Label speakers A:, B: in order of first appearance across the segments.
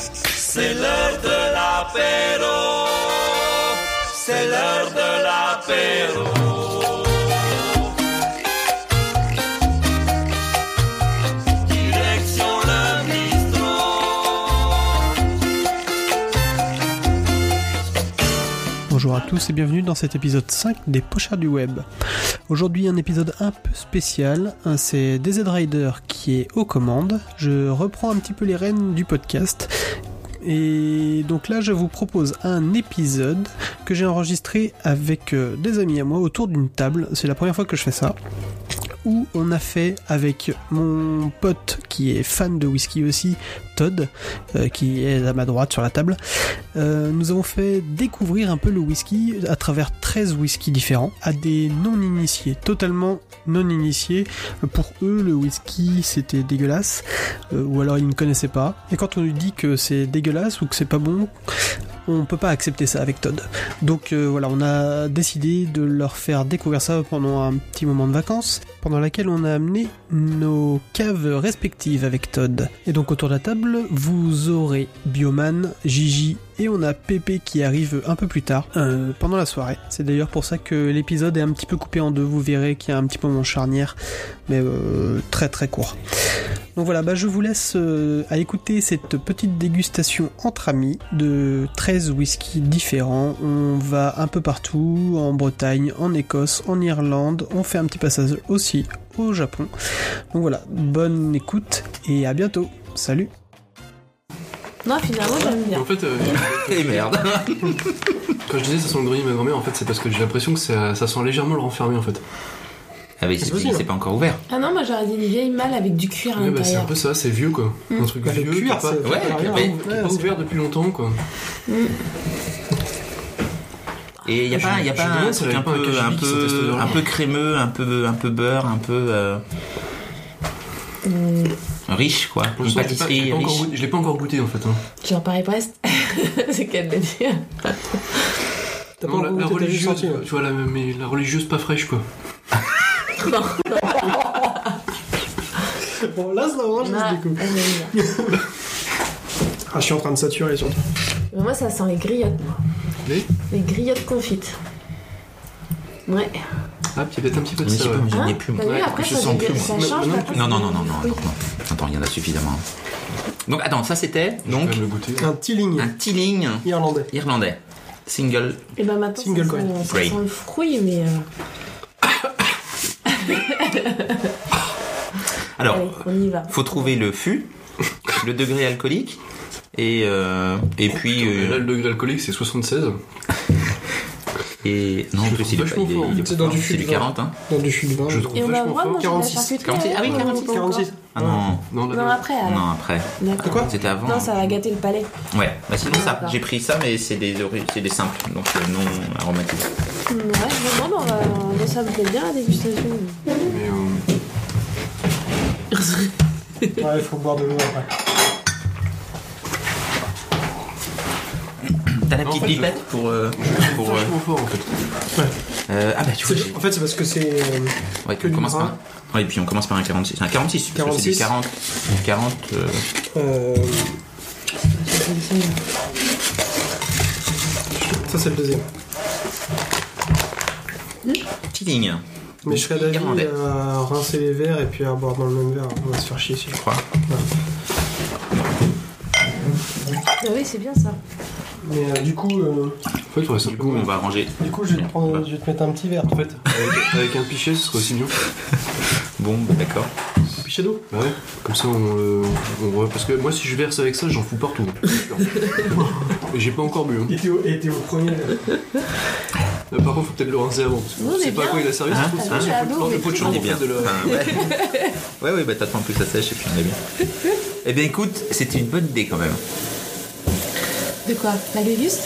A: C'est l'heure de l'apéro. C'est l'heure de l'apéro. Direction le
B: Ah
A: bistrot.
C: Bonjour à tous et bienvenue dans cet épisode 5 des Pochards du Web. Aujourd'hui un épisode un peu spécial, hein, c'est DZ Rider qui est aux commandes, je reprends un petit peu les rênes du podcast. Et donc là je vous propose un épisode que j'ai enregistré avec euh, des amis à moi autour d'une table, c'est la première fois que je fais ça où on a fait avec mon pote qui est fan de whisky aussi, Todd, euh, qui est à ma droite sur la table. Euh, nous avons fait découvrir un peu le whisky à travers 13 whiskies différents à des non-initiés, totalement non-initiés. Pour eux, le whisky c'était dégueulasse, euh, ou alors ils ne connaissaient pas. Et quand on lui dit que c'est dégueulasse ou que c'est pas bon, on peut pas accepter ça avec Todd. Donc euh, voilà, on a décidé de leur faire découvrir ça pendant un petit moment de vacances, pendant laquelle on a amené nos caves respectives avec Todd. Et donc autour de la table, vous aurez Bioman, Gigi et on a Pépé qui arrive un peu plus tard, euh, pendant la soirée. C'est d'ailleurs pour ça que l'épisode est un petit peu coupé en deux, vous verrez qu'il y a un petit moment charnière, mais euh, très très court. Donc voilà, bah je vous laisse euh, à écouter cette petite dégustation entre amis de 13 whiskies différents. On va un peu partout, en Bretagne, en Écosse, en Irlande. On fait un petit passage aussi au Japon. Donc voilà, bonne écoute et à bientôt. Salut
D: Non, finalement, j'aime
E: Mais
D: bien.
E: en fait, euh,
B: Et merde.
E: quand je disais ça sent le grenier, ma grand-mère, en fait, c'est parce que j'ai l'impression que ça, ça sent légèrement le renfermé, en fait.
B: Ah oui, c'est
E: possible.
B: c'est pas encore ouvert.
D: Ah non, moi j'aurais dit une vieille malle avec du cuir à
E: Ouais, bah, c'est un
D: l'intérieur.
E: peu ça, c'est vieux, quoi. Un truc
C: Bah, le
E: vieux,
C: cuir,
E: qui a pas,
C: c'est-
E: qui
B: Ouais,
C: Ah,
E: a
C: rien,
E: pas-
B: mais-
E: qui a pas ouvert depuis longtemps, quoi.
B: Et y a
E: Je-
B: pas, y a
E: je
B: pas
E: me demande
B: un
E: si
B: truc
E: elle
B: un
E: avait pas un
B: peu, un
E: cachibi qui s'atteste
B: peu,
E: devant.
B: un peu crémeux, un peu, un peu beurre, un peu euh,
D: Hmm,
B: riche quoi.
E: Pour
B: Une
E: l'instant, je l'ai pas- je l'ai
B: pâtisserie
E: pas encore
B: riche.
E: goûté- je l'ai pas encore goûté, en fait. hein.
D: Genre Paris Brest. c'est qu'elle de dire.
C: T'as
E: Non, la, la religieuse, tu vois, la, mais la religieuse pas fraîche, quoi.
C: Bon, là, ça vraiment, je
D: Ah,
C: laisse des coups.
D: elle aime bien.
C: Ah, je suis en train de saturer surtout.
D: Mais moi ça sent les griottes, moi.
E: Les
D: Les griottes confites. Ouais.
E: Ah, puis il y a peut-être un petit peu de
B: Mais je
E: ça,
B: sais pas,
E: ouais.
B: mais j'en ai
D: Hein
B: plus.
D: T'as
B: moi.
D: vu,
E: Ouais,
D: après
B: je
D: ça,
B: sens
D: dégage-
B: plus,
D: ça
E: moi.
D: change.
E: Non,
D: mais après,
B: Non non
D: ça
B: non non non.
D: Oui.
B: Attends, non. attends, il y en a suffisamment. Donc attends, ça c'était
E: Je
B: donc
E: vais le goûter.
C: Un tealing
B: un tealing
C: irlandais.
B: irlandais, single.
D: Et bah maintenant,
C: Single
D: ça,
C: coin.
D: sent, ça
B: Great.
D: sent le fruit, mais. euh,
B: Alors,
D: Allez, on y va.
B: faut trouver le fût, le degré alcoolique et euh, et puis
E: Et Oh, Là,
B: euh,
E: le degré alcoolique, c'est 76.
B: et non en
E: Je
B: plus
E: trouve
B: il est pas
E: vachement
B: il est-
E: fort. hein.
B: il est
C: C'est
B: pas
C: dans du
B: fort, c'est
C: fût
B: du
C: de vin.
B: 40 hein.
C: Dans du fût de vin.
E: Je trouve
D: Et on va
E: vachement
D: voir
E: fort.
D: manger de la
C: 46.
D: charcuterie.
B: 46. Ah oui,
D: avant,
B: 46.
D: ou encore
C: 46.
B: Ah non,
E: Non, là,
D: Non, après, alors.
B: non après.
D: D'accord.
C: Quoi
B: C'était avant.
D: Non, ça va gâter le palais.
B: Ouais, bah sinon ça,
D: D'accord.
B: j'ai pris ça, mais c'est des, ori- c'est des simples, donc euh, non aromatisés.
D: Hmm, Ouais, non, non, bah, moi, ça me plaît bien la dégustation.
E: mais, euh,
C: Ouais, il faut boire de l'eau après.
B: T'as la
E: Non,
B: petite
E: en fait, je-
B: pipette pour. euh, pour euh,
E: vachement fort, en fait.
B: euh, ah bah tu vois, j'ai-
C: En fait, c'est parce que c'est. euh,
B: ouais,
C: que
B: on
C: du
B: commence par.
C: bras.
B: Ouais, et puis on commence par un 46. Un 46, parce que c'est du
C: 46.
B: 40. 40. euh,
C: euh, Ça, c'est le deuxième.
B: petit ligne,
C: Mais je serais d'avis
B: Irlandais.
C: à rincer les verres et puis à boire dans le même verre. On va se faire chier si
B: je crois.
D: Ah oui, c'est bien ça.
C: Mais euh, du coup, euh,
E: En fait, ouais, c'est
B: Du coup, on va ranger.
C: du coup je, vais te prendre- je vais te mettre un petit verre.
E: En fait, avec, avec un pichet, ce serait aussi bien.
B: Bon, bah, d'accord.
C: Un pichet d'eau
E: Bah ouais, comme ça on, euh, on- on- Parce que moi si je verse avec ça, j'en fous partout. Et j'ai pas encore bu. hein.
C: Et t'es au, et t'es au premier verre.
E: Euh, Par contre, faut peut-être le rincer avant. Parce que
D: Non,
E: je
D: mais
E: sais pas à
D: bien.
E: quoi il a servi,
B: Hein,
E: ça se trouve,
B: hein,
E: c'est
D: j'ai
E: le
D: adoré,
E: pot de-
D: mais
E: le pot de
D: tout
B: On
E: chambre
B: est
E: en
B: bien.
E: fait, de la-
B: Enfin, ouais. ouais, ouais, bah t'attends plus que ça sèche et puis on est bien. Eh bien écoute, c'était une bonne idée quand même.
D: De quoi La déguste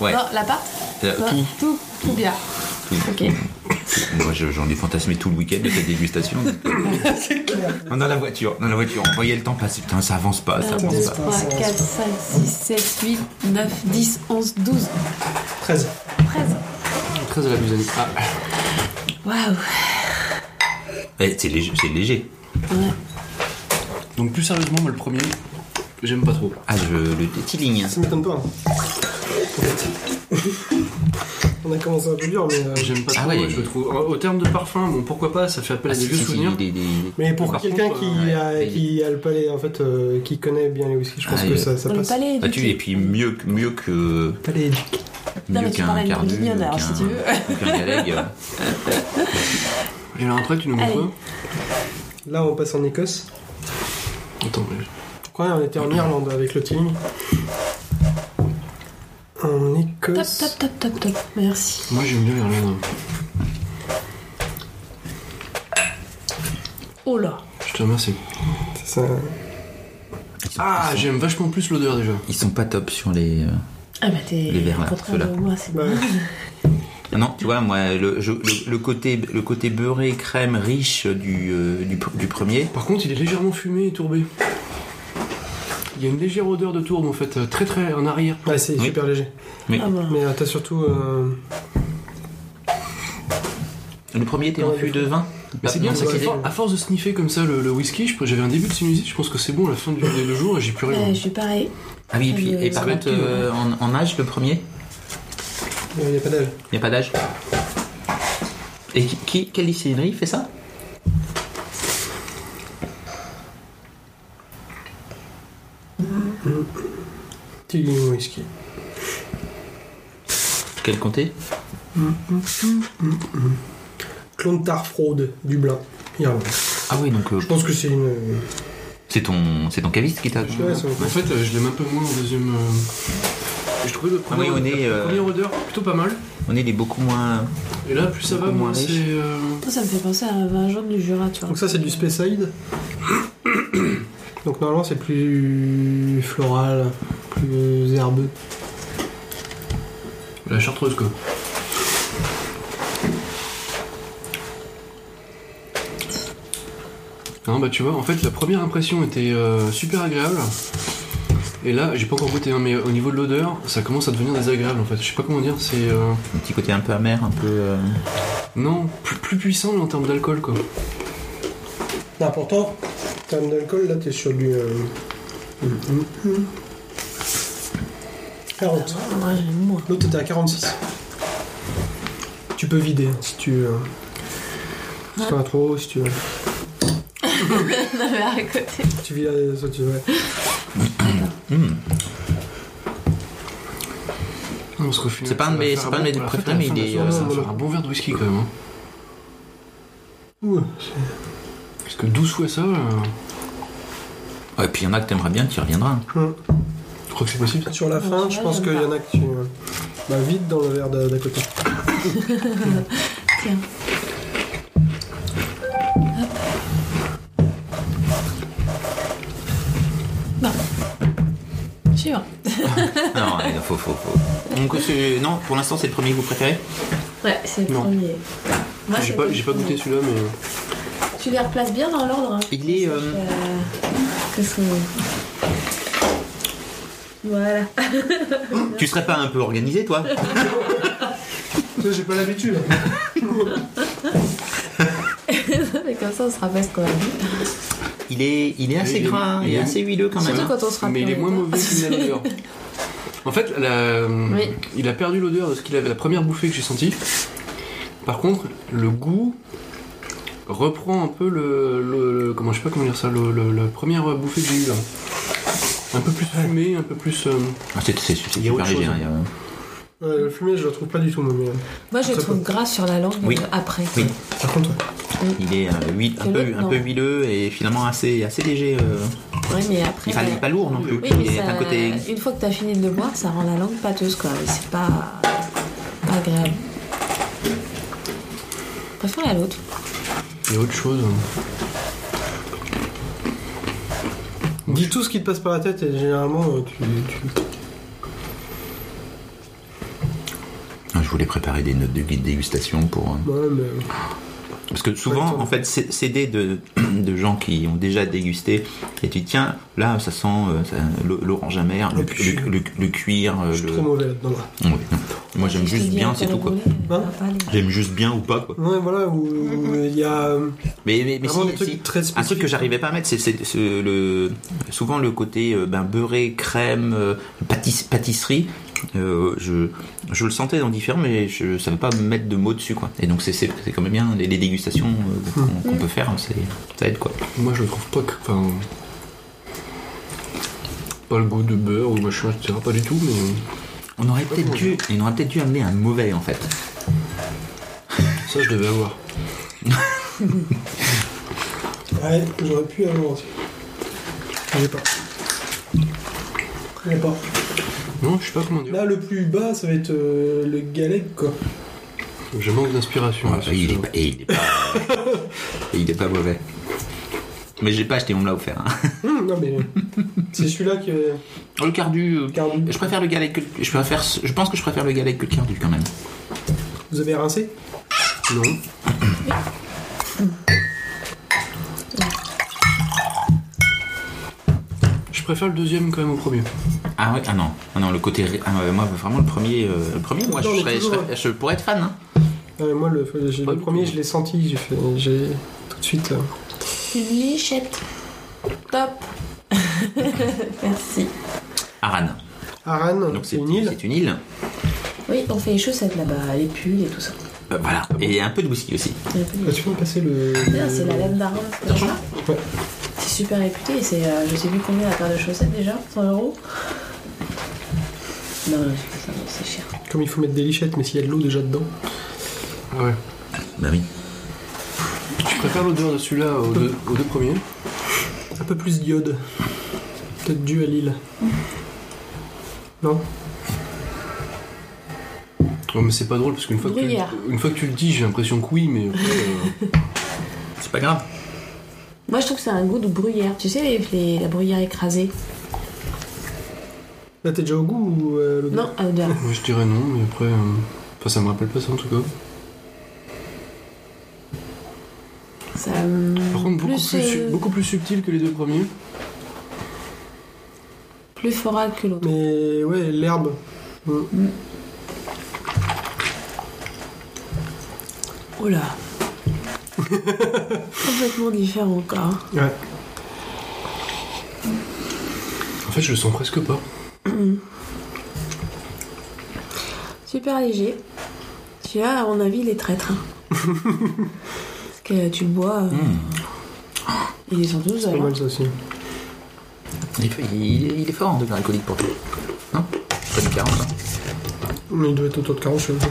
B: Ouais.
F: Ah,
D: Non, l'appart
B: Euh,
D: Non,
B: tout. Mm.
D: tout, tout bien.
B: tout.
D: Ok.
B: Moi, je- j'en ai fantasmé tout le week-end de cette dégustation. euh, Non, dans la voiture, dans la voiture, on voyait le temps passer. Putain, ça avance pas,
F: Ah,
B: ça
C: putain,
B: avance
C: c'est
B: pas.
C: pas-
D: 3, 4, 5, 6, 7, 8, 9, 10, 11, 12,
C: 13.
D: 13.
E: Très à la busanine. Ah,
D: Waouh
B: Eh, c'est léger, c'est léger.
E: Donc plus sérieusement, moi le premier, J'aime pas trop.
B: Ah, je le tétiligne.
C: Ça m'étonne pas. hein. En fait. On a commencé un peu dur, mais. euh,
E: J'aime pas
B: Ah
E: trop,
B: ouais.
E: je trouve. euh, Au- Au terme de parfum, bon, pourquoi pas, ça fait appel à
B: Ah,
E: des
B: si,
E: vieux
B: si, si,
E: souvenirs.
B: des- des-
C: Mais pour
E: Par
C: quelqu'un
E: contre,
C: qui,
B: ouais,
C: a,
B: mais-
C: qui a le palais, en fait, euh, qui connaît bien les whisky, je pense
B: Ah,
C: que
B: et-
C: ça, ça
F: Dans le
C: passe.
F: palais
B: Ah, tu, et puis mieux, que- mieux que.
C: palais du-
F: Non,
B: mieux
F: mais tu parles à une bourguignonne, alors, si tu veux.
B: qu'un Galègue.
E: Et alors après, tu nous montres
F: Allez.
E: quoi
C: Là, on passe en Écosse.
E: Attends, mais-
C: Pourquoi on était en Irlande avec le team En
F: Top,
C: Écosse.
F: top, top, top, top. Merci.
E: moi j'aime bien l'Irlande.
F: Oh là.
E: Je te remercie.
C: Ça,
E: Ah,
B: ils, sont,
E: j'aime vachement plus l'odeur déjà.
B: ils sont pas top sur les. euh,
F: Ah bah t'es
B: Les verres, là,
F: contraire
B: ceux-là.
F: de moi, c'est
C: bah,
F: bon.
B: Ah Non, tu vois, moi, le, je- le, le côté, le côté beurré, crème, riche du, euh, du, pr- du premier.
E: Par contre, il est légèrement fumé et tourbé. Il y a une légère odeur de tourbe en fait, euh, très très en arrière.
C: ouais, Ah, c'est
B: Oui.
C: super léger.
B: Mais
F: Ah bah.
C: Mais euh, t'as surtout. euh,
B: le premier était en
C: Ouais,
B: fût de vin.
E: Mais c'est bien,
B: Non,
E: c'est qu'à
B: c'était-
E: for- à force de sniffer comme ça le, le whisky, je- j'avais un début de sinusite, je pense que c'est bon à la fin du le jour et j'ai plus rien.
F: Ouais, je suis pareil.
B: Ah oui, et, puis, et par
E: Ça va
B: contre,
E: être tout,
B: euh, en, en âge, le premier,
C: Il n'y a pas d'âge.
B: il n'y a pas d'âge. Et qui- qui, quelle distillerie fait ça
C: Tilling whisky.
B: Quel comté
C: Clontarf Road, Dublin, Irlande.
B: Ah oui, donc euh,
C: Je pense que c'est une.
B: c'est ton, c'est ton caviste qui t'a.
C: Ouais, c'est
E: En fait, euh, je l'aime un peu moins au deuxième. euh, Je trouvais le premier,
B: oui, au nez,
E: la
B: euh,
E: première odeur plutôt pas mal.
B: On est des beaucoup moins.
E: Et là, plus ça va,
B: Beaucoup
E: moins
B: moins riche.
E: c'est. euh,
F: Ça, ça me fait penser à un vin jaune du Jura, tu vois.
C: Donc ça c'est du Speyside. Donc normalement c'est plus floral, plus herbeux.
E: La chartreuse quoi. Hein, bah tu vois, en fait la première impression était euh, super agréable. Et là, j'ai pas encore goûté, hein, mais au niveau de l'odeur, ça commence à devenir désagréable en fait. Je sais pas comment dire, c'est. euh,
B: Un petit côté un peu amer, un peu. euh,
E: Non, plus, plus puissant mais en termes d'alcool quoi.
C: Ah, pourtant, en termes d'alcool là t'es sur du... Euh... hum, hum, hum. 40.
F: Ah, Moi, j'aime moins.
C: L'autre était à 46. Tu peux vider hein, si tu veux. Si t'en as trop, si tu veux.
F: Non, mais à côté.
C: Tu vides euh, ça tu veux.
E: Non, parce qu'au final,
B: C'est pas
E: ça
B: un de
E: va
B: mes-
E: faire
B: c'est pas un de mes
E: bon- à la
B: préférés,
E: fin de la
B: mais il
E: fin
B: est,
E: de la soirée,
B: euh,
E: ça va faire un bon verre de whisky quand même. hein.
C: Ouh.
E: Parce que 12 fois ça, euh,
B: Ouais, puis il y en a que t'aimerais bien, tu y reviendras.
C: Hum.
E: tu crois que c'est possible ça
C: Sur la
F: Ouais,
C: fin,
F: ouais,
C: je pense
F: j'aime
C: qu'il y
F: pas.
C: en a que tu... euh, Bah vide dans le verre d'à d'à côté.
F: Tiens. Hop. Bah. Suivant.
B: non, ouais, faut, faut, faut. Donc, c'est- non, pour l'instant, c'est le premier que vous préférez
F: Ouais, c'est le
E: Non.
F: premier. Moi,
E: J'ai
F: c'est
E: pas,
F: le
E: j'ai pas
F: premier.
E: goûté celui-là, mais.
F: Tu les replaces bien dans l'ordre. hein.
B: Il est, euh,
F: Euh, Qu'est-ce qu'on. Voilà.
B: Tu serais pas un peu organisé, toi
C: Ça j'ai pas l'habitude.
F: Mais comme ça, on se rappelle ce qu'on a dit.
B: Il est, il est assez
E: Il est-
B: gras, hein. il
E: il
B: est
E: est-
B: assez huileux quand même. hein.
F: Surtout quand on se rappelle.
E: Mais il est moins mauvais que la l'odeur. En fait, la-
F: Oui.
E: il a perdu l'odeur de ce qu'il avait la première bouffée que j'ai sentie. Par contre, le goût reprend un peu le, le- le- comment je sais pas comment dire ça, le, le- la première bouffée que j'ai eue là. Un peu plus fumé, un peu plus. euh,
B: Ah, c'est c'est- c'est
E: Il y a
B: super
E: autre
B: léger.
E: chose.
B: hein, il y a-
C: Ouais, le fumé, je le trouve pas du tout, moi. Mais...
F: Moi, je le
C: Très
F: trouve gras sur la langue
B: Oui.
F: euh, après.
B: Oui.
C: Par contre, ouais.
B: Il est euh, huile- un,
F: Que
B: peu,
F: l'autre,
B: un peu
F: non.
B: huileux et finalement assez, assez léger. euh.
F: Ouais, mais après.
B: Il n'est
F: euh,
B: pas lourd non plus.
F: Oui,
B: il
F: mais
B: est
F: ça,
B: un côté.
F: une fois que t'as fini de le boire, ça rend la langue pâteuse, quoi. Mais c'est pas... pas agréable. Je Préfère la l'autre.
E: il y a autre chose.
C: Dis tout ce qui te passe par la tête et généralement euh, tu. tu-
B: Ah, Je voulais préparer des notes de guide dégustation pour. euh,
C: Ouais, mais.
B: Parce que souvent, en fait, c'est- CD de, de gens qui ont déjà dégusté, et tu dis, tiens, là, ça sent euh, ça- le- l'orange amère, le,
C: Et puis, je suis-
B: le- le- le cuir. euh,
C: Je suis
B: le-
C: trop mauvais là-dedans. là.
B: Ouais, non. Moi, j'aime juste bien, c'est tout, quoi.
C: Hein
B: J'aime juste bien ou pas, quoi.
C: Ouais, voilà, où où il y a. euh,
B: Mais, mais, mais
C: Vraiment
B: si-
C: des trucs
B: si.
C: très
B: un truc que
C: spécifiques.
B: j'arrivais pas à mettre, c'est- c'est c'est le souvent le côté euh, ben, beurré, crème, euh, pâtiss- pâtisserie. euh, je, je le sentais dans différents, mais je savais pas mettre de mots dessus quoi. Et donc c'est c'est- c'est quand même bien les, les dégustations euh, qu'on qu'on peut faire, hein, c'est- ça aide quoi.
E: Moi, je le trouve pas que. Enfin. Pas le goût de beurre ou machin, etc. Pas du tout, mais.
B: On aurait peut-être dû, on aurait peut-être dû amener un mauvais en fait.
E: Ça, je devais avoir.
C: Ouais, j'aurais pu avoir aussi. J'ai pas. J'ai pas.
E: Non, je sais pas comment dire.
C: Là, le plus bas, ça va être euh, le galette, quoi.
E: Je manque d'inspiration. là,
B: Ouais,
E: sur
B: il,
E: ce-
B: est pas, Euh, et il est pas, et il est pas mauvais. Mais j'ai pas acheté, on me l'a offert. hein.
C: Hum, non, mais c'est celui-là qui est
B: Le cardu, euh,
C: cardu.
B: je préfère le galet que le- je préfère, je pense que je préfère le galet que le cardu quand même.
C: Vous avez rincé
E: Non. Je préfère le deuxième quand même au premier.
B: Ah ouais, ah non, ah non, le côté, ré- ah ouais, moi vraiment le premier, euh, le premier, moi je,
C: Non, mais
B: serais- je,
C: toujours,
B: serais- je pourrais être fan. hein.
C: Non, mais Euh, moi, le, j'ai- le premier, je l'ai senti. J'ai fait. J'ai tout de suite. euh,
D: Lichette. Top. Merci.
B: Aran,
C: Aran,
B: donc c'est
C: c'est une île.
B: c'est une île.
D: Oui, on fait les chaussettes là-bas, les pulls et tout ça.
B: Euh, voilà, et il y a un peu de whisky aussi.
D: Il y a un peu de-
C: Bah, tu peux me passer le.
D: Bien, Ah, C'est la laine d'Aran. c'est ça
C: Ouais.
D: C'est super réputé et c'est euh, je sais plus combien la paire de chaussettes déjà 100 euros Non, non, c'est- non, c'est cher.
C: Comme il faut mettre des lichettes, mais s'il y a de l'eau déjà dedans.
E: Ah ouais.
B: Bah oui.
E: Je préfère l'odeur de celui-là aux deux, aux deux premiers.
C: Un peu plus d'iode. Peut-être dû à l'île. Non
E: Non Oh, mais c'est pas drôle parce qu'une fois, que tu-
D: Bruyère.
E: une fois que tu le dis, j'ai l'impression que oui, mais après, euh,
B: C'est pas grave.
D: Moi je trouve que c'est un goût de bruyère. Tu sais, les, les- la bruyère écrasée
C: Là, t'es déjà au goût ou euh, le goût
D: Non, à odeur.
E: moi je dirais non, mais après, euh, enfin ça me rappelle pas ça en tout cas.
D: Ça, hum,
E: Par contre, beaucoup
D: plus,
E: plus, su-
D: euh,
E: beaucoup plus subtil que les deux premiers.
D: plus floral que l'autre.
C: Mais ouais, l'herbe. Mm.
D: Oh là Complètement différent hein. quoi.
C: Ouais.
E: En fait, je le sens presque pas.
D: Super léger. Celui-là, à mon avis, il est traître. hein. Parce que tu le bois. euh,
B: Hmm.
D: Il est sans doute.
C: C'est pas mal ça aussi.
B: Il, fait- il- il est fort en degré alcoolique pour toi. Non Pas du 40. hein.
C: Mais il doit être autour de 40, je sais pas.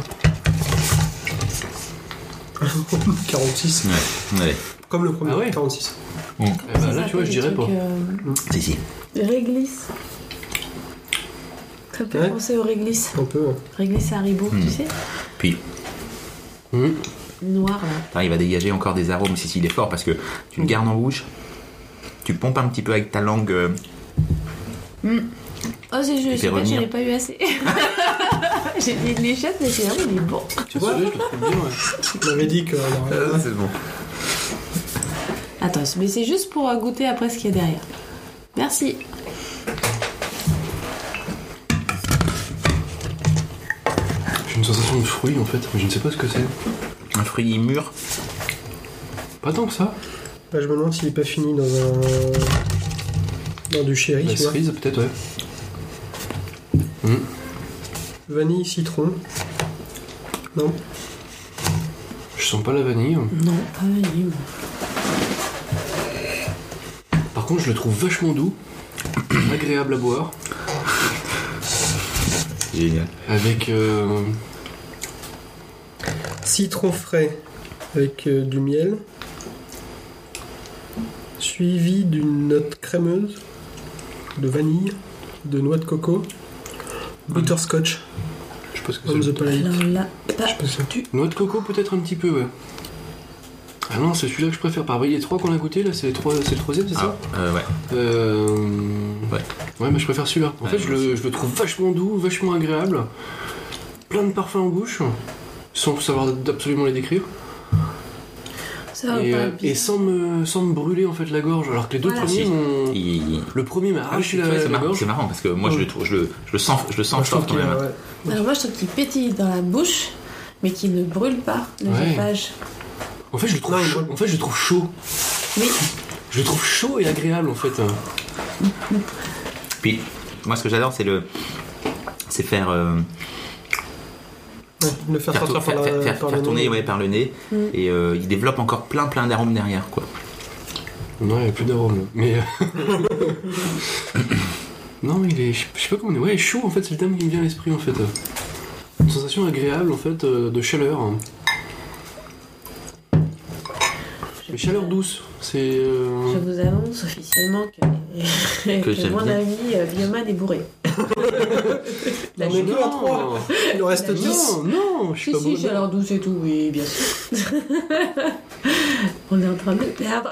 C: 46.
B: Ouais. Ouais.
C: Comme le premier,
E: Ah ouais
C: 46.
B: Hmm.
E: Eh ben, là, tu vois, je dirais
D: euh,
E: pas.
B: Si, si.
D: réglisse. Ça me fait
C: Ouais.
D: penser aux réglisses.
C: Un peu. ouais.
D: Réglisse Haribo,
E: Hmm.
D: tu sais
B: Puis,
E: Hum.
D: Noir là.
B: t'arrives à dégager encore des arômes si, si, il est fort parce que tu le gardes en bouche, tu pompes un petit peu avec ta langue. euh,
D: Oh, c'est juste, je sais pas,
B: revenir.
D: j'en
E: hein.
D: ai pas eu assez. J'ai mis de l'échette, mais c'est vraiment, il est bon.
E: Tu vois, celui-là, je le trouve bien, ouais.
C: On avait dit que.
B: euh, c'est bon.
D: Attends, mais c'est juste pour euh, goûter après ce qu'il y a derrière. Merci.
E: J'ai une sensation de fruit en fait, mais je ne sais pas ce que c'est.
B: Un fruit mûr.
E: Pas tant que ça.
C: Bah, je me demande s'il est pas fini dans un. Dans du chéri,
E: La
C: tu vois.
E: cerise, peut-être, ouais. Hum,
C: Vanille, citron. Non
E: Je sens pas la vanille.
D: Non, pas venu.
E: Par contre, je le trouve vachement doux, agréable à boire,
B: Génial.
E: avec. euh,
C: citron frais avec euh, du miel, suivi d'une note crémeuse de vanille, de noix de coco, butterscotch
E: Je sais pas ce que
C: on the
E: c'est.
C: palate.
D: Alors là, pas
C: Je sais pas si-
E: Noix de coco, peut-être un petit peu, ouais. Ah non, c'est celui-là que je préfère. Parmi les trois qu'on a goûté, là, c'est les trois- c'est le troisième, c'est
B: Ah,
E: ça
B: euh, ouais.
E: Euh.
B: Ouais.
E: Ouais, mais je préfère celui-là. En
B: Ouais,
E: fait, je
B: moi
E: le, je le trouve vachement doux, vachement agréable. Plein de parfums en bouche, sans savoir absolument les décrire.
F: Ça
E: et,
F: va
E: euh,
F: pas
E: et sans me sans me brûler en fait la gorge alors que les deux
F: Voilà.
E: premiers
B: Si.
E: m'ont-
B: Il-
E: le premier m'a
B: Ah oui,
E: arraché
B: tu vois,
E: la,
B: c'est
E: la
B: marrant,
E: gorge
B: c'est marrant parce que moi je, le trouve, je, le, je le sens, je le sens
C: Moi, je
B: fort
C: trouve
B: quand
C: qu'il a-
B: même.
C: ouais.
F: Alors moi je trouve qu'il pétille dans la bouche, mais qu'il ne brûle pas le
E: Ouais.
F: chauffage.
E: en fait je le trouve
C: Non,
E: chaud- en fait je le trouve chaud
F: Oui,
E: je le trouve chaud et agréable en fait hein.
B: Puis moi ce que j'adore c'est le c'est faire, euh,
C: Ouais, Le faire
B: faire, tour-
C: sortir par
B: faire-
C: la-
B: faire-
C: par
B: faire
C: le
B: tourner
C: nez.
B: ouais, par le nez et euh, il développe encore plein plein d'arômes derrière quoi.
E: non il n'y a plus d'arôme là. mais euh, non mais il est je sais- je sais pas comment on est ouais chaud en fait c'est le terme qui me vient à l'esprit en fait une sensation agréable en fait euh, de chaleur mais chaleur douce c'est euh,
D: Je vous annonce officiellement que,
B: Que
D: que,
B: j'aime
D: mon
B: bien.
D: ami euh, Bioman est bourré.
C: On est que à trois.
E: non
C: Il en reste 10.
E: non non je
D: Si,
E: suis pas
D: si,
E: bourré.
D: j'ai l'air douce et tout, oui, bien sûr. On est en train de le perdre.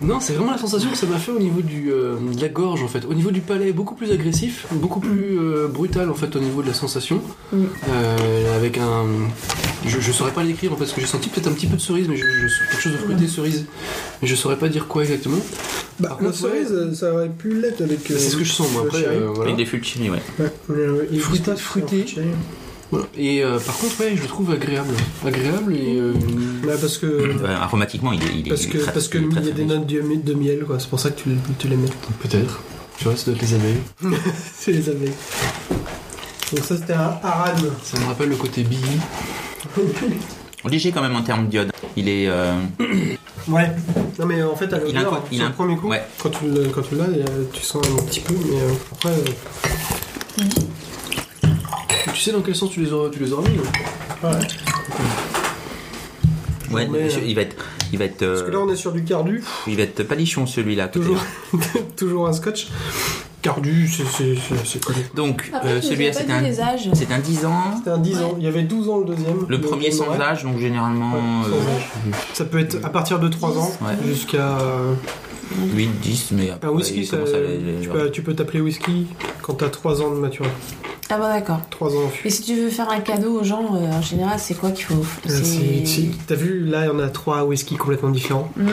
E: Non, c'est vraiment la sensation que ça m'a fait au niveau du, euh, de la gorge en fait. Au niveau du palais, beaucoup plus agressif, beaucoup plus euh, brutal en fait au niveau de la sensation.
D: Mm.
E: Euh, avec un. Je, je saurais pas l'écrire en fait, parce que j'ai senti peut-être un petit peu de cerise, mais je, je- quelque chose de fruité cerise. Mais je saurais pas dire quoi exactement.
C: Bah,
E: Par
C: la
E: contre,
C: cerise, euh, ça aurait pu l'être
B: Bah,
C: avec.
E: C'est ce que je sens moi après. euh, voilà.
B: Avec des fûts de chimie ouais.
C: je.
E: Fruité- fruité. Voilà. Et euh, par contre, ouais, je le trouve agréable. Agréable et. euh,
C: Bah, parce que.
B: Euh, aromatiquement il est, il est-
C: Parce
B: il est
C: que,
B: très-
C: parce que
B: il est
C: il
B: très,
C: y a
B: très
C: des
B: bon.
C: notes de miel, de miel, quoi. C'est pour ça que tu, le- tu les mets.
E: Peut-être. Tu vois, ça doit être les abeilles.
C: C'est les abeilles. Donc ça, c'était un aradme.
E: Ça me rappelle le côté billy.
B: léger quand même en termes d'iode. Il est euh,
C: Ouais. Non mais en fait, à
B: Il a un
C: l'odeur,
B: co- il
C: sur
B: a
C: le
B: un-
C: premier coup,
B: ouais.
C: quand tu le- quand tu l'as, euh, tu sens un petit peu, mais euh, après, euh,
E: Tu sais dans quel sens tu les auras, tu les auras mis non
C: ouais.
B: ouais,
C: Mais,
B: je-
C: euh,
B: il va être il va être
C: Parce que là,
B: euh,
C: on est sur du cardu,
B: il va être palichon celui-là. côté-
C: toujours, toujours un scotch. Cardu, c'est- c'est c'est- c'est connu.
B: Donc
F: Après,
B: euh,
F: je vous ai
B: celui-là
F: pas
B: c'est
F: dit
B: un
F: les âges.
B: c'est un 10 ans.
C: C'était un 10 ans, il y avait 12 ans le deuxième.
B: Le
C: Donc,
B: premier
C: on
B: sans
C: aurait-
B: âge donc généralement euh,
C: Ouais, sans âge. Ça peut être à partir de 3 ans
B: Ouais.
C: jusqu'à...
B: 8 10 mais après,
C: Un whisky,
B: il
C: ça, euh,
B: commence à aller- euh,
C: tu, peux, tu peux t'appeler whisky quand t'as 3 ans de maturité.
F: Ah bah d'accord.
C: 3 ans en fût.
F: Mais si tu veux faire un cadeau aux gens, euh, en général, c'est Ah, quoi qu'il faut
C: Euh, c'est- c'est- T'as vu, là, on a 3 whisky complètement différents.
F: Mm.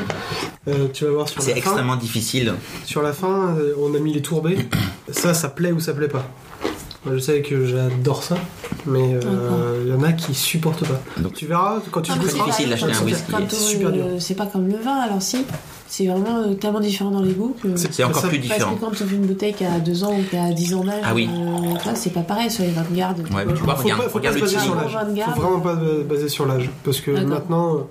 C: Euh, tu vas voir sur
B: C'est
C: la fin.
B: extrêmement difficile.
C: Sur la fin, euh, on a mis les tourbés. ça, ça plaît ou ça plaît pas. Moi, je sais que j'adore ça, mais euh, il y en a qui supportent pas.
B: Donc-
C: tu verras quand tu
F: Ah,
C: le
F: mais
B: Très
F: c'est
C: goûteras.
F: pas-
B: difficile d'acheter un
F: c'est
B: whisky.
F: comme
C: C'est
F: tout,
C: super dur.
F: euh, C'est pas comme le vin, alors si. C'est vraiment euh, tellement différent dans les goûts que.
B: C'est encore
C: ça.
B: plus
F: Parce que
B: différent.
F: quand tu ouvres une bouteille qui a 2 ans ou qui a 10 ans d'âge,
B: Ah oui.
F: euh, tu vois, c'est pas pareil sur les gardes.
B: Ouais, Ah, mais tu vois,
C: Bah, faut
B: regarde,
C: pas, faut
B: regarde
C: pas
B: le
C: se baser
B: tigre.
C: sur l'âge. Faut vraiment pas se baser sur l'âge, parce que
F: D'accord.
C: maintenant,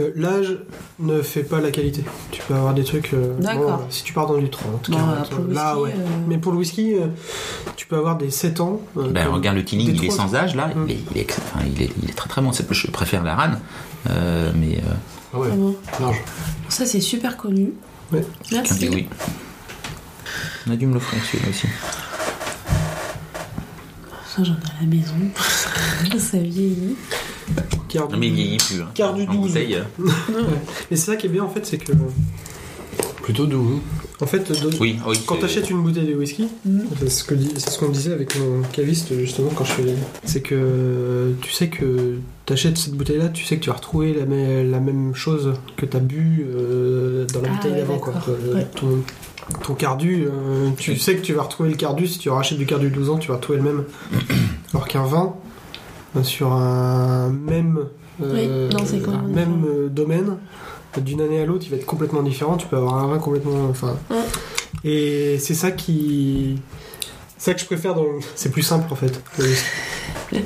C: euh, l'âge ne fait pas la qualité. Tu peux avoir des trucs. euh,
F: D'accord.
C: bon, si tu pars dans du 30,
F: Bon,
C: 40,
F: pour le
C: là
F: whisky,
C: ouais.
F: euh,
C: Mais pour le whisky, euh, tu peux avoir des 7 ans. euh,
B: Ben,
C: comme-
B: regarde le Tinning,
C: des
B: il est
C: trois-
B: sans âge là,
C: Mm.
B: il, est, il, est, enfin, il, est, il est très très bon. C'est- Je préfère la rane, euh, mais euh,
E: Ah ouais,
F: vraiment.
E: large.
F: Ça, c'est super connu.
C: Ouais.
B: qu'un dit
F: Merci.
B: oui. On a dû me l'offrir celui-là aussi.
F: Ça, j'en ai à la maison. ça vieillit.
C: Car-
B: Non mais il vieillit plus. Hein.
C: Quart du
B: En
C: 12.
B: bouteille, euh,
C: Mais c'est ça qui est bien en fait, c'est que.
E: Plutôt doux. hein.
C: En fait, de-
B: Oui, oui.
C: Quand
B: c'est-
C: t'achètes une bouteille de whisky,
F: Mm.
C: c'est ce que dis- c'est ce qu'on disait avec mon caviste justement quand je faisais. C'est que euh, tu sais que t'achètes cette bouteille-là, tu sais que tu vas retrouver la, mê- la même chose que t'as bu euh, dans la
F: Ah
C: bouteille
F: ouais,
C: d'avant, quoi.
F: d'accord.
C: Euh,
F: Ouais.
C: Ton, ton cardu, euh, tu sais que tu vas retrouver le cardu si tu rachètes du cardu de 12 ans, tu vas retrouver le même. Alors qu'un vin euh, sur un même euh,
F: Oui, non, c'est complètement
C: même
F: différent.
C: euh, domaine d'une année à l'autre, il va être complètement différent. Tu peux avoir un vin complètement, enfin,
F: Ouais.
C: et c'est ça qui, c'est ça que je préfère. Dans... le- C'est plus simple en fait. le whisky.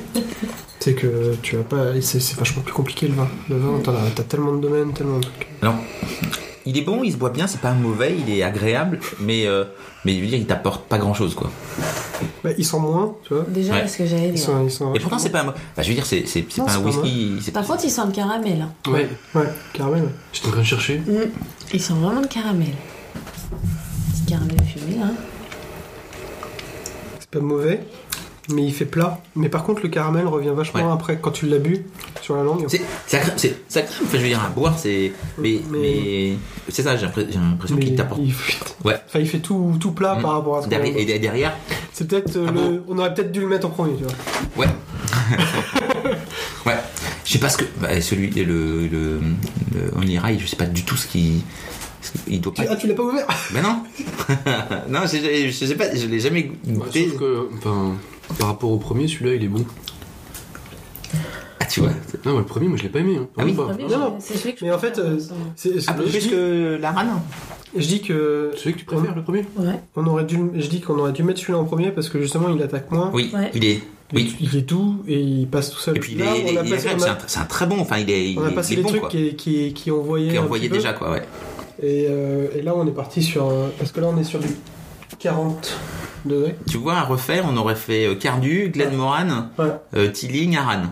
C: c'est que tu vas pas, et c'est c'est vachement plus compliqué le vin. Le vin, t'en as, t'as tellement de domaines, tellement. de trucs.
B: Alors, il est bon, il se boit bien, c'est pas mauvais, il est agréable, mais euh, mais je veux dire, il t'apporte pas grand chose quoi.
C: Bah, ils sont moins, tu vois.
F: Déjà,
B: Ouais.
F: ce que j'allais
C: Ils
F: dire.
C: sont, ils sont.
B: Et pourtant c'est pas, un- bah, je veux dire, c'est c'est c'est
C: Non,
B: pas un
C: c'est pas
B: whisky. c'est-
F: Par contre, ils sentent le caramel. hein.
E: Ouais,
C: Ouais, caramel.
E: j'étais en train de chercher.
C: Mm.
F: Ils sentent vraiment le caramel. Petit caramel fumé, hein. là.
C: C'est pas mauvais, mais il fait plat. Mais par contre, le caramel revient vachement
B: Ouais.
C: après quand tu l'as bu sur la langue.
B: C'est ça crème, c'est ça crème. Enfin, je veux dire, à boire, c'est. Mais, mais... c'est ça. J'ai l'impré- j'ai l'impression
C: Mais
B: qu'il t'apporte.
C: il fait-
B: Ouais.
C: Enfin, il fait tout, tout plat
B: Mm.
C: par rapport à ce qu'on
B: Derrière,
C: a.
B: et derrière,
C: C'est peut-être euh,
B: Ah
C: le- On aurait peut-être dû le mettre en premier, tu vois.
B: ouais. ouais. Je Je sais pas ce que. bah, celui, le, le, le Only Ride, je sais pas du tout ce qui. ce qu'il- Il doit pas.
C: Ah, tu l'as pas ouvert
B: Ben non Non, je, je- je sais pas, je l'ai jamais
E: Bah,
B: goûté.
E: sauf que, enfin, par rapport au premier, celui-là, il est bon.
B: ah, tu vois.
E: Non, mais le premier, moi, je l'ai pas aimé. Hein.
B: Ah oui.
E: Vraiment
D: Ah, mais
E: pas.
C: Non,
D: je-
C: non.
D: C'est celui que je
C: Mais en fait,
D: préfère,
C: euh,
D: ça.
F: hein.
C: C'est- c'est-
B: Ah,
C: je,
B: plus
C: dis,
B: que la rane
C: je dis que
E: Celui que tu préfères, le premier
D: Ouais.
C: on aurait dû, je dis qu'on aurait dû mettre celui-là en premier parce que justement il attaque moins.
B: Oui,
D: Ouais.
B: il est. Oui.
C: Il est doux et il passe tout seul.
B: Et puis il
C: Là,
B: est, il est-
C: on a
B: il est
C: passé-
B: réel,
C: on
B: c'est
C: a-
B: un, c'est un très bon, enfin il est,
C: on a
B: il est- il
C: passé
B: est
C: des
B: bon
C: trucs
B: quoi.
C: qui, qui, qui envoyaient.
B: Qui est
C: un
B: envoyé
C: petit peu.
B: déjà quoi, ouais.
C: Et, euh, et là, on est parti sur. euh, Parce que là, on est sur du 40 degrés.
B: Tu vois, à refaire, on aurait fait euh, Cardu, Glenn Moran,
C: Ouais.
B: euh, Tilling, Aran.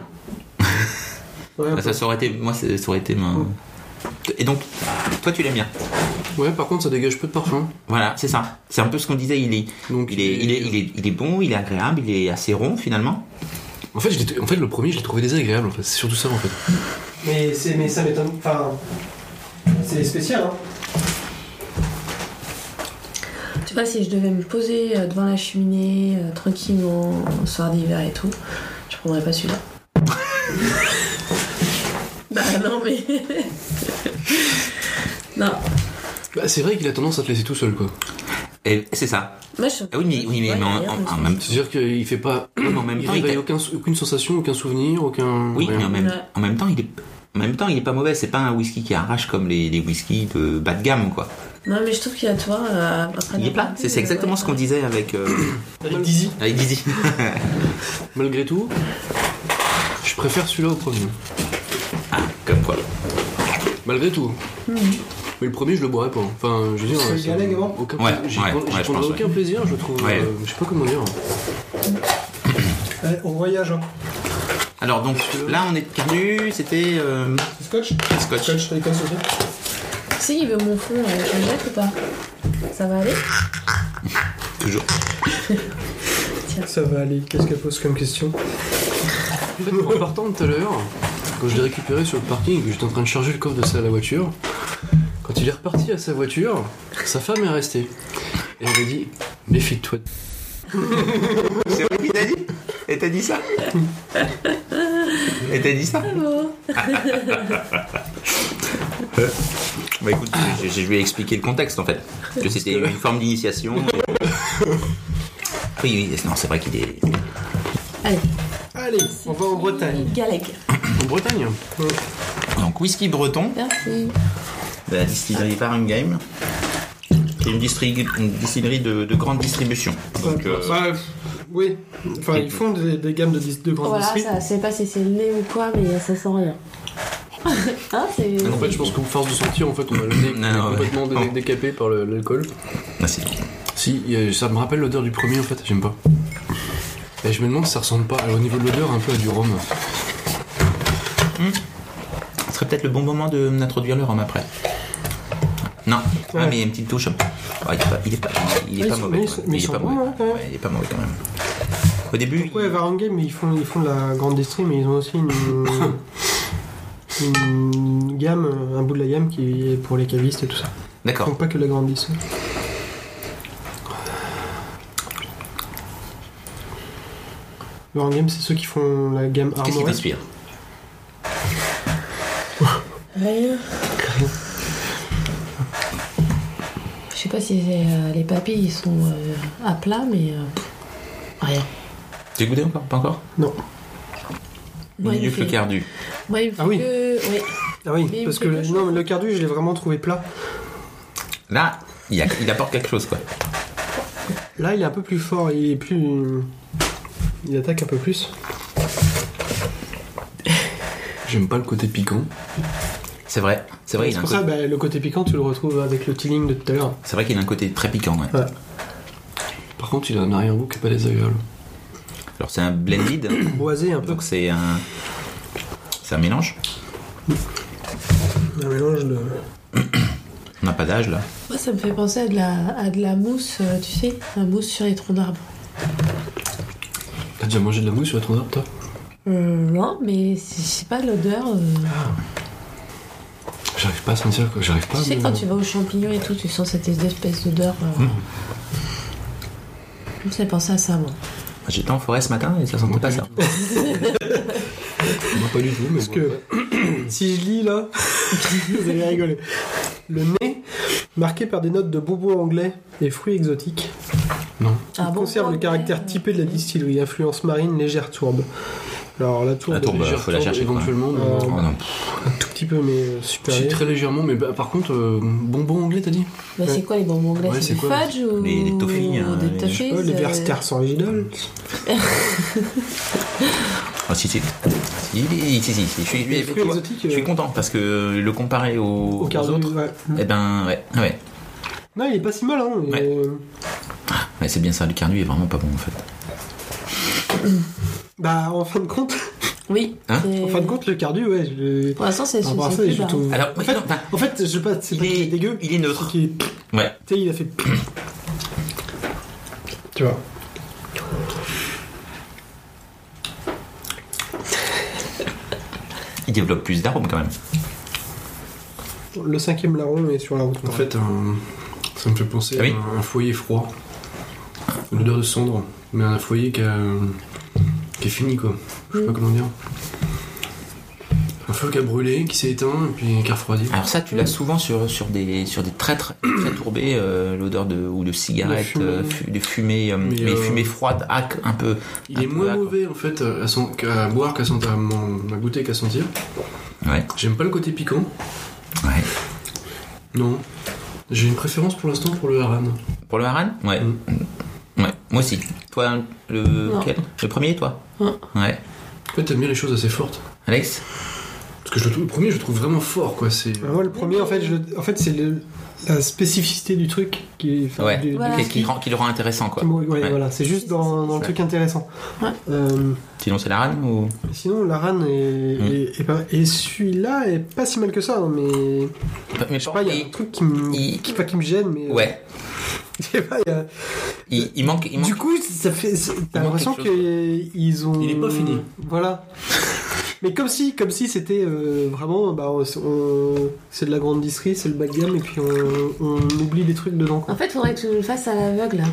C: Ouais,
B: Bah, ça, ça aurait été, moi c'est- ça aurait été ma.
C: Mm.
B: Et donc, toi tu l'aimes bien.
E: Ouais, par contre, ça dégage peu de parfum.
B: Voilà, c'est ça. C'est un peu ce qu'on disait, il est,
E: Donc,
B: il est, il est, il est, il est bon, il est agréable, il est assez rond finalement.
E: En fait, je l'ai- en fait, le premier, je l'ai trouvé désagréable. En fait, c'est surtout ça, en fait.
C: Mais, c'est- mais ça m'étonne. Enfin. C'est spécial, hein.
D: Tu vois, si je devais me poser euh, devant la cheminée, euh, tranquillement, un soir d'hiver et tout, je prendrais pas celui-là. bah non, mais. non,
E: Bah, c'est vrai qu'il a tendance à te laisser tout seul, quoi.
B: Et c'est ça.
D: moi je.
B: Ah oui, mais, oui, mais,
D: Ouais,
B: mais en,
D: d'ailleurs,
B: en-
D: je me
B: en
D: suis-
B: même temps.
E: C'est-à-dire qu'il fait pas.
B: en même
E: il
B: temps, il
E: réveille
B: t'a-
E: aucun, aucune sensation, aucun souvenir, aucun.
B: Oui,
E: rien.
B: mais en même,
D: Ouais.
B: en même temps, il est. En même temps, il est pas mauvais, c'est pas un whisky qui arrache comme les, les whiskies de bas de gamme, quoi.
D: Non, mais je trouve qu'il y a toi. euh, après
B: Il
D: la
B: est plat,
D: partie,
B: c'est c'est
D: euh,
B: exactement
D: ouais,
B: ce qu'on disait avec, euh,
C: Avec Dizzy.
B: avec Dizzy.
E: Malgré tout, je préfère celui-là au premier.
B: Ah, comme quoi.
E: Malgré tout. hein.
B: Mhm.
E: Mais le premier, je le boirais pas. hein. Enfin, je veux dire.
C: C'est
E: ça-
C: Galeg avant
E: aucun
B: Ouais,
E: plaisir- j'y
B: ouais,
E: prends- j'y
B: ouais, je
E: prendrais
B: pense,
E: aucun plaisir, je trouve.
B: Ouais.
E: euh, je sais pas comment dire.
C: Allez, on voyage, hein.
B: Alors donc là on est perdu, c'était euh,
C: C'est Scotch
B: Scotch.
C: Scotch, avec aussi.
D: Si il veut mon fond, euh, je le jette ou pas Ça va aller
B: toujours.
C: Ça va aller. Qu'est-ce qu'elle pose comme question
E: En fait, en partant tout à l'heure, quand je l'ai récupéré sur le parking, que j'étais en train de charger le coffre de sa la voiture, quand il est reparti à sa voiture, sa femme est restée. Et elle m'a dit Méfie-toi.
B: C'est vrai qu'il t'a dit Et t'as dit ça Et t'as dit ça
D: Bravo
B: Bah écoute, je, je lui ai expliqué le contexte en fait. Que c'était une forme d'initiation. et- Oui, oui, non, c'est vrai qu'il est.
D: Allez,
C: Allez, on va en Bretagne.
D: Galec.
E: En Bretagne
B: Donc whisky breton,
D: Merci.
B: de la distillerie Farringham, qui est une, distri- une distillerie de, de grande distribution. Donc, euh,
C: Bah, oui. Enfin, ils font des, des gammes de, dis- de grandes
D: Voilà,
C: distries.
D: ça, je sais pas si c'est le lait ou quoi, mais ça sent rien. hein, c'est.
B: Ah
E: En fait, je pense qu'au force de sortir, en fait, on a le nez qui
B: Non,
E: est
B: ouais.
E: complètement dé-
B: Non.
E: décapé par le- l'alcool.
B: ah, c'est-
E: Si, il y a- ça me rappelle l'odeur du premier, en fait, j'aime pas. Et je me demande si ça ressemble pas, alors, au niveau de l'odeur, un peu à du rhum.
B: Ce serait peut-être le bon moment de d'introduire le rhum après. Non, Ah, mais une petite touche. Ah, il est pas, il est pas, il est
C: Mais
B: pas
C: ils sont-
B: mauvais.
C: mais
B: quand même.
C: ils
B: il est
C: sont
B: pas
C: bons,
B: mauvais.
C: hein, quand même.
B: Ouais, il est pas mauvais quand même. Au début,
C: Ouais, Varangame, mais ils font, ils font de la grande distrie, mais ils ont aussi une, une gamme, un bout de la gamme qui est pour les cavistes et tout ça.
B: d'accord.
C: Donc pas que la grande distrie. Varangame, c'est ceux qui font la gamme
B: Qu'est-ce qui
C: armorée.
B: t'inspire
D: Rien. Je sais pas si c'est, euh, les papilles ils sont euh, à plat, mais euh, pff, rien.
B: T'as goûté encore Pas encore
C: Non.
D: Moi, il me
B: Mieux que le
D: fait-
B: cardu.
D: moi, il me
C: Ah
D: fait
C: oui.
D: que- oui.
C: Ah oui,
D: Mais il
C: parce
D: me
C: que
D: fait quelque
C: non, mais le cardu, je l'ai vraiment trouvé plat.
B: Là, il, y a- il apporte quelque chose quoi.
C: Là, il est un peu plus fort, il est plus. Il attaque un peu plus.
E: J'aime pas le côté piquant.
B: C'est vrai, c'est vrai. il a
C: c'est
B: un
C: pour
B: côté-
C: ça, bah, le côté piquant, tu le retrouves avec le tilling de tout à l'heure.
B: C'est vrai qu'il a un côté très piquant. ouais.
C: Ouais.
E: Par contre, il a un arrière-goût qui est pas désagréable.
B: Alors c'est un blended, hein.
C: Boisé un peu.
B: donc c'est un, c'est un mélange.
C: Un mélange de.
B: On n'a pas d'âge là.
D: Moi, ça me fait penser à de la, à de la mousse, euh, tu sais, la mousse sur les troncs d'arbres.
E: T'as déjà mangé de la mousse sur la tronc d'arbre, toi
D: Euh, non, mais c'est- je sais pas l'odeur. euh,
C: Ah,
E: J'arrive pas à sentir, quoi. J'arrive pas
D: tu
E: à
D: sais,
E: me-
D: quand tu vas aux champignons et tout, tu sens cette espèce d'odeur. euh.
C: Mmh.
D: Ça fait penser à ça, moi.
B: J'étais en forêt ce matin et ça sentait pas ça.
E: Moi, pas du tout, mais
C: Parce que si je lis là, vous allez rigoler. Le nez, marqué par des notes de bobos anglais et fruits exotiques,
D: Ah bon, euh,
C: conserve le
D: ouais,
C: caractère
D: ouais.
C: typé de la distillerie, influence marine, légère tourbe. Alors la tourbe,
B: La
E: bah,
B: tourbe,
C: légère
B: faut la chercher, quoi.
E: éventuellement. mais-
C: Euh,
B: Oh non.
C: un tout petit peu, mais euh, supérieure.
E: Si, très légèrement, mais bah, par contre, euh, bonbon anglais, t'as dit
D: Mais Bah, c'est quoi les bonbons anglais
E: Ouais,
D: C'est
E: c'est
D: du
E: quoi,
D: fudge ou
B: Les- les toffees, hein,
D: des
B: les-
D: toffees
C: Oh, les
D: euh,
C: Versters originales.
B: Ah si si. Si si si, si, si. Je, suis,
C: Les
B: mais
C: fruits
B: tu vois,
C: exotiques,
B: je suis
C: euh,
B: content parce que le comparer aux,
C: Au
B: aux
C: quart de-
B: autres,
C: ouais.
B: eh ben ouais, ah ouais.
C: Non, il est pas si mal, hein. il
B: Ouais.
C: est-
B: Ouais, c'est bien ça, le carnu est vraiment pas bon en fait.
C: Bah, en fin de compte,
D: Oui.
B: Hein
D: c'est-
C: en fin de compte, le cardu, ouais. je-
D: Pour l'instant, c'est
C: Par rapport à
D: c'est
C: ça,
D: plus
C: je
D: bas.
C: trouve-
B: Alors,
C: en fait,
B: non, bah,
C: en fait, je sais pas, c'est
B: il
C: pas
B: est-
C: qu'il est dégueu.
B: il est neutre.
C: c'est qu'il est- Tu
B: Ouais.
C: sais, il a fait. tu vois.
B: Il développe plus d'arômes quand même.
C: Le cinquième larron est sur la route.
E: En fait, un- ça me fait penser
B: Ah oui.
E: à un foyer froid. L'odeur de cendre. Mais un foyer qui, a- qui est fini, quoi. Je sais pas comment dire. Un feu qui a brûlé, qui s'est éteint, et puis qui a refroidi.
B: Alors ça, tu l'as souvent sur, sur, des, sur des traîtres très tourbés, euh, l'odeur de ou de cigarette,
E: De fumée.
B: euh, fu- de fumée, euh, mais,
E: Mais, euh,
B: fumée froide, hack un peu.
E: Il
B: un
E: est
B: peu
E: moins
B: là, quoi.
E: mauvais, en fait, à, sen- qu'à boire qu'à sentir, à, m'en- à goûter qu'à sentir.
B: Ouais.
E: J'aime pas le côté piquant.
B: Ouais.
E: Non. J'ai une préférence pour l'instant pour le haran.
B: Pour le haran Ouais.
E: Mm.
B: Ouais. Moi aussi. Toi, le
D: Non.
B: quel Le premier, toi.
D: Ouais.
B: Ouais.
E: En fait, t'aimes bien les choses assez fortes.
B: Alex.
E: Parce que je le, trouve- le premier, je le trouve vraiment fort, quoi. C'est.
C: Bah, moi, le premier, en fait, je- en fait c'est le- la spécificité du truc qui est. enfin,
B: Ouais.
C: du- du-
D: Voilà.
B: Qu'est-ce qui, rend- qui le rend intéressant, quoi.
C: qui me- ouais,
B: Ouais.
C: voilà, c'est juste dans, dans le
B: Ouais.
C: truc intéressant.
D: Ouais.
C: Euh,
B: Sinon, c'est la rane ou
C: sinon, la rane est,
B: Mm.
C: est- est pas- et celui-là est pas si mal que ça, hein, mais
B: Mais
C: je sais pas, il y a un truc qui me,
B: il-
C: qui, pas qui me gêne, mais euh,
B: Ouais.
C: je sais pas, il y a-
B: Il, il manque. Il manque...
C: Du coup, ça fait. c'est- T'as
B: Il manque
C: l'impression
B: quelque chose,
C: qu'ils ont.
E: Il est pas fini.
C: Voilà. Mais comme si, comme si c'était euh, vraiment, bah, on- on- c'est de la grande distrie, c'est le bas de gamme, et puis on, on oublie des trucs dedans. Quoi.
D: En fait, faudrait que tu le fasses à l'aveugle. là.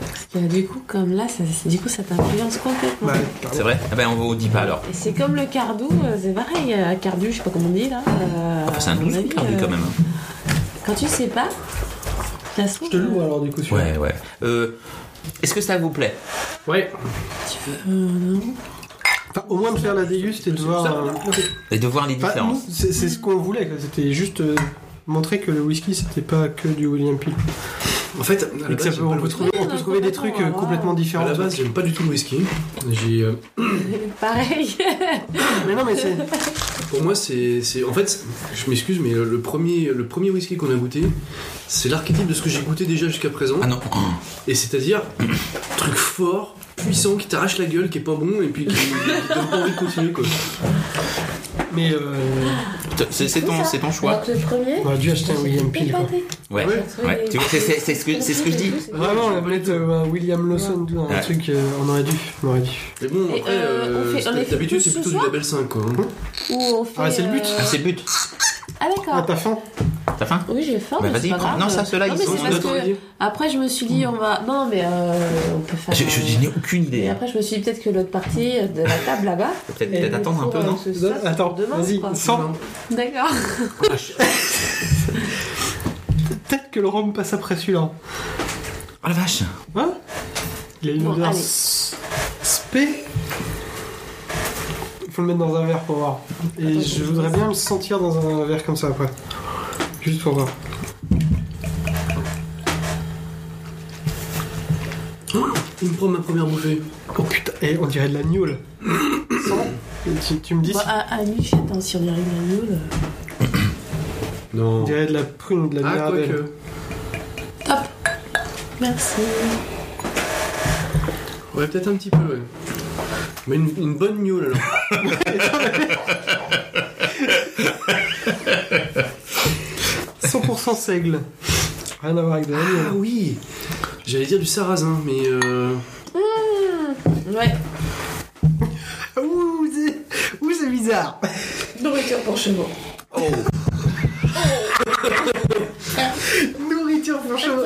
D: Parce que du coup, comme là, ça, du coup, ça t'influence complètement.
C: Bah, pardon.
B: C'est vrai. Ah ben, on vous dit pas alors.
D: Et c'est comme le cardou, euh, c'est pareil. euh, Cardu, je sais pas comment on dit là.
B: Enfin,
D: euh,
B: Ah, bah, c'est un
D: à mon
B: 12
D: avis,
B: perdu
D: euh,
B: quand même. hein.
D: Quand tu sais pas, ça se trouve.
C: Je te loue
D: euh,
C: alors du coup. celui-là.
B: Ouais, ouais. Euh, Est-ce que ça vous plaît
C: Ouais.
D: tu
B: hein.
D: veux, euh, non.
C: Enfin, au moins de faire la déguste et de voir. euh,
B: Et de voir les
C: enfin,
B: différences.
C: nous, c'est c'est ce qu'on voulait. quoi. C'était juste euh, montrer que le whisky, c'était pas que du William Peel.
E: En fait, à la
C: Et que ça peut-
E: base, j'aime pas
C: on
E: le
C: peut
E: whisky.
C: trouver, on peut
D: Ouais,
C: trouver des
D: complètement,
C: trucs euh,
D: voilà.
C: complètement
E: À
C: différents.
E: la base, j'aime pas du tout le whisky. J'ai. euh,
D: Pareil.
C: Mais non, mais c'est.
E: Pour moi, c'est. c'est- En fait, je m'excuse, mais le premier, le premier whisky qu'on a goûté, c'est l'archétype de ce que j'ai goûté déjà jusqu'à présent.
B: Ah non.
E: Et c'est-à-dire, truc fort, puissant, qui t'arrache la gueule, qui est pas bon, et puis qui qui donne pas envie de continuer, quoi.
C: Mais euh,
B: C'est c'est ton, c'est ton choix.
D: Alors que le premier.
C: on aurait dû acheter un William Peel. quoi.
D: épaté.
B: Ouais.
E: Ouais.
B: ouais. Tu vois,
D: euh,
B: c'est c'est- c'est ce que c'est ce que je dis.
C: Vraiment, on voulait être euh, un William Lawson, un
B: Ouais.
C: truc, euh, on aurait dû, on aurait dû.
E: Mais bon,
D: Et,
E: après,
D: euh, on
E: euh,
D: fait- on les fait
E: d'habitude,
D: tous
E: c'est
D: ce
E: plutôt du
D: soir
E: label 5, quoi. hein.
D: Ou on fait.
C: Ah, c'est le but.
D: euh,
B: Ah, c'est le but.
C: Ah,
D: Ah, d'accord.
C: t'as faim
B: T'as faim
D: Oui, j'ai faim.
B: Bah,
D: mais
B: vas-y,
D: c'est pas
B: prends-
D: grave.
B: non, ça, ceux-là,
D: Non,
B: ils
D: mais
B: sont
D: c'est parce
B: d'autres
D: que Après, je me suis dit, on va. Non, mais euh, on peut faire.
B: Je, je- je n'ai aucune idée.
D: Et
B: hein.
D: après, je me suis dit, peut-être que l'autre partie de la table là-bas.
B: Peut-être peut-être
D: Euh,
B: attendre un peu, non
C: Attends,
D: demain,
C: vas-y,
D: quoi.
C: sors.
D: D'accord.
C: Peut-être que le rhum passe après celui-là.
B: Oh la vache
C: Hein Il a une
D: Bon,
C: odeur
D: allez.
C: s- spé. Faut le mettre dans un verre pour voir. Et
D: Attends,
C: je
D: je
C: voudrais
D: vais-
C: bien le sentir dans un verre comme ça après. Juste pour voir.
E: Il me prend ma première bouffée.
C: Oh putain, et on dirait de la gnôle. Sans. Et Tu, tu me dis,
D: Bon,
C: si
D: à, à Mich, attends, si on y arrive à Nul.
E: Non.
C: on dirait de la prune ou de la
E: Ah,
C: mirabelle.
E: quoique.
D: Top Merci.
E: Ouais, peut-être un petit peu, ouais. Mais une, une bonne miaule, alors.
C: que... 100% seigle. Rien à voir avec de la
E: Ah
C: gnôle.
E: oui J'allais dire du sarrasin, mais euh...
D: Ouais,
C: Ouh, c'est- ouh, c'est bizarre.
D: nourriture pour chevaux.
C: Nourriture pour chevaux.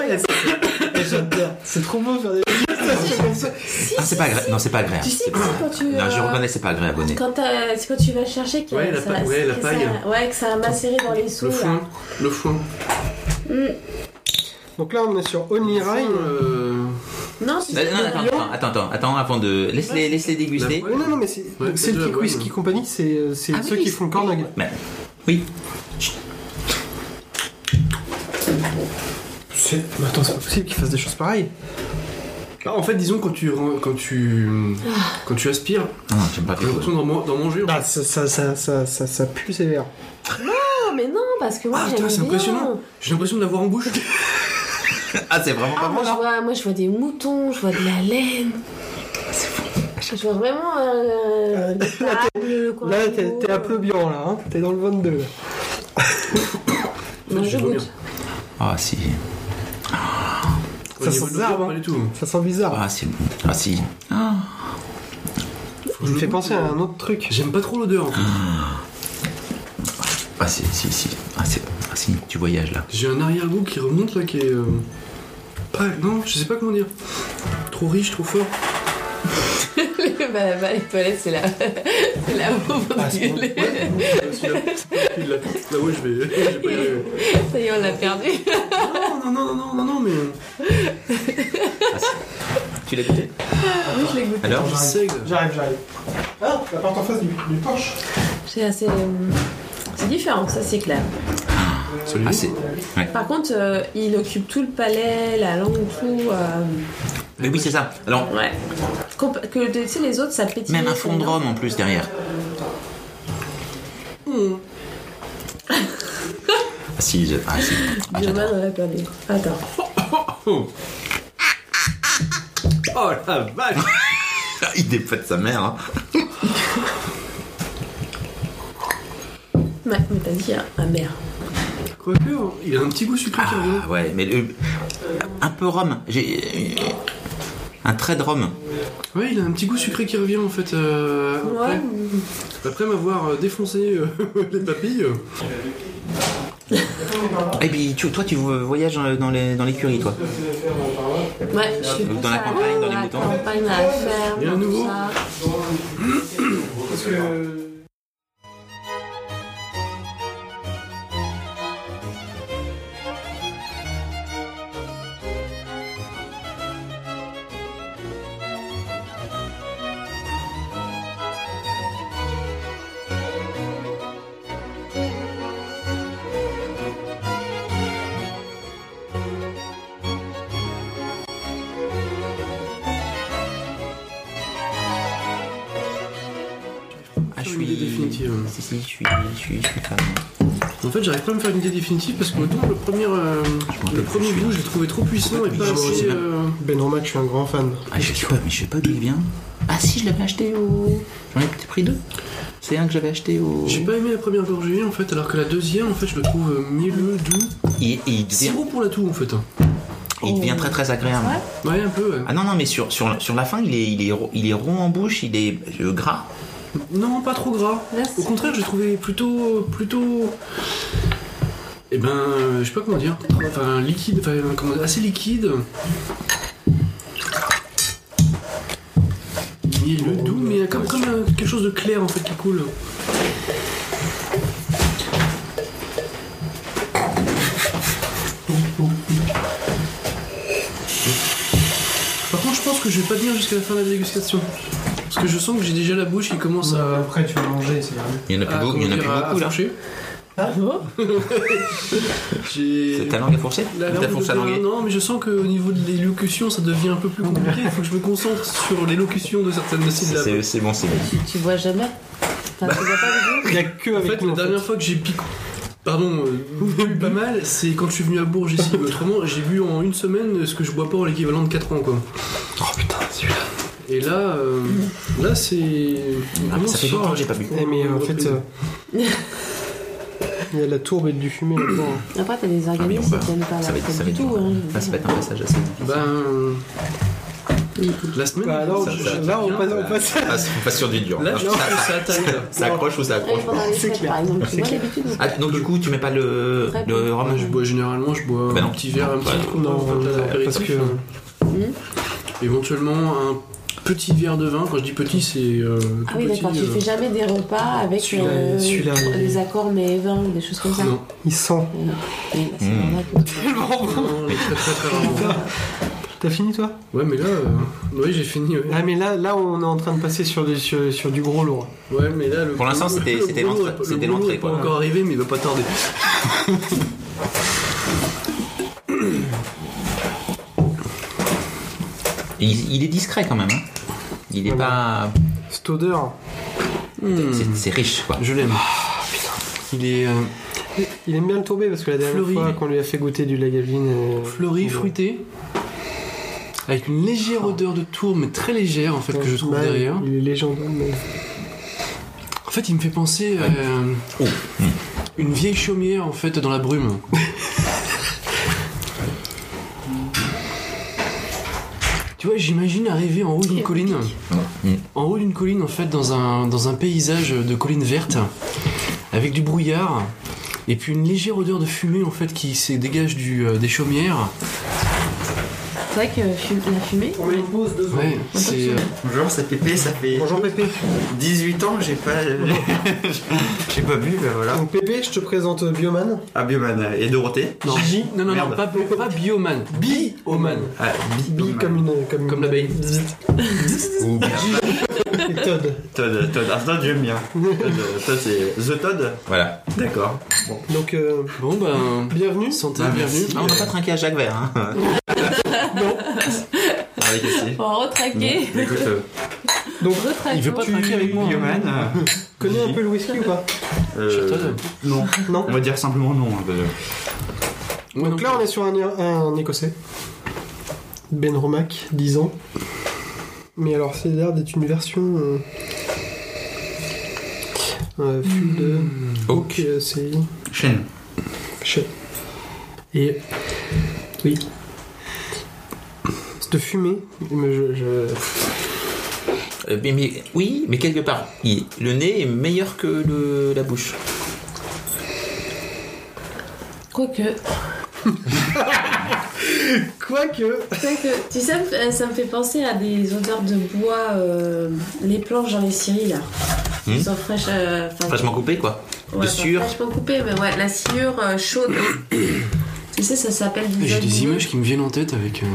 C: Eh, j'adore. C'est trop beau faire des
B: Ah, c'est pas agréable. Non, c'est pas agréable.
D: Tu sais,
B: C'est pas
D: tu sais,
B: agréable.
D: quand tu,
B: Non, je
D: euh,
B: reconnais, c'est pas agréable, Bonnet.
D: Quand t'as- c'est quand tu vas chercher qu'il y a-
E: Ouais, la
D: ça-
E: pa- ouais, la
D: que
E: paille.
D: ça- ouais, que ça a macéré dans les sous.
E: Le
D: là.
E: foin, le foin.
C: Donc là, on est sur Only
E: Le foin,
C: Rhine.
E: euh,
D: Non, c'est
B: Non, non, attends, attends, attends, attends, attends, avant de. Laisse-les laisse -les déguster.
C: Ouais, non, non, mais c'est
E: Ouais, c'est de la
C: Celtic
E: bonne.
C: Whisky Company, c'est euh, c'est
B: Ah
C: ceux
B: oui,
C: qui font
B: c'est-
C: Cornag.
B: Mais- Oui.
C: C'est- Mais attends, c'est pas possible qu'ils fassent des choses pareilles.
E: bah, en fait, disons quand tu ren- quand tu quand tu aspires,
B: Ah, Non, j'aime pas
E: j'ai
B: trop.
E: l'impression d'en man- d'en manger. hein. en
C: Ah, ça, ça, ça, ça, ça, ça pue sévère.
D: non, mais non, parce que moi
E: Ah
D: j'aime
E: putain, c'est
D: bien.
E: impressionnant. J'ai l'impression de l'avoir en bouche.
B: Ah, c'est vraiment
D: Ah,
C: Bah,
B: pas
D: moi,
B: bon,
D: je
B: là.
D: vois, moi je vois des moutons, je vois de la laine. Je vois vraiment euh, des tables, quoi.
C: Là, t'es t'es à peu bian, là. hein. T'es dans le 22. là.
D: Non,
E: Je
D: je
E: vois
D: goûte.
B: Ah, si.
C: Ça sent bizarre,
E: Pas
C: hein.
E: du tout.
C: Ça sent bizarre.
B: Ah, c'est bon. Ah, si.
C: Il me fait penser à un autre truc.
E: J'aime pas trop l'odeur. en fait.
B: Ah, si, si, si. Ah, c'est Ah, si. Tu voyages, là.
E: J'ai un arrière-goût qui remonte là, qui est euh, pas. Non, je sais pas comment dire. Trop riche, trop fort.
D: bah, bah, les toilettes, c'est la. c'est la
C: Ah, c'est bon.
D: gueuler.
E: Euh, celui-là, il l'a- Là, ouais, je vais. je vais pas y arriver.
D: Ça y est, on l'a perdu.
E: Non, non, non, non, non, non, mais.
B: Ah, si. Tu l'as goûté
D: oui, je l'ai goûté.
B: Alors
E: Un seigle.
C: J'arrive, j'arrive. Ah, la porte en face du, du Porsche.
D: C'est assez. euh, C'est différent, ça c'est clair.
E: Celui-là.
B: Ah, c'est.
D: Par contre, euh, il occupe tout le palais, la langue, tout. euh,
B: Mais oui, c'est ça. Alors,
D: ouais. Compa- Que tu sais, les autres, ça pétille.
B: même un fond de rhum en plus derrière. Hmm. Ah, si, je- ah, si. Ah,
D: Demain,
B: j'adore.
D: on l'a perdu. Attends.
E: Oh la vache
B: Ah, Il dépète sa mère. hein.
D: Ouais, mais t'as dit hein, ma mère.
E: Quoique, hein, il a un petit goût sucré qui revient.
B: Ah ouais, mais le- un peu rhum. J'ai un trait de rhum.
E: Ouais, il a un petit goût sucré qui revient en fait. euh,
D: Ouais.
E: après, après m'avoir euh, défoncé euh, les papilles. euh,
B: Et puis Eh tu- toi, tu voyages euh, dans- dans les dans l'écurie, toi.
D: Ouais, je suis
B: Dans
D: plus
B: la
D: à-
B: campagne, dans les
D: la
B: moutons.
D: campagne, à la ferme.
E: Il y a un
D: tout
E: nouveau.
D: ça.
C: Parce que.
B: Ah, je
E: Une idée définitive.
B: Si si, je suis, je suis, je suis fan.
E: En fait, j'arrive pas à me faire une idée définitive parce que autant le premier, euh, le
B: rappelle
E: premier
B: plus,
E: goût, je l'ai trouvé trop puissant et pas
B: Je sais
E: assez.
B: même-
E: euh,
C: Ben Romac, je suis un grand fan.
B: Ah, je sais pas, mais je sais pas d'où il vient. Ah si, je l'avais acheté au. J'en ai peut-être pris deux. C'est un que j'avais acheté au.
E: J'ai pas aimé la première gorgée en fait, alors que la deuxième, en fait, je le trouve euh, mielleux, doux.
B: Il, il devient,
E: Zéro pour la toux en fait. hein.
B: il devient très très agréable.
E: Ouais, un peu. ouais.
B: Ah non non, mais sur sur sur la fin, il est il est ro- il est rond en bouche, il est euh, gras.
E: Non, pas trop gras.
D: Merci.
E: Au contraire, je l'ai trouvé plutôt, plutôt. Eh ben, euh, je sais pas comment dire. Enfin, liquide, enfin, comment- assez liquide. Mielleux, doux, mais il y a comme, comme euh, quelque chose de clair en fait qui coule. Par contre, je pense que je vais pas tenir jusqu'à la fin de la dégustation. Parce que je sens que j'ai déjà la bouche qui commence à.
C: après, tu vas manger, c'est vrai.
B: Il y en a plus,
E: Ah,
B: beaucoup- il y en a
E: comment
B: plus
E: dire, à-
B: beaucoup là.
E: à fourcher. J'ai.
B: Ta langue est fourchée
E: La
B: Ou T'as
E: langue hein,
B: fourché la
E: devient-
B: langue
E: Non, mais je sens qu'au niveau de l'élocution, ça devient un peu plus compliqué. Il faut que je me concentre sur l'élocution de certaines syllabes.
B: C'est c'est bon, c'est bon.
D: Tu, tu vois jamais Enfin, tu vois pas du tout
C: Il y a que
E: En
C: avec
E: fait,
C: nous,
E: la
C: en fait.
E: dernière fois que j'ai piqué. Pardon, euh, eu pas mal, c'est quand je suis venu à Bourges ici. Mais Autrement, j'ai bu en une semaine ce que je bois pas en l'équivalent de 4 ans, quoi.
C: Oh putain, celui-là.
E: Et là, euh, là, c'est. Oh,
B: Ah,
E: vraiment
B: ça fait
E: ce soir,
B: longtemps que j'ai pas bu.
C: Eh, mais en fait.
E: Repris.
C: euh, Il y a de la tourbe et du fumée là-dedans.
D: Après, t'as des
B: Ah, mais on
D: organismes
B: va-
D: qui tiennent pas
B: Ça
D: la
B: va être, ça
D: tête
B: va
D: du
B: être, Ah,
D: tout. hein.
B: là, ça va être un passage assez difficile.
E: Ben. euh, La semaine.
C: Bah alors,
B: Ça-
C: je-
B: ça-
C: là, on
E: ça-
C: passe, on passe.
B: On passe- on passe sur du dur.
E: Là, je
B: ça,
E: pense que
B: ça-
E: ça attaque. là.
B: Ah, ça accroche ou ça
D: Ouais,
B: accroche
D: pendant les
C: C'est
D: fêtes,
C: clair.
D: par exemple, tu
C: C'est
D: vois
C: clair.
D: l'habitude ou pas
B: Ah, Donc du coup, tu mets pas le,
D: Très
B: le
D: bon.
B: rhum
E: Je bois généralement, je bois
B: Bah non.
E: un petit verre, un petit
B: Ouais.
E: truc.
C: Non,
E: en fait, là,
C: non, parce euh,
E: l'apéritif,
C: que-
E: euh, hein. éventuellement un petit verre de vin. Quand je dis petit, c'est. euh,
F: Ah
E: tout
F: oui,
E: petit,
F: d'accord, tu
E: euh,
F: fais jamais des repas avec
C: Celui-là,
F: euh,
C: celui-là, il-
F: des accords mais 20 ou des choses comme ça.
E: Non,
C: Il sent.
F: Oui, bah, c'est
B: Mm.
F: normal que tu-
E: non, mais très très très rarement.
C: T'as fini toi
E: Ouais, mais là, euh, oui, j'ai fini. Ouais.
C: Ah mais là, là on est en train de passer sur, des- sur, sur du gros lourd.
E: Ouais, mais là, le
B: Pour l'instant,
E: boulot-
B: c'était-
E: le
B: c'était
E: boulot
B: l'entrée-
E: est pas-
B: c'était
E: le boulot
B: l'entrée,
E: est pas
B: quoi.
E: encore arrivé, mais il va pas tarder.
B: Il, il est discret quand même. hein. Il est pas.
C: Cette odeur,
E: Hmm.
B: c'est- C'est riche quoi.
E: Je l'aime.
B: Ah,
E: Il est euh,
C: il aime bien le tourber parce que la dernière
E: Fleuri.
C: fois qu'on lui a fait goûter du lagaveline... euh,
E: fleuri,
C: on-
E: fruité, avec une légère odeur de tour, mais très légère en fait, que je trouve
C: Ouais,
E: derrière.
C: Il est légendaire, mais...
E: En fait, il me fait penser à euh,
B: Oh.
E: une vieille chaumière en fait dans la brume. Tu vois, j'imagine arriver en haut d'une colline,
B: Mm.
E: en haut d'une colline en fait dans un, dans un paysage de collines vertes, avec du brouillard, et puis une légère odeur de fumée en fait qui se dégage du, euh, des chaumières.
D: C'est vrai que fu- la fumée.
C: On met une pause deux
E: Ouais, c'est... euh,
B: Bonjour, c'est Pépé, ça fait
C: Bonjour Pépé.
B: 18 ans, j'ai pas. euh, j'ai pas bu, ben
G: Ah.
B: voilà.
C: Donc Pépé, je te présente euh, Bioman.
B: Ah,
G: euh,
B: Bioman et Dorothée.
E: euh, non,
C: Gigi.
E: non, non, non,
B: Merde.
E: pas, pas bioman, bioman.
B: Ah,
C: Bi comme une... euh, Comme,
E: Comme l'abeille.
B: Ou
C: Et Todd.
G: Todd, Todd, ah, Todd j'aime bien. Todd, euh, Todd, c'est The Todd
E: Ah,
B: Voilà.
G: D'accord.
C: Donc euh,
E: Bon ben,
C: bienvenue.
E: santé,
B: Ah,
E: bienvenue.
B: Ah, on va pas trinquer à Jacques Vert. Hein.
G: Avec aussi.
D: Pour retraquer.
G: Écoute, euh,
D: Retraquer.
E: Il veut pas trinquer avec moi. hein.
G: Bioman. euh,
C: Connais un peu le whisky ou pas
G: euh,
E: Todd.
G: non.
C: Non.
G: On va dire simplement non. hein, déjà.
E: Ouais,
C: Donc là, on est sur un, un écossais. Ben Romack, 10 ans. Mais alors, c'est l'air d'être une version. Euh, euh, full de.
E: Hmm.
B: Oak.
C: euh, c'est.
G: Chêne.
C: chais. Et. Oui. Cette fumée. Mais je, je-
B: Euh, mais, mais- oui, mais quelque part, il- le nez est meilleur que le- la bouche.
D: Quoique.
C: Quoique.
D: Quoique. Tu sais, ça me fait- ça me fait penser à des odeurs de bois, euh, les planches dans les scieries là.
B: Hmm.
D: Ils sont fraîches. euh, enfin,
B: Vachement coupé quoi.
D: Ouais,
B: de sûr.
D: pas Vachement coupé, mais ouais, la sciure euh, chaude. tu sais, ça s'appelle du
E: J'ai des
D: jambon.
E: images qui me viennent en tête avec. euh,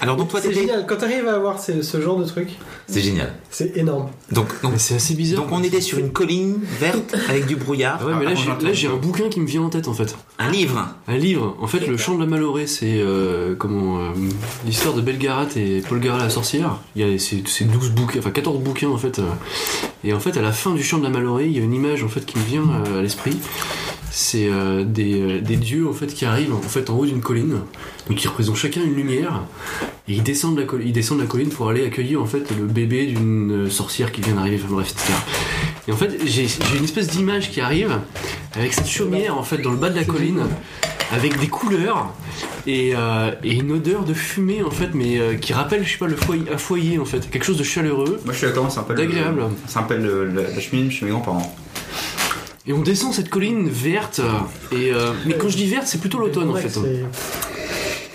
B: Alors donc toi,
C: C'est
B: Pépé,
C: génial. Quand t'arrives à avoir ce, ce genre de truc,
B: c'est génial.
C: c'est énorme.
B: Donc, donc,
E: Mais c'est assez bizarre.
B: donc on était sur une colline verte avec du brouillard.
E: Ouais, mais là,
G: Ah,
E: j'ai-
G: j'entends.
E: là, j'ai un bouquin qui me vient en tête en fait.
B: Un livre.
E: Un livre. En fait, Le Chant de la Malorée, c'est euh, comment euh, l'histoire de Belgarat et Polgara la sorcière. Il y a ces, ces 12 bouquins, enfin 14 bouquins en fait. euh. Et en fait, à la fin du Chant de la Malorée, il y a une image en fait qui me vient euh, à l'esprit. C'est euh, des, euh, des dieux en fait qui arrivent en fait en haut d'une colline. Donc ils représentent chacun une lumière. Et ils descendent la, col- ils descendent la colline pour aller accueillir en fait le bébé d'une euh, sorcière qui vient d'arriver. Enfin bref, etc. Et en fait, j'ai j'ai une espèce d'image qui arrive avec cette chaumière en fait dans le bas de la colline, avec des couleurs et, euh, et une odeur de fumée en fait, mais euh, qui rappelle, je sais pas, le foyer, un foyer en fait, quelque chose de chaleureux.
G: Moi, je suis d'accord, c'est un peu le-
E: D'agréable.
G: C'est un peu le- le- la cheminée chez mes grands-parents.
E: Et on descend cette colline verte. euh, Et euh, mais quand je dis verte, c'est plutôt l'automne en
C: Ouais,
E: fait. hein.
C: c'est-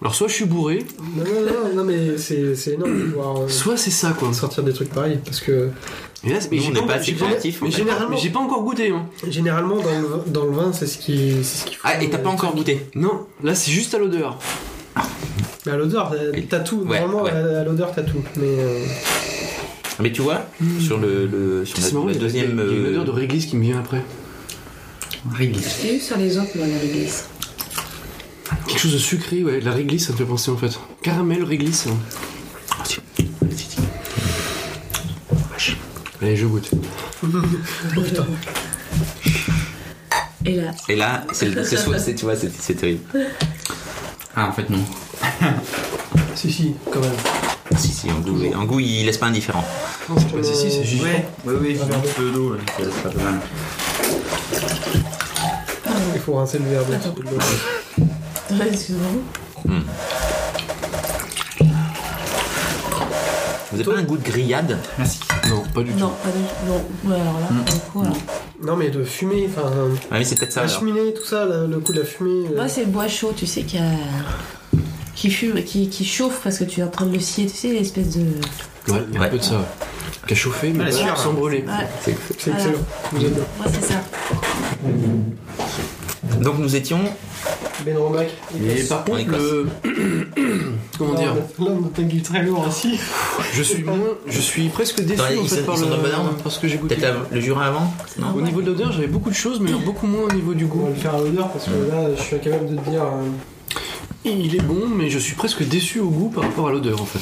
E: Alors soit je suis bourré,
C: Non, non, non, non, mais c'est c'est énorme de pouvoir euh,
E: soit c'est ça quoi.
C: sortir des trucs pareils parce que
E: Et là, mais
B: Nous,
E: j'ai
B: on n'est
E: pas-
B: pas assez
E: j'ai pas-
B: créatifs, en
E: Mais
B: fait.
E: j'ai pas-
C: Généralement-
E: mais j'ai pas encore goûté. Hein.
C: généralement dans le, vin- dans le vin, c'est ce qui c'est ce qu'il faut.
B: Ah, et t'as pas encore goûté.
E: Non, là c'est juste à l'odeur.
C: Mais à l'odeur, t'as- t'as tout.
B: Ouais,
C: Normalement,
B: ouais.
C: à à l'odeur, t'as tout. Mais euh,
B: Mais tu vois, sur le, le- sur la,
E: Hmm. C'est marrant,
B: la
E: il y a-
B: deuxième.
E: il y a une
B: euh,
E: odeur de réglisse qui me vient après.
G: Réglisse.
D: J'ai eu sur les autres, moi, la réglisse.
E: Quelque chose de sucré, ouais. La réglisse, ça me fait penser en fait. Caramel, réglisse. hein. Allez, je goûte.
D: Et là,
B: Et là, c'est le- c'est soit- c'est- tu vois, c'est c'est terrible.
G: Ah, en fait, non.
C: si, si, quand même.
B: Si, si, en goût, en goût, il laisse pas indifférent.
E: Non, c'est pas si, si, c'est juste.
G: Ouais, ouais, ouais, j'ai un peu d'eau, là, ça sera pas mal.
C: Il faut rincer le verre. donc.
D: Ouais, excuse-moi.
B: Vous avez pas un goût de grillade
G: Merci.
E: Non, pas du tout.
D: Non, pas du tout. Non, ouais, alors là,
E: Hmm.
D: pour le coup, alors.
C: Non, mais de fumer, enfin, euh,
B: Ah, mais c'est peut-être ça
C: la
B: alors.
C: cheminée, tout ça, la- le coup de la fumée. euh,
D: Moi, c'est le bois chaud, tu sais, qui a. qui fume, qui, qui chauffe parce que tu es en train de le scier, tu sais, l'espèce de.
E: Ouais, il y a un
B: Ouais.
E: peu de ça. ouais. Qui a chauffé, mais
G: Ah, la
E: pas
G: sueur.
E: sans brûler.
D: Ouais,
C: C'est
D: Voilà.
C: excellent. Vous êtes
D: moi c'est ça.
B: Donc nous étions.
C: Ben Romac.
E: Et par
B: En
E: contre,
B: Écosse.
E: le. Comment dire
C: Là, on attaque du très lourd aussi.
E: Je suis moins. Je suis presque déçu
B: Attends,
E: en
B: ils
E: fait
B: sont-
E: par
B: ils sont
E: le.
B: dans bonne arme
E: Parce que j'ai goûté.
B: Peut-être av- le Jura avant Non.
E: Au niveau de l'odeur, j'avais beaucoup de choses, mais alors beaucoup moins au niveau du
C: On va
E: goût.
C: le faire à l'odeur parce que là, je suis incapable de te dire. euh,
E: Il est bon, mais je suis presque déçu au goût par rapport à l'odeur en fait.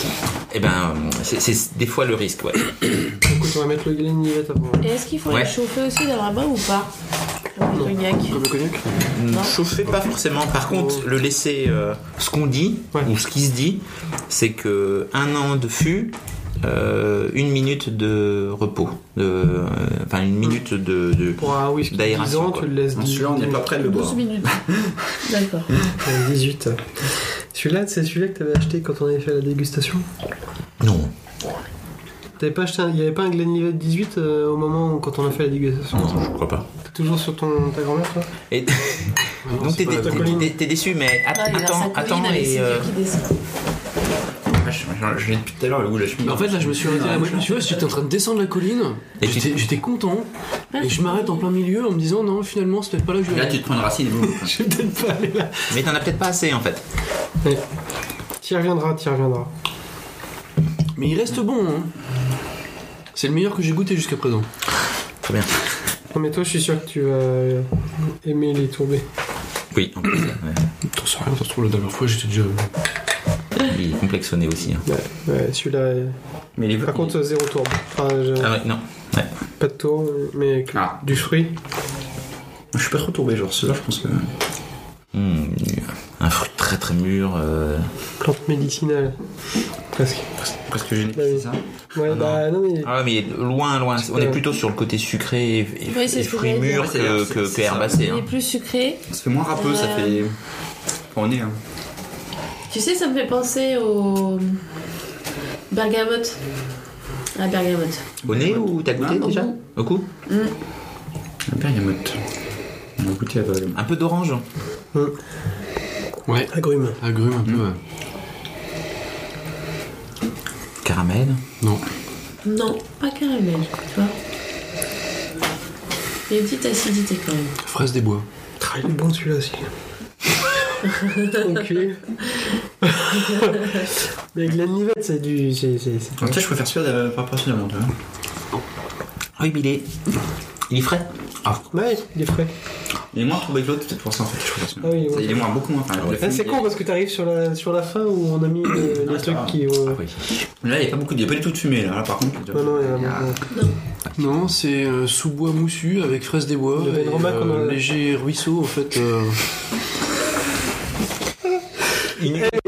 B: Eh ben, c'est- c'est des fois le risque, ouais.
C: Écoute, on va mettre le Glenlivet avant.
D: Et est-ce qu'il faut
B: Ouais.
D: les chauffer aussi dans la main ou pas Comme le cognac.
E: Comme le cognac
B: Chauffer pas forcément. Par contre, le laisser. euh, ce qu'on dit
C: Ouais.
B: ou ce qui se dit, c'est que un an de fût, euh, une minute de repos, de, euh, enfin une minute de, de-
C: Pour un whisky
B: D'aération,
C: 10 ans,
B: quoi.
C: tu le laisses 10
G: Celui-là, on n'est pas prêt de le
D: 12
G: boire.
D: minutes. D'accord.
C: Ouais, 18. Celui-là, c'est celui-là que t'avais acheté quand on avait fait la dégustation
B: non.
C: T'avais pas acheté un- Il n'y avait pas un Glenlivet 18 euh, au moment où, quand on a fait la dégustation
B: Non, je crois pas.
C: T'es toujours sur ton, ta grand-mère, toi
B: Et, donc t'es
E: c'est pas la
B: t'es-
C: colline.
B: t'es- t'es déçu, mais att-
D: Ah, il y a un
B: attends,
D: sac
B: attends
D: Covid avec ses
B: et
D: yeux
B: euh,
D: qui descendent.
G: Ah, je- je- je l'ai depuis tout à l'heure le goût de la chemise.
E: Mais en fait, là, je me suis arrêté à la moitié. Tu vois, j'étais en train de descendre la colline.
B: Et
E: J'étais
B: tu-
E: j'étais content. Et je m'arrête en plein milieu en me disant, non, finalement, c'est peut-être pas là que je vais
G: Là,
E: aller.
G: tu te prends une racine et boum.
C: Je vais peut-être pas aller là.
B: mais t'en as peut-être pas assez en fait.
C: T'y reviendras, t'y reviendras.
E: Mais il reste bon, hein. C'est le meilleur que j'ai goûté jusqu'à présent.
B: Très bien.
C: Non, mais toi, je suis sûr que tu vas euh, aimer les tourbés.
B: Oui, en plus, ouais.
E: T'en sais rien, ça se trouve, la dernière fois, j'étais déjà.
B: il est complexonné aussi. hein.
C: Ouais, ouais celui-là. euh,
B: Mais les
C: Par contre, euh, zéro tourbe. Enfin, je-
B: ah ouais, non. Ouais.
C: pas de tourbe, mais que-
G: Ah.
C: du fruit.
G: Je suis pas trop tourbé, genre celui-là, je pense que.
B: Hmm, un fruit très très mûr. euh,
C: Plante médicinale. Presque.
G: Presque génial.
C: bah oui.
G: c'est ça
C: Ouais, bah non, mais.
B: Ah ouais, mais loin, loin. On est plutôt sur le côté sucré et, et,
D: Oui, c'est
B: et
D: ce que
B: fruits
D: j'allais
B: mûrs
G: dire.
B: que,
G: C'est-
B: que,
G: c'est
B: que
G: ça.
B: herbacés,
D: Il est
B: hein.
D: plus sucré.
G: Ça fait moins râpeux, ça fait. On est, hein.
D: Tu sais, ça me fait penser au. euh, Bergamote. La bergamote.
B: Au nez ou t'as goûté
G: Non, au
B: déjà
G: goût.
B: Au goût
G: La bergamote. On a goûté à la bergamote.
B: Un peu d'orange.
E: Ouais,
C: Agrume.
E: agrume un peu, ouais.
B: Caramel.
E: Non.
D: Non, pas caramel, tu vois. Il y a une petite acidité quand même.
E: Fraise des bois.
C: Ah, il est bon celui-là aussi. Enculé. Mais Glenlivet, c'est du. c'est- c'est- c'est-
G: En tout cas, je préfère celui-là euh, par rapport à celui de la menthe, hein.
B: Ah Oui, mais il est. Il est frais.
C: Ouais, il est frais.
G: Il est moins tourbé que l'autre, peut-être pour ça, en fait, je préfère celui-là.
C: Ah oui,
G: Ça,
C: ouais.
G: Il est moins, beaucoup moins. Enfin, le
C: Ah,
G: fond,
C: c'est
G: il est-
C: con parce que t'arrives sur la, sur la fin où on a mis euh,
G: Ah,
C: les
G: ça
C: trucs
G: va.
C: qui ont.
B: Oui.
G: Là, il n'y a pas beaucoup, il y a pas du tout de fumée, là, Là, par contre.
C: Non, non, il y a- non.
E: Non, c'est euh, sous-bois moussu avec fraise des bois.
C: Le
E: et,
C: Benroma
E: euh,
C: qu'on a-
E: léger ruisseau, en fait. euh,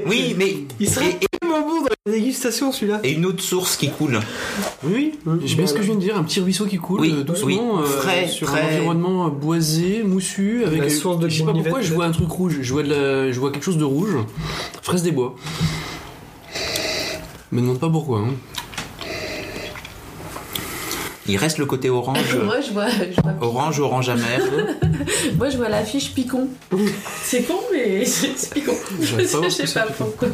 B: Oui, mais.
C: Il serait tellement bon dans la dégustation celui-là.
B: Et une autre source qui coule.
E: Oui, oui.
C: Mmh.
E: J'ai bien ce que je viens de dire, un petit ruisseau qui coule
B: Oui,
E: euh, doucement
B: oui.
E: euh,
B: Frais,
E: sur
B: frais.
E: un environnement boisé, moussu, avec
C: La source de
E: je sais pas
C: Glenlivet,
E: pourquoi je vois un truc rouge, je vois de la- je vois quelque chose de rouge, fraise des bois. Me demande pas pourquoi. hein.
B: Il reste le côté orange.
D: Moi je vois, je vois-
B: Orange, orange amer.
D: moi, je vois l'affiche picon. C'est con, mais c'est c'est picon.
E: J'arrive pas à voir
D: Je
E: ce que
D: sais
E: c'est,
D: pas
E: picon.
D: pourquoi.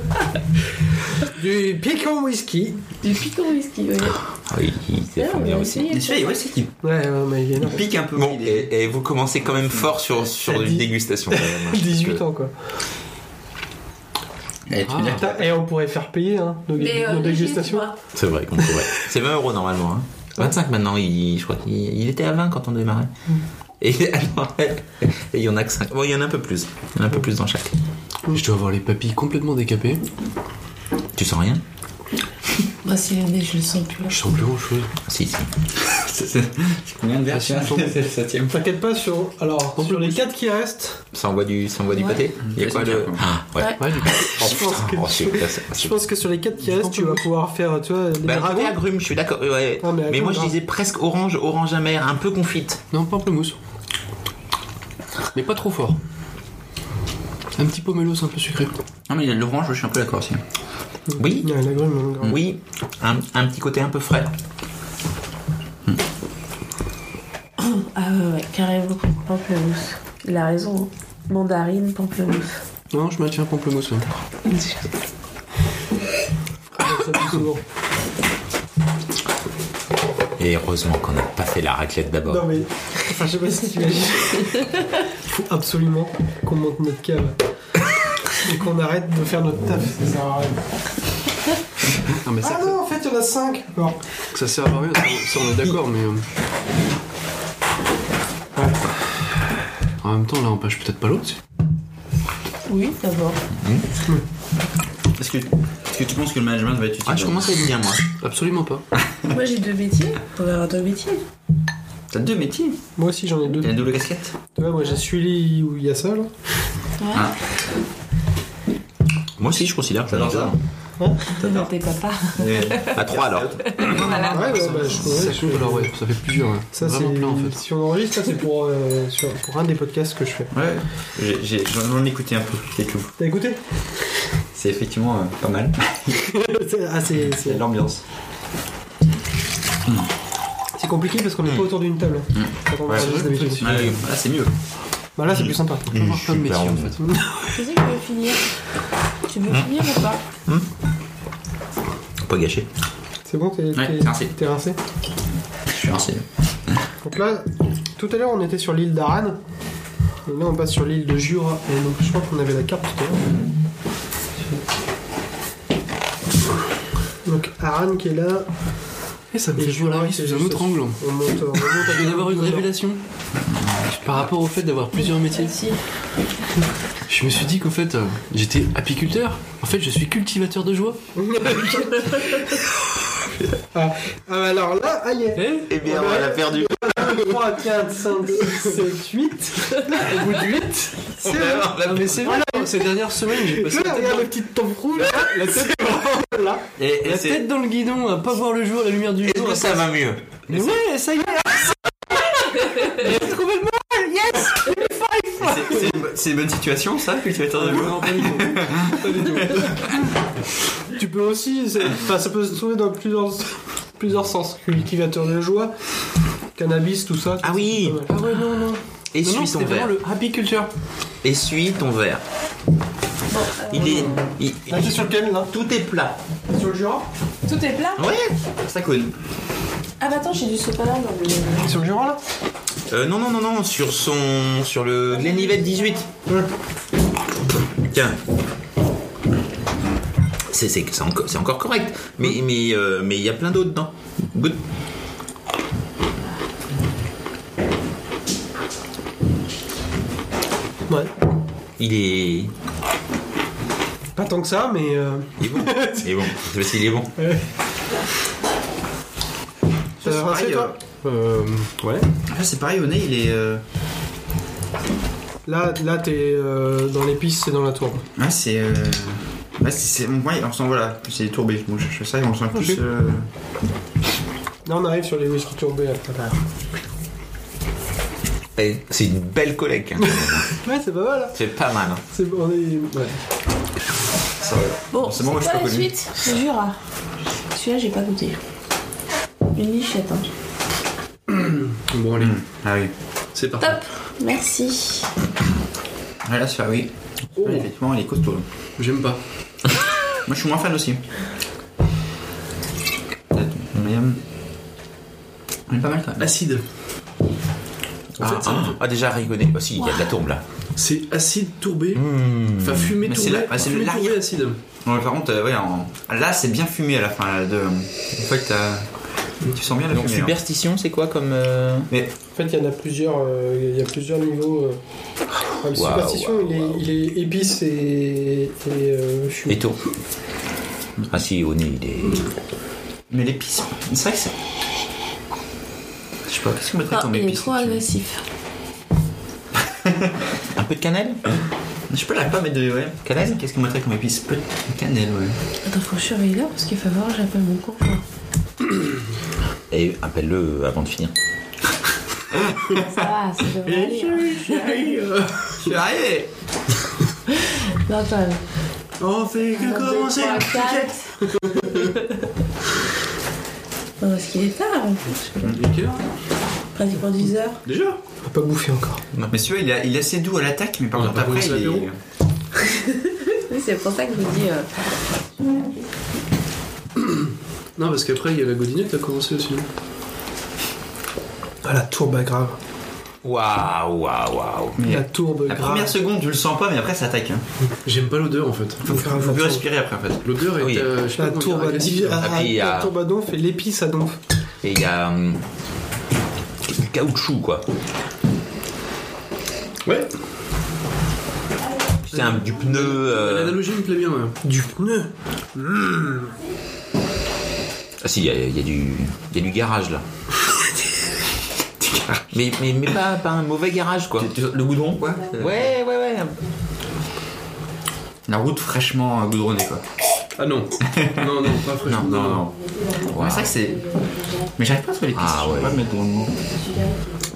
C: Du piquant whisky.
D: Du picon whisky, ouais.
B: Ah oui, il est
D: Ah,
B: formidable
D: ouais,
B: aussi.
D: oui.
G: Mais celui-là, ouais, c'est qu'il
C: Ouais, ouais, mais il est énorme.
G: il pique un peu.
B: Bon,
G: il est-
B: et, et vous commencez quand même fort sur, sur
C: Ça
B: une
C: dit-
B: dégustation. quand même, hein, parce que-
C: 18 ans quoi.
G: Eh, tu me dis que
C: Putain, et on pourrait faire payer hein, nos,
D: Mais euh,
C: nos
D: léger,
C: dégustations.
D: tu vois.
B: C'est vrai qu'on pourrait. C'est 20 euros normalement. Hein. 25 maintenant, il, je crois qu'il il était à 20 quand on démarrait.
C: Mm.
B: Et alors, et il y en a que 5. Bon, il y en a un peu plus. Il y en a un peu plus dans chaque.
C: Mm.
E: Je dois avoir les papilles complètement décapées.
B: Tu sens rien
D: Moi, c'est le nez, Bah, je le sens plus.
E: Je sens plus grand chose.
B: Si, si.
G: c'est- c'est- c'est combien de verres
E: Ah,
G: celui-là
E: c'est un
G: C'est le septième.
C: T'inquiète pas sur. Alors, sur les 4 qui restent,
B: Ça envoie du, ça envoie du
D: Ouais.
B: pâté Il y a quoi le. Ah, ouais.
D: Ouais.
E: Ouais, du coup,
B: Oh,
C: Je pense
B: putain.
C: que-
B: Oh, c'est classe.
C: je pense que sur les 4 qui restent, tu vas pouvoir faire, tu vois, des
B: Bah,
C: dragons.
B: râpé agrume, je suis d'accord. ouais, ouais.
C: Non, Ah, mais
B: mais,
C: attends,
B: moi, je
C: grave.
B: disais presque orange, orange amer, un peu confite.
E: non, pas un peu mousse. Mais pas trop fort. Un petit pomelos un peu sucré.
G: Non, mais il y a de l'orange, je suis un peu d'accord aussi.
B: Oui,
C: Il y a un agrume, un agrume.
B: oui. Un, un petit côté un peu frais.
D: Ah ouais, ouais, carrément. Pamplemousse. Il a raison. hein. Mandarine, pamplemousse.
E: Non, je maintiens pamplemousse. ouais.
C: Ça plus souvent.
B: Et heureusement qu'on n'a pas fait la raclette d'abord.
C: Non mais, enfin, je sais pas si tu imagines. Il faut absolument qu'on monte notre cave. Et qu'on arrête de faire notre taf. Ça sert à rien.
E: Non, mais ça,
C: Ah non, en fait, il y en a 5 D'accord.
E: ça sert à rien, ça, ça, on est d'accord, mais. euh, En même temps, là, on pêche peut-être pas l'autre. si.
D: Oui, d'abord.
B: Est-ce que, est-ce que tu penses que le management va être utile
E: Ah, je commence à
B: être bien, moi.
E: Absolument pas.
D: Moi j'ai deux métiers. On va avoir deux métiers.
B: T'as deux métiers
C: Moi aussi, j'en ai deux.
B: T'as une double casquette
C: Tu vois, moi, j'ai celui où il y a ça, là.
B: Ah, Moi aussi, je considère que j'adore ça.
D: Non, t'es papa.
B: À trois, alors.
C: Ah ouais, ouais, bah, je
E: ça,
C: ouais, je-
E: compte, alors, ouais, ça fait plusieurs. ouais.
C: Ça, c'est.
E: vraiment plein, en fait.
C: Si on enregistre, ça, c'est pour, euh, sur- pour un des podcasts que je fais.
B: Ouais, j'ai- j'ai- j'en ai écouté un peu, c'est tout.
C: T'as écouté
B: C'est effectivement euh, pas mal.
C: C'est- Ah, c'est.
B: Il y a
C: c'est-
B: de l'ambiance.
C: C'est compliqué parce qu'on est pas autour d'une table. Quand on
B: Ouais,
C: enregistre
E: c'est vrai,
C: d'habitude.
E: c'est-
B: Ah, là, c'est mieux.
C: Bah là, c'est plus sympa.
E: On va voir plein de métiers,
B: Super,
E: en fait.
D: Tu sais que je veux finir. Tu
B: Hein
D: veux finir ou pas
B: Faut Pas gâché.
C: C'est bon, t'es
B: Ouais,
C: t'es-
B: t'es rincé.
C: t'es rincé
B: Je suis rincé.
C: Donc là, tout à l'heure, on était sur l'île d'Aran. Et là, on passe sur l'île de Jura. Et donc, je crois qu'on avait la carte tout à l'heure. Donc, Aran qui est là.
E: Et Eh, ça me
C: Et
E: fait jouer
C: Jura
E: la vie
C: qui est
E: sous un
C: juste
E: autre
C: au-
E: angle.
C: On monte, on monte à-
E: Je viens d'avoir une révélation par rapport au fait d'avoir plusieurs métiers.
D: Si.
E: Je me suis dit qu'en fait, euh, j'étais apiculteur. En fait, je suis cultivateur de joie.
C: Ah, ah, alors là, ah, yeah.
E: Eh
B: Eh bien,
C: on l'a
B: perdu.
C: 3, 4, 5, 6, 7, 8. Au bout de 8, c'est vrai.
E: Non, Ah, mais c'est vrai, ces dernières semaines, j'ai passé
C: Là,
E: la tête,
C: regarde la petite tempe rouge, là, la tête là.
B: Et,
E: dans... la tête dans le guidon, à pas voir le jour, la lumière du
B: Est-ce
E: jour.
B: que ça va mieux
E: Mais ouais, ça y est J'ai trouvé le mot
B: C'est- c'est une bo- C'est une bonne situation, ça, cultivateur de joie
E: Non, pas du tout. Pas du tout.
C: Tu peux aussi, c'est- enfin, ça peut se trouver dans plusieurs, plusieurs sens. Cultivateur de joie, cannabis, tout ça.
B: Ah oui.
C: Ouais.
E: Ah ouais, non, non. non, non,
B: Essuie ton
E: c'était vraiment
B: verre.
E: le apiculteur.
B: Essuie ton verre. Il
E: euh,
B: est. il-
C: Là, t'es Ah, sur lequel, là
B: Tout est plat.
C: T'es Sur le Jura
D: Tout est plat
B: Ouais, ça coule.
D: Ah bah attends, j'ai du sopalin dans le.
C: T'es Sur le Jura, là
B: Euh, non, non, non, non, sur son. sur le Glenlivet 18.
E: Mmh.
B: Tiens. C'est c'est- c'est encore, c'est encore correct, mais
E: Mmh.
B: mais euh, mais il y a plein d'autres dedans. Good.
C: Ouais.
B: Il est.
C: Pas tant que ça, mais. euh,
B: Il est bon. il est bon. C'est parce qu'il est bon. c'est
C: T'as rincé,
B: pareil,
C: toi
E: Euh, ouais.
B: Ah, c'est pareil au nez, il est. euh,
C: Là, là t'es euh, dans l'épice, c'est dans la tourbe.
B: Ah, c'est. Euh... Ouais, c'est. c'est- Ouais, on sent, voilà, c'est tourbé. Bon, je fais ça et on sent plus.
C: Ok.
B: euh,
C: Là, on arrive sur les whisky tourbés après.
B: Eh, C'est une belle collecte. hein.
C: Ouais, c'est pas mal, là.
B: c'est pas mal. hein.
C: C'est on est- ouais.
D: Bon,
B: C'est
D: c'est
B: bon, moi,
D: quoi
B: je suis
D: la
B: pas connu.
D: suite Le Jura. Celui-là, j'ai pas goûté. Une lichette. Hein.
E: Bon, allez,
B: Ah oui.
E: c'est parti.
D: Top Merci.
B: Ouais, là, c'est ah oui. Ouais, effectivement, il est costaud. là.
E: J'aime pas.
B: Moi, je suis moins fan aussi. Mais. euh, mais pas mal quand même.
E: Acide. En
B: Ah,
E: fait, ça me
B: ah, ah, déjà, rigoler. Ah, si, il y a de la tourbe là.
E: C'est acide tourbé. Enfin, fumé
B: Mmh. Mais c'est
E: tourbé.
B: la- ah, c'est
E: fumé
B: l'arrière.
E: tourbé acide.
B: Non, mais par contre, euh, ouais, en- là, c'est bien fumé à la fin. Là, de... En fait, t'as- tu sens bien la fumée. hein.
H: Superstition, c'est quoi comme. euh,
B: Mais
C: En fait, il y en a plusieurs, euh, il y a plusieurs niveaux. euh. Enfin, le
B: Waouh,
C: superstition,
B: waouh,
C: il, est,
B: waouh.
C: il est épice et, et euh, fumé.
B: Et tout. Ah si, au nez, il est... Mais l'épice, c'est vrai que c'est... Je sais pas, qu'est-ce qu'on mettrait
D: Ah,
B: comme
D: il est
B: épice
D: trop
B: là-dessus
D: agressif.
B: Un peu de cannelle Je peux la pas mettre de... Ouais. Cannelle Qu'est-ce qu'on mettrait comme épice Peu de cannelle, ouais.
D: Attends, faut que je surveille là parce qu'il va falloir que j'appelle mon conjoint.
B: Et appelle-le avant de finir.
D: Ça va, ça devrait aller. hein.
B: Tu arrivé
D: Non, quand même.
E: On fait que commencer.
D: 4. Non, parce qu'il est tard en plus. Pratiquement 10 heures.
B: Déjà
C: On peut pas bouffer encore.
B: Non, mais celui-là, il, a- il est assez doux à l'attaque, mais par
E: On a
B: contre,
E: pas
B: après,
E: commencé
B: il est...
E: l'apéro
D: c'est pour ça que je vous dis. euh,
E: Non, parce qu'après, il y a la godinette qui a commencé aussi.
C: Ah, la tourbe grave.
B: Waouh, waouh, waouh.
C: La tourbe
G: La
C: grave.
G: première seconde, tu le sens pas, mais après, ça attaque. Hein.
E: J'aime pas l'odeur en fait.
G: Faut,
C: Grave,
G: faut plus
C: la tourbe.
G: respirer après, en fait.
E: L'odeur est.
B: Oui.
E: euh, je sais pas
C: La
E: comment
C: tourbe
E: dire,
C: à div-
E: agressive.
C: à- à-
B: Après, il y a-
C: la tourbe à donf et l'épice à donf.
B: Et il y a. hum, du caoutchouc, quoi.
E: Ouais,
B: C'est un, du pneu. euh,
E: l'analogie me plaît bien. ouais.
C: Du pneu.
B: Ah, si, il y a, il y a du. Il y a du garage, là. mais mais, mais pas, pas un mauvais garage, quoi. Euh,
G: Tu- tu- Le goudron, quoi.
B: Ouais, ouais, ouais.
G: La route fraîchement euh, goudronnée, quoi.
E: Ah non, non, non, pas fraîchement.
G: Non, non, non.
B: Waouh.
G: Mais c'est vrai que c'est. Mais j'arrive pas à trouver les pistes.
B: Ah,
G: je peux
B: ouais.
G: pas mettre dans le mot.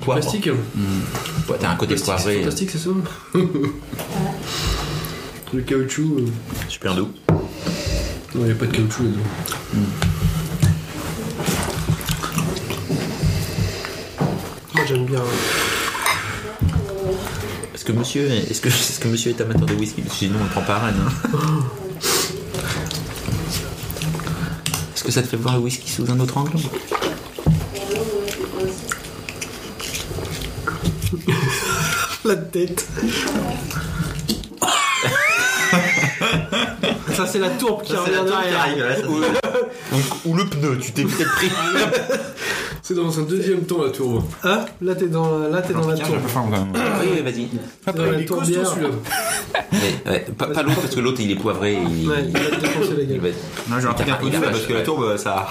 B: Poivre.
E: Plastique,
B: Ouais, T'as un côté
E: plastique, c'est
B: poivré.
E: fantastique, c'est ça Le caoutchouc. euh,
B: Super doux.
E: Non, il n'y a pas de caoutchouc là-dedans.
B: Hmm.
C: Moi j'aime bien.
B: hein. Est-ce que monsieur est, ce que, est-ce que monsieur est amateur de whisky Parce que sinon on le prend par Rennes. hein. Est-ce que ça te fait voir le whisky sous un autre angle
C: La tête. Ça c'est la tourbe qui
G: Ça, c'est
C: revient
G: la tour qui
C: derrière.
G: arrive, là, ça-
B: ou, le pneu, tu t'es peut-être pris.
E: C'est dans un deuxième temps la tourbe.
C: Hein Là t'es dans la, là, t'es dans la
G: Tiens, j'ai un
C: tourbe.
G: peu faim, quand même.
B: oui, oui, vas-y.
C: T'es dans la
E: Il est costaud
C: tourbière.
E: celui-là.
B: Mais, ouais, pas pas l'autre parce que l'autre il est poivré. Il,
C: Ouais, il va te défoncer la
B: il
C: gueule.
B: va-
G: Non, j'ai un truc un peu
B: Il
G: fait
B: arrache,
G: parce que la
B: ouais.
G: tourbe, ça.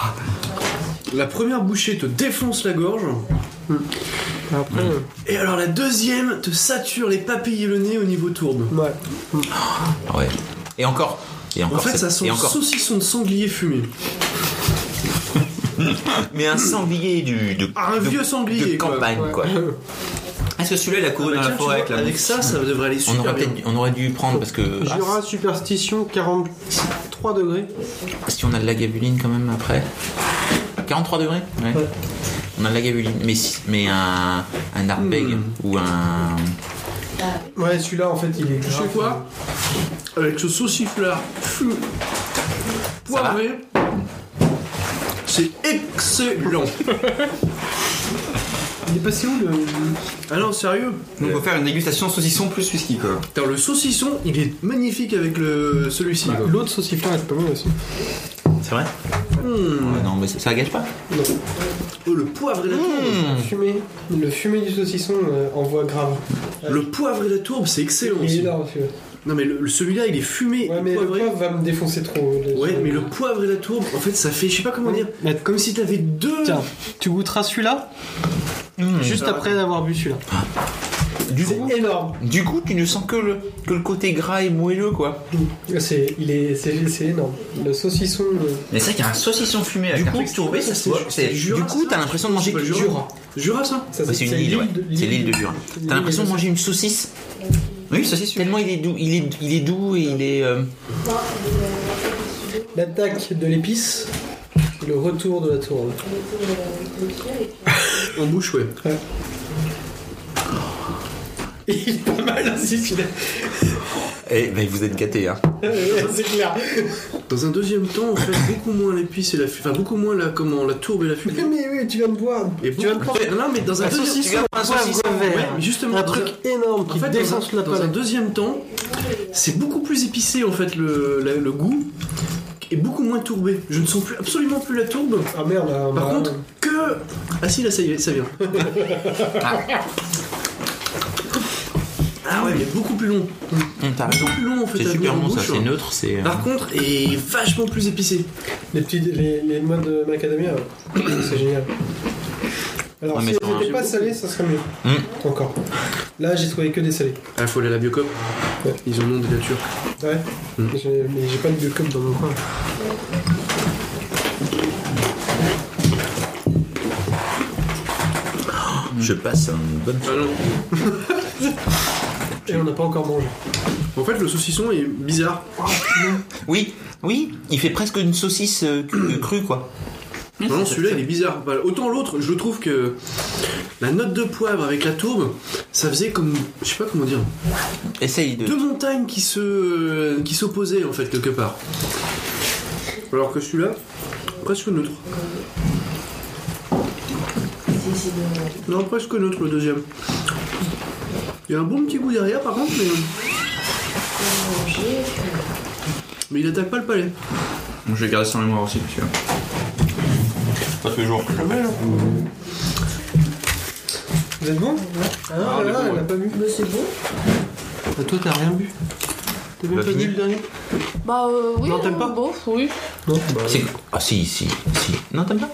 E: La première bouchée te défonce la gorge.
C: Après, euh,
E: Et alors la deuxième te sature les papilles et le nez au niveau tourbe.
C: ouais.
B: ouais. Et encore. Et
E: En
B: encore
E: fait,
B: c'est-
E: ça sent
B: et
E: le
B: encore.
E: saucisson de sanglier fumé.
B: Mais un sanglier du, de,
E: Ah, un
B: de-
E: vieux sanglier,
B: de
E: quoi.
B: campagne quoi. Est-ce que celui-là il a couru
E: Bah,
B: dans
E: tiens,
B: la
E: tu
B: forêt
E: vois,
B: avec la
E: avec ça, ça devrait aller
B: on
E: super
B: aurait,
E: bien.
B: peut-être- on aurait dû prendre parce que ah,
C: Jura, superstition, 43 degrés.
E: hein.
B: Si on a de la gabuline quand même après. 43 degrés ouais. On a de la gabuline. Mais, si- mais un, un hardbag
E: Hmm.
B: ou un.
C: Ouais, celui-là en fait il est.
E: Tu sais quoi Avec ce sauciflard fu- poivré, c'est excellent.
C: Il est passé où le.
E: ah non, sérieux
G: Donc, faut faire une dégustation saucisson plus whisky, quoi.
E: Putain, le saucisson, il est magnifique avec le celui-ci. quoi.
C: L'autre saucifleur est pas mal aussi.
B: Hmm. C'est vrai Ouais, Non, mais ça, ça gâche pas.
E: Oh, le poivre et la tourbe.
C: Le fumé, le fumé du saucisson euh, en voix grave.
E: Le poivre et la tourbe, c'est excellent.
C: Mmh. Il est
E: aussi.
C: là celui-là.
E: Non mais le- le- celui-là, il est fumé,
C: Ouais, mais le
E: poivré.
C: poivre va me défoncer trop. euh, le-
E: Ouais, mais le poivre et la tourbe, en fait, ça fait, je sais pas comment
C: Ouais.
E: dire,
C: Mais-
E: comme si t'avais deux.
C: Bah, Tiens, tu goûteras celui-là
B: Hmm,
C: juste après avoir bu celui-là.
B: Du
C: C'est
B: coup,
C: énorme.
B: du coup, tu ne sens que le, que le côté gras et moelleux quoi.
C: C'est, il est, c'est, c'est énorme. Le saucisson. euh, le-
G: Mais c'est vrai qu'il y a un saucisson fumé
B: Du
G: avec un
B: coup,
G: truc tourbé, ça se
B: Ouais, c'est- du coup, t'as l'impression de manger
E: pas
B: du
E: Jura.
B: Jura.
E: Jura, ça
C: ça,
B: Ouais, Ah, c'est une île, ouais. C'est l'île de Jura. T'as l'impression de manger une saucisse
G: Oui, saucisson.
B: Tellement il est doux, il est, il est doux et il est. euh,
C: L'attaque de l'épice, le retour de la tourbe.
E: En bouche, ouais.
C: Il est pas mal aussi celui-là.
B: Eh ben vous êtes gâtés hein.
C: c'est clair.
E: Dans un deuxième temps, en fait, beaucoup moins l'épice et la fu- enfin beaucoup moins la comment la tourbe et la fume.
C: Mais oui, tu viens de boire.
E: Et
C: tu viens de
E: beaucoup-
C: prendre
E: Non, non, mais dans un
B: La
E: deuxième
B: saucisse,
E: temps,
B: un saucisson,
E: ouais,
C: vert.
E: mais justement,
C: un
E: dans
C: truc énorme
E: en
C: qui
E: fait, dans
C: défonce
E: un,
C: la
E: dans un
C: palette.
E: deuxième temps, c'est beaucoup plus épicé en fait le, la- le goût et beaucoup moins tourbé. Je ne sens plus absolument plus la tourbe.
C: Ah merde. là,
E: Par
C: bah,
E: contre, que ah si là ça y est, ça vient. ah ouais, mais beaucoup plus long,
B: Hum, t'as raison.
E: beaucoup plus long en fait.
B: C'est
E: à venir
B: super
E: en
B: bon ça,
E: bouche.
C: hein.
E: hein.
B: c'est neutre, c'est. euh,
C: Ah.
E: Par contre, et vachement plus épicé.
C: Les petits, les, les modes de macadamia, ouais. c'est génial. Alors
B: Ouais, mais
C: si
B: ça,
C: elles n'étaient
B: hein.
C: pas salées, ça serait mieux.
B: Hum.
C: Encore. Là, j'ai trouvé que des salés.
E: Ah, faut aller à la Biocop.
C: Ouais.
E: Ils en ont des natures.
C: Ouais. J'ai- Mais j'ai pas de biocop dans mon coin.
B: Je passe une bonne.
E: Ah non.
C: Et on n'a pas encore mangé.
E: En fait, le saucisson est bizarre.
B: Oui, oui, il fait presque une saucisse euh, cu- euh, crue quoi.
E: Non, celui-là, il est bizarre. Bah, Autant l'autre, je trouve que la note de poivre avec la tourbe, ça faisait comme. Je sais pas comment dire.
B: Essaye de.
E: Deux montagnes qui se qui s'opposaient en fait quelque part. Alors que celui-là, presque neutre. Non, presque neutre le deuxième. Il y a un bon petit goût derrière par contre, mais. Mais il attaque pas le palais.
B: Je vais garder sans mémoire aussi, monsieur. Pas tous les jours.
E: Ah
C: Vous êtes bon Ah,
B: Ah, on
C: là,
B: est
C: là,
B: bon,
C: elle a
B: ouais.
C: pas bu. Mais c'est bon. Bah, toi, t'as rien bu. T'as même
B: Bah,
C: pas
B: fini.
C: bu le dernier
D: Bah euh, oui.
C: Non, t'aimes pas
D: Bon, oui.
C: Non, bah.
B: C'est- Ah si, si, si. Non, t'aimes pas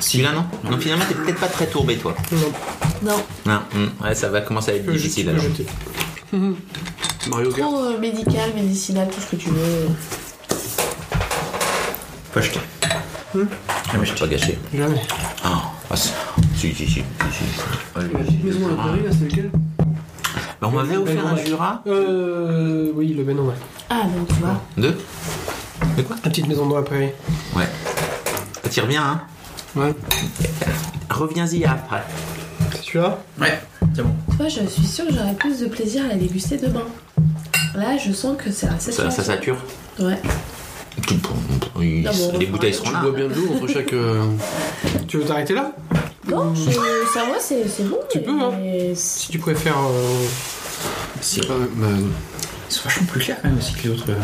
B: Si, là, non. Non, finalement, t'es peut-être pas très tourbé, toi.
C: Non,
D: Non,
B: Non, hum, ouais, ça va commencer à être
C: que je-
B: difficile,
C: que
B: alors.
C: j'étais.
E: Mario Kart.
D: trop euh, médical, médicinal, tout ce que tu veux.
B: Faut acheter.
C: Hmm.
B: Ah, mais je t'ai pas gâché.
C: Jamais.
B: Ah, ah, si, si, si, si, si, si. Allez,
E: La
B: vas-y.
E: petite maison à Paris, là, c'est lequel
B: Bah, on m'avait offert un
C: Ouais.
B: Jura
C: Euh. Oui, le Bénin, ouais.
D: Ah donc tu vois.
B: de
C: La petite maison dans la prairie.
B: Ouais. Ça tire bien, hein
C: Ouais.
B: Reviens-y après.
C: C'est celui-là
B: Ouais, c'est bon.
D: Tu vois, je suis sûre que j'aurai plus de plaisir à la déguster demain. Là, je sens que c'est assez
B: Ça, ça sature
D: Ouais.
B: Tout- oui,
D: Ah bon, on
B: Les
D: va
B: bouteilles
D: faire-
B: seront
E: Tu
B: là.
E: bois bien de l'eau entre chaque. euh,
C: Tu veux t'arrêter là
D: Non, je... ça moi c'est c'est bon.
C: Tu
D: mais-
C: peux, hein.
D: mais
C: Si tu préfères. euh,
E: je sais pas, bah,
G: C'est vachement plus clair quand même aussi que les autres. euh.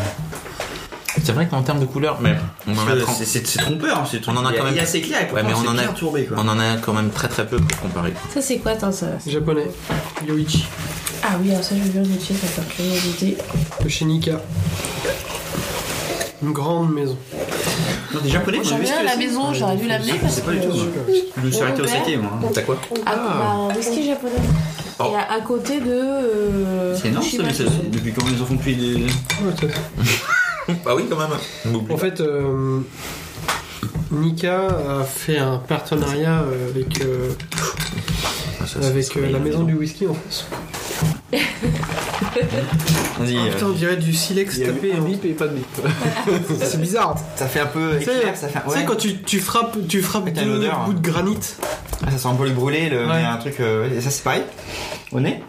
B: C'est vrai qu'en termes de couleurs, mais on en a trente.
G: C'est c'est- c'est trompeur, hein, c'est
B: On en a
G: il y
B: quand même-
G: Il est assez clair,
B: Ouais, mais on en a-
G: bien tourbé quoi.
B: On en a quand même très très peu pour comparer.
D: Ça c'est quoi attends ça
C: japonais. Yoichi.
D: Ah oui, alors ça je veux bien le métier, ça fait curiosité.
C: De chez Nika. Une grande maison.
G: Non, des japonais,
D: J'en
G: j'avais
D: viens à la maison, j'aurais dû l'amener parce
G: C'est
D: que.
G: pas du tout. moi. Je me suis arrêté au
D: Ouvert.
G: saké, moi. hein.
B: T'as quoi
D: Ah, bah, un whisky japonais.
B: Oh.
D: Et à, à côté de. euh,
G: C'est énorme ça, mais ça-
D: Shimazu.
G: depuis quand ils en font depuis des.
B: Bah oui, quand même.
C: En fait, euh, Nika a fait un partenariat euh, avec, euh,
E: Ah,
C: avec euh, la maison du whisky en France.
G: Vas-y. euh,
C: Ah, Putain, on dirait du silex
E: il y a
C: tapé
E: eu un
C: en
E: bip et pas de bip.
C: C'est bizarre.
G: Ça fait un peu
C: Tu sais,
G: éclair, ça fait.
C: tu sais,
G: Ouais.
C: quand tu, tu frappes, tu frappes
G: T'as
C: deux
G: une odeur, hein.
C: bouts de granit.
G: Ah, Ça sent un peu le brûlé, le...
C: Ouais.
G: il y a un truc. euh, et Ça c'est pareil Au nez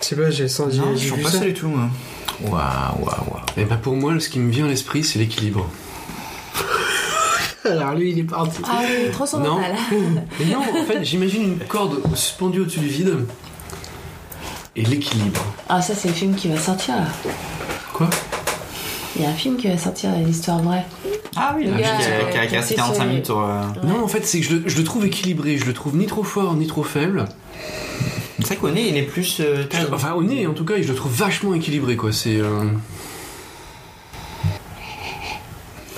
C: Je sais pas, j'ai senti.
G: Non,
C: j'ai
G: je sens
C: vu
G: pas
C: ça.
G: ça du tout, moi.
B: Waouh, waouh, waouh.
E: Et bah pour moi, ce qui me vient à l'esprit, c'est l'équilibre.
C: Alors lui, il est parti.
D: Ah oui, transcendantal.
E: Mais non, en fait, j'imagine une corde suspendue au-dessus du vide et l'équilibre.
D: Ah, ça c'est le film qui va sortir là.
E: Quoi
D: Il y a un film qui va sortir, l'histoire vraie.
G: Ah oui,
D: Le
G: là,
D: gars, euh,
G: qui a- qui a
D: qui est
G: 45
D: sur les-
G: minutes sur. euh,
E: Non, en fait, c'est que je le, je le trouve équilibré. Je le trouve ni trop fort ni trop faible.
G: C'est vrai qu'au nez, il est plus. euh,
E: Je- enfin, au nez, en tout cas, je le trouve vachement équilibré, quoi. C'est. euh,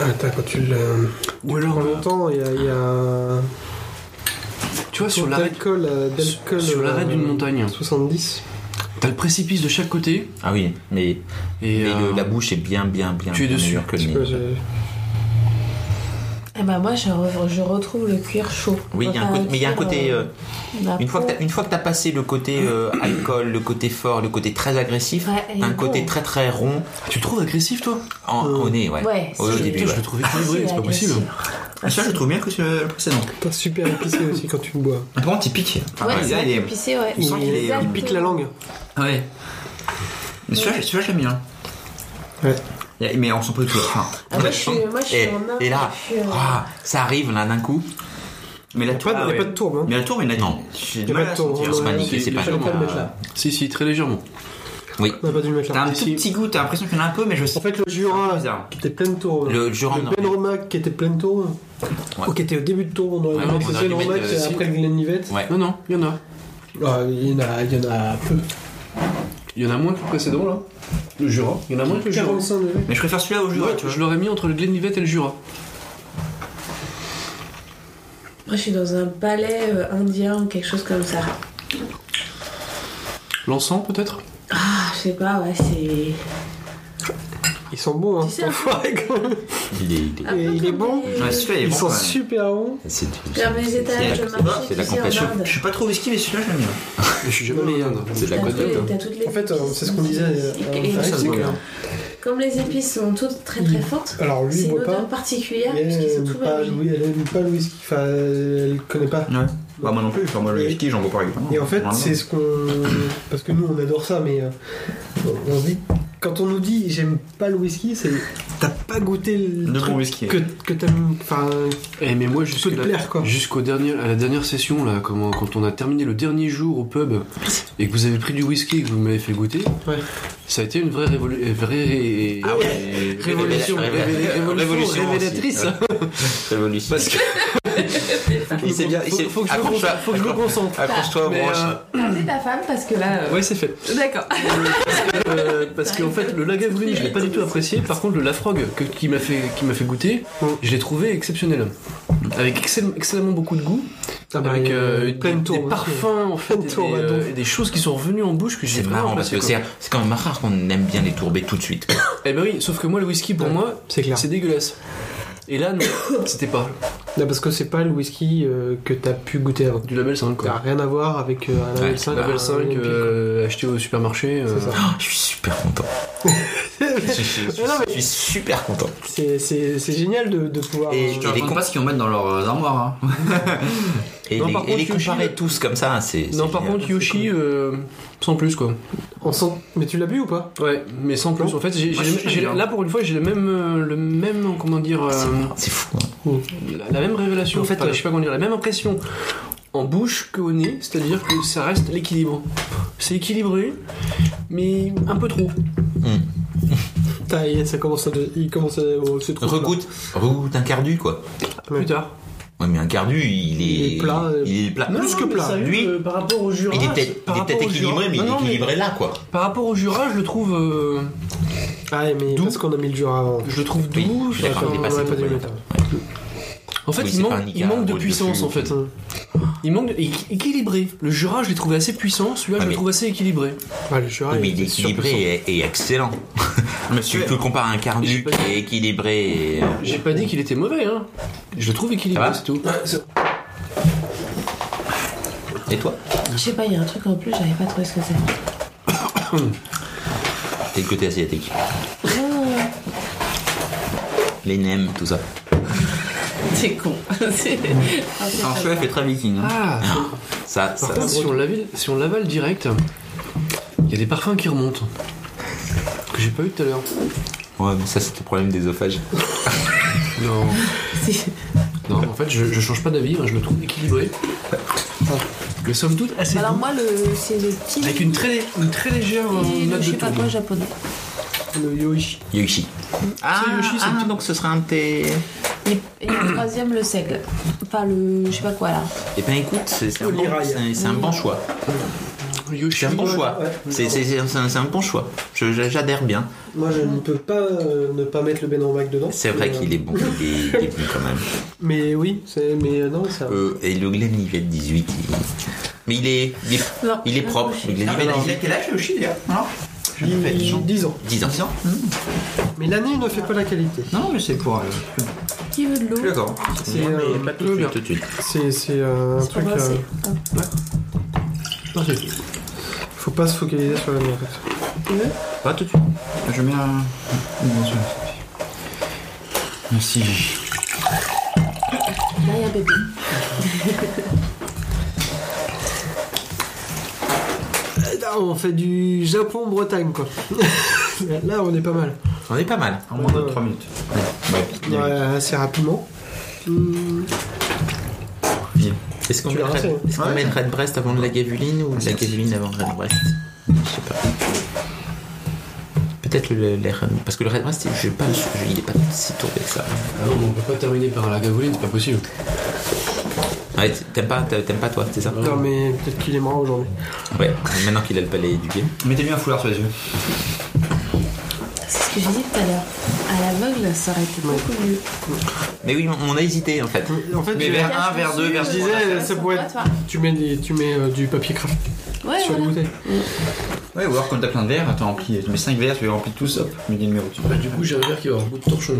C: Attends, quand tu le.
E: Ou alors,
C: Prends
E: euh,
C: longtemps, il y a, il y a
E: tu vois, sur
C: sur
E: l'arrêt.
C: d'alcool, euh, d'alcool,
E: Sur l'arrêt
C: euh,
E: d'une montagne,
C: 70.
E: t'as le précipice de chaque côté
B: Ah oui, mais,
E: et
B: mais le-
E: euh,
B: la bouche est bien, bien, bien.
E: Tu es
B: bien
E: dessus.
B: meilleure que le
C: Je sais
B: nez.
C: pas, j'ai-
D: Eh ben moi je, re- je retrouve le cuir chaud.
B: Oui, il y a un côté- mais il y a un côté. euh, Une fois, que t'as-
D: t'as.
B: une fois que t'as passé le côté euh, alcool, le côté fort, le côté très agressif,
D: Ouais, et
B: un
D: bon.
B: côté très très rond
E: tu le trouves agressif, toi
B: en, au nez, ouais.
D: Ouais,
B: au, au
D: c'est-
B: début,
E: Putain,
B: ouais.
E: je le trouve
D: Ah,
E: équilibré, c'est pas possible.
G: Ah, ça, je le trouve bien que ce- le précédent.
C: T'as super épicé aussi quand tu bois.
G: Par contre, il pique. Ah,
D: Ouais,
G: ouais,
D: c'est
G: là, il est.
D: épicé, ouais.
G: Il sent qu'il est-
D: euh,
C: Il pique la langue.
G: Ah ouais. Mais celui-là, celui-là, j'aime bien.
C: Ouais.
G: Et- Mais on sent pas du tout la fin.
D: Ah, moi, je suis- moi, je suis
B: et,
D: en Inde,
B: et là,
D: je suis, euh,
B: ah, ça arrive là d'un coup.
G: Mais la
C: Il n'y a,
G: tourbe,
C: pas de tourbe. Hein.
G: Mais la tourbe, Ah il y en a
B: Non.
G: J'ai
C: Y
G: du
C: a pas
G: mal
C: de
G: à
C: tourbe,
G: sentir.
C: on
B: c'est pas
C: a-
B: niqué, c'est
C: il
B: pas
C: fallait
B: bon,
C: pas le
B: là.
C: mettre là.
E: Si, si, très légèrement.
B: Oui,
C: On n'a pas dû le mettre
G: T'as
C: là.
G: un tout petit goût, t'as l'impression qu'il y en a un peu, mais je
C: En
G: sais
C: fait, le Jura
G: bizarre.
C: qui était plein de tourbe.
B: Le Jura, on
C: Le
B: aurait-
C: Benroma qui était plein de tourbe.
B: Ouais.
C: Ou qui était au début de tourbe. On aurait
E: Ouais,
C: dû
E: on
C: mettre le
B: aurait dû
C: Benroma
B: mettre,
C: qui est
B: euh,
C: après le Glenlivet.
B: Ouais.
E: Non, non, il y en a.
C: Ah, Il y en a il y en a peu.
E: Il y en a moins que le précédent, là. Le Jura. Il y en a moins que le Jura.
C: 45 degrés.
G: Mais je préfère celui-là au Jura,
E: Ouais,
G: tu vois.
E: je l'aurais mis entre le Glenlivet et le Jura.
D: Moi je suis dans un palais euh, indien ou quelque chose comme ça.
E: L'encens, peut-être
D: Ah, je sais pas, ouais, c'est.
C: Ils sont bons, hein.
D: Tu sais, un
C: enfoirés, quand même.
B: il est, il est-
D: Un peu
C: Et il est
D: comme
C: bon
D: les-
G: Ouais, celui-là, il est
C: Ils
G: bon,
C: sont
G: quand même.
C: super bons.
B: c'est-
D: Vers mes
B: c'est-
D: étages,
B: c'est
D: je
B: la-
D: marchais,
B: c'est la
D: tu sais, en
B: compassion.
D: Inde.
G: Je suis pas trop whisky, mais celui-là, je l'aime bien.
E: Je suis jamais allé en Inde.
B: C'est de la
D: T'as
B: côte
E: hein.
D: toutes les- t'as toutes les
C: En fait, euh, c'est ce qu'on disait, euh,
D: Et-
C: en
D: et-
C: fait,
G: Ça se
C: c'est
G: voit
C: que-
G: bien.
D: Comme les épices sont toutes très
C: Mmh.
D: très fortes,
C: Alors lui,
D: c'est
C: il
D: une
C: boit
D: odeur
C: Ah pas.
D: particulière
C: Et
D: parce qu'ils sont
C: elle
D: tout
C: aime pas,
D: mélangés.
C: oui, elle aime pas le whisky. Enfin, elle connaît pas.
B: Ouais. Bah, moi non plus, enfin, moi le whisky, j'en bois pas régulièrement.
C: Et en fait,
B: Voilà.
C: c'est ce qu'on. Parce que nous, on adore ça, mais euh, on se dit. Quand on nous dit j'aime pas le whisky, c'est. T'as pas goûté le.
B: De
C: truc
B: bon whisky.
C: Que, que t'aimes. Enfin,
E: Eh, mais
C: peut
E: moi, jusqu'à
C: te
E: la-
C: plaire, quoi.
E: Jusqu'au dernier, à la dernière session là, comment- quand on a terminé le dernier jour au pub et que vous avez pris du whisky et que vous m'avez fait goûter,
C: Ouais.
E: ça a été une vraie, révolu- euh, vraie
B: Ah ouais.
E: révolution,
B: Révéla- révéla-
E: révéla- révolution
B: aussi.
E: révélatrice.
B: Révolution. Parce que. il s'est bien. il s'est-
E: Faut que je me
B: Accroche-toi.
E: concentre, faut que je me concentre.
B: Accroche-toi,
E: Mais,
B: branche.
E: euh,
D: C'est ta femme parce que là. euh,
E: Ouais, c'est fait.
D: D'accord.
E: Euh, parce qu'en fait, le Lagavulin, je l'ai pas du tout apprécié. Par contre, le Lafrog que, qui m'a fait, qui m'a fait goûter, je l'ai trouvé exceptionnel. Avec excell- excellemment beaucoup de goût,
C: Ah bah,
E: avec euh,
C: plein de
E: des, des
C: tours.
E: parfums en fait,
C: Plein de
E: et des,
C: tourbes,
E: euh,
C: donc.
E: et des choses qui sont revenues en bouche que j'ai
B: C'est
E: vraiment
B: marrant parce que
E: apprécié,
B: c'est c'est quand même rare qu'on aime bien les tourbés tout de suite.
E: quoi. Eh ben oui, sauf que moi, le whisky pour moi,
C: C'est clair.
E: C'est dégueulasse. Et là, non, c'était pas
C: Non, parce que c'est pas le whisky euh, que t'as pu goûter avant.
E: du label
C: Ça
E: 5.
C: a
E: Quoi.
C: rien à voir avec euh, un label
B: Ouais, bah,
C: 5. un
E: label 5
C: Olympique,
E: euh, acheté au supermarché. euh,
C: C'est ça.
B: Oh, je suis super content. je, suis- je suis- je suis super content.
C: C'est- C'est c'est génial de, de pouvoir.
B: Et
C: euh,
G: Je ne raconte pas ce qu'ils vont mettre dans leurs armoires. hein.
B: Et
E: Non,
B: les,
E: par
B: et
E: contre,
B: les
E: Yoshi-
B: comparer tous comme ça, c'est.
E: Non,
B: c'est
E: par
B: génial.
E: contre, Yoshi, euh, sans plus quoi.
C: on sent... Mais tu l'as bu ou pas
E: Ouais, mais sans plus. En fait, j'ai-
G: Oh. Moi,
E: j'ai-
G: je suis
E: j'ai-
G: bien. Ah,
E: là pour une fois, j'ai le même, euh, le même, comment dire, euh,
B: C'est fou. hein.
E: la, la même révélation.
G: En fait,
E: Enfin,
G: euh,
E: je sais pas comment dire, la même impression en bouche qu'au nez, c'est-à-dire que ça reste l'équilibre. C'est équilibré, mais un peu trop.
C: Putain, il- ça commence à. Il commence à. oh, c'est trop
B: Regoute, regoute un cardu quoi.
E: Plus tard.
B: Ouais, mais un cardu, il est.
C: Il est plat, euh,
B: Il est plat.
C: Non, Plus que
E: mais
C: plat.
E: sérieux,
B: Lui,
E: euh, par rapport au Jura,
B: Il est
E: c'est-
B: peut-être
E: par
B: il est peut-être
E: rapport au Jura-
B: équilibré, mais il
E: Non,
B: est
E: non, mais
B: équilibré là quoi.
E: Par rapport au Jura, je le trouve. euh,
C: Ah, ouais, mais
E: D'où
C: parce qu'on a mis le Jura avant.
E: Je le trouve
B: Oui,
E: doux.
B: je suis d'accord,
C: on
B: il est passé
C: aurait pas
B: trop
C: dû le
B: loin.
C: mettre avant.
E: En fait,
B: Oui,
E: il,
B: c'est
E: manque,
B: pas un Nika,
E: il manque de
B: au
E: puissance
B: dessus.
E: en fait.
C: Hum.
E: Il manque de- équ- équilibré. Le Jura, je l'ai trouvé assez puissant. Celui-là,
B: Ah,
E: je le
B: mais-
E: trouve assez équilibré.
C: Ah, le Jura,
B: Oui, mais
C: il
B: il est
C: était
B: équilibré
C: surpuissant.
B: et, et excellent. Tu
G: Monsieur,
B: tu le compares à un
E: J'ai
B: cardu
E: pas-
B: qui est équilibré. et, euh,
E: J'ai pas dit qu'il était mauvais. Hein. Je le trouve équilibré,
B: Ah, Ça va
E: c'est tout.
B: Et toi
D: Je sais pas, il y a un truc en plus, j'avais pas trouvé ce que c'est.
B: T'es le côté asiatique.
D: Non, non, non.
B: Les nems, tout ça.
D: T'es con. C'est- Ah, c'est
B: Alors
D: pas
B: celui-là fait très viking. hein.
E: Ah,
B: Ça,
E: par
B: ça.
E: contre, si on l'avale, si on l'avale direct, il y a des parfums qui remontent. Que j'ai pas eu tout à l'heure.
B: Ouais, mais ça c'est le problème d'œsophages.
E: Non.
D: Si.
E: Non, en fait, je, je change pas d'avis. hein, Je le trouve équilibré. Mais somme toute, assez
F: Bah, Alors
E: doux.
F: moi, le- c'est le petit
E: Avec une très, une très légère euh,
F: et le
E: note
F: je
E: de
F: sais pas
E: tourbe.
F: quoi japonais.
C: Le Yoichi.
B: Yoshi. Ah,
E: C'est Yoshi, c'est
B: ah,
E: le petit-
B: donc ce serait un de tes.
D: Et, et le troisième, le seigle. Enfin, le. Je sais pas quoi là.
B: Eh ben écoute, c'est c'est un, bon,
C: Lirail.
B: c'est- c'est un bon choix.
E: Yoshi,
B: C'est un bon choix. C'est c'est- c'est un, c'est un bon choix. Je- je- J'adhère bien.
C: Moi, je ne peux pas euh, ne pas mettre le Ben Mac dedans.
B: C'est vrai
C: Mais, euh,
B: qu'il est bon. Il est, il est bon quand même.
C: Mais oui, c'est. Mais euh, non, ça.
B: Euh, et le Glenlivet 18. il- Mais il est, il est,
D: Non.
B: il est propre. Le
G: il
B: Glenlivet
C: Ah,
G: avait
B: 18.
G: quel âge Yoshi d'ailleurs Non
C: Il- il- 10 ans.
B: 10 ans.
G: 10 ans
C: Mais l'année ne fait pas la qualité.
G: Non, mais c'est pour. euh,
D: Qui veut de l'eau
G: Je suis d'accord.
C: C'est
B: Non, mais
C: euh,
B: pas tout de suite, tout de suite.
C: c'est- c'est, euh, un
D: C'est pas
C: truc.
D: moi,
C: euh,
D: c'est-
C: Faut pas se focaliser sur l'année en fait.
B: Pas tout de suite.
G: Je mets un. Bien sûr. Merci.
D: Là, il y a un bébé.
C: Là, Eh ben, on fait du Japon-Bretagne quoi. Là, on est pas mal.
B: On est pas mal.
G: En moins de 3 minutes.
B: Ouais.
C: Ouais, assez rapidement. Hum,
B: Est-ce qu'on
C: Tu l'as
B: mettrait,
C: rincé, hein.
B: est-ce qu'on
G: Ouais.
B: mettrait de Brest avant de la Gavuline ou de la Gavuline avant Red Brest Je sais pas. Peut-être le, le- le- parce que le Red Brest, je sais pas, je- il est pas si tourbé que ça.
E: Ah non, mais on peut pas terminer par la gavoline, c'est pas possible.
B: Ouais, t- t'aimes pas, t'aimes pas toi, c'est ça
C: Non, mais peut-être qu'il est mort aujourd'hui.
B: Ouais. Maintenant qu'il a le palais éduqué.
G: Mettez bien un foulard sur les yeux.
D: C'est ce que j'ai dit tout à l'heure. À l'aveugle, ça aurait été beaucoup mieux.
B: Mais oui, on on a hésité en fait.
C: En fait,
G: Mais
C: tu-
G: vers 1, vers 2, vers
D: euh,
C: je
G: 10.
C: disais, eh, ça pourrait être-
D: toi.
C: tu mets, des- tu mets euh, du papier craft
D: Ouais,
C: sur les
D: Eh, voilà.
C: bouteilles.
G: Ouais, ou alors quand t'as plein de verres, t'en remplis. Tu mets 5 verres, tu les remplis tous, hop, mets des numéros dessus.
E: Bah, du coup, j'ai un verre qui va avoir un goût de torchon.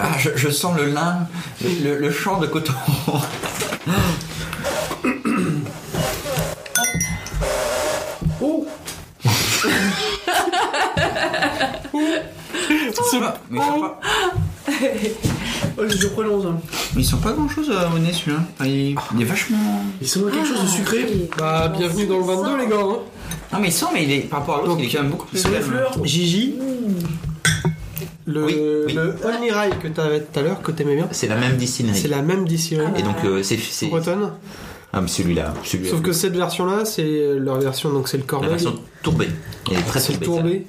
G: Ah, je, je sens le lin, le, le champ de coton.
E: Oh
G: Mais ils sont pas,
C: Oh, je prolonge.
G: mais ils sont pas grand chose à monnaie celui-là. Enfin, il... il est vachement.
E: Ils sont dans quelque
F: Ah.
E: chose de sucré
C: Bah, bienvenue dans le 22, les gars. hein.
G: Non, mais il sent, mais il est par rapport à l'autre,
C: Donc,
G: il est quand même beaucoup plus.
C: Sur les
G: calme.
C: fleurs, Gigi. Le,
G: Oui, oui.
C: le Only Rye que t'avais tout à l'heure, que t'aimais bien,
B: C'est la même
C: c'est
B: distillerie.
C: la même distillerie
B: Et donc, euh, c'est. c'est-
C: bretonne.
B: Ah, mais celui-là. Celui
C: Sauf que cette version-là, c'est leur version, donc c'est le
B: La
C: Corbeil.
B: version tourbée. Elle est très
C: C'est le
B: tourbée.
C: tourbé.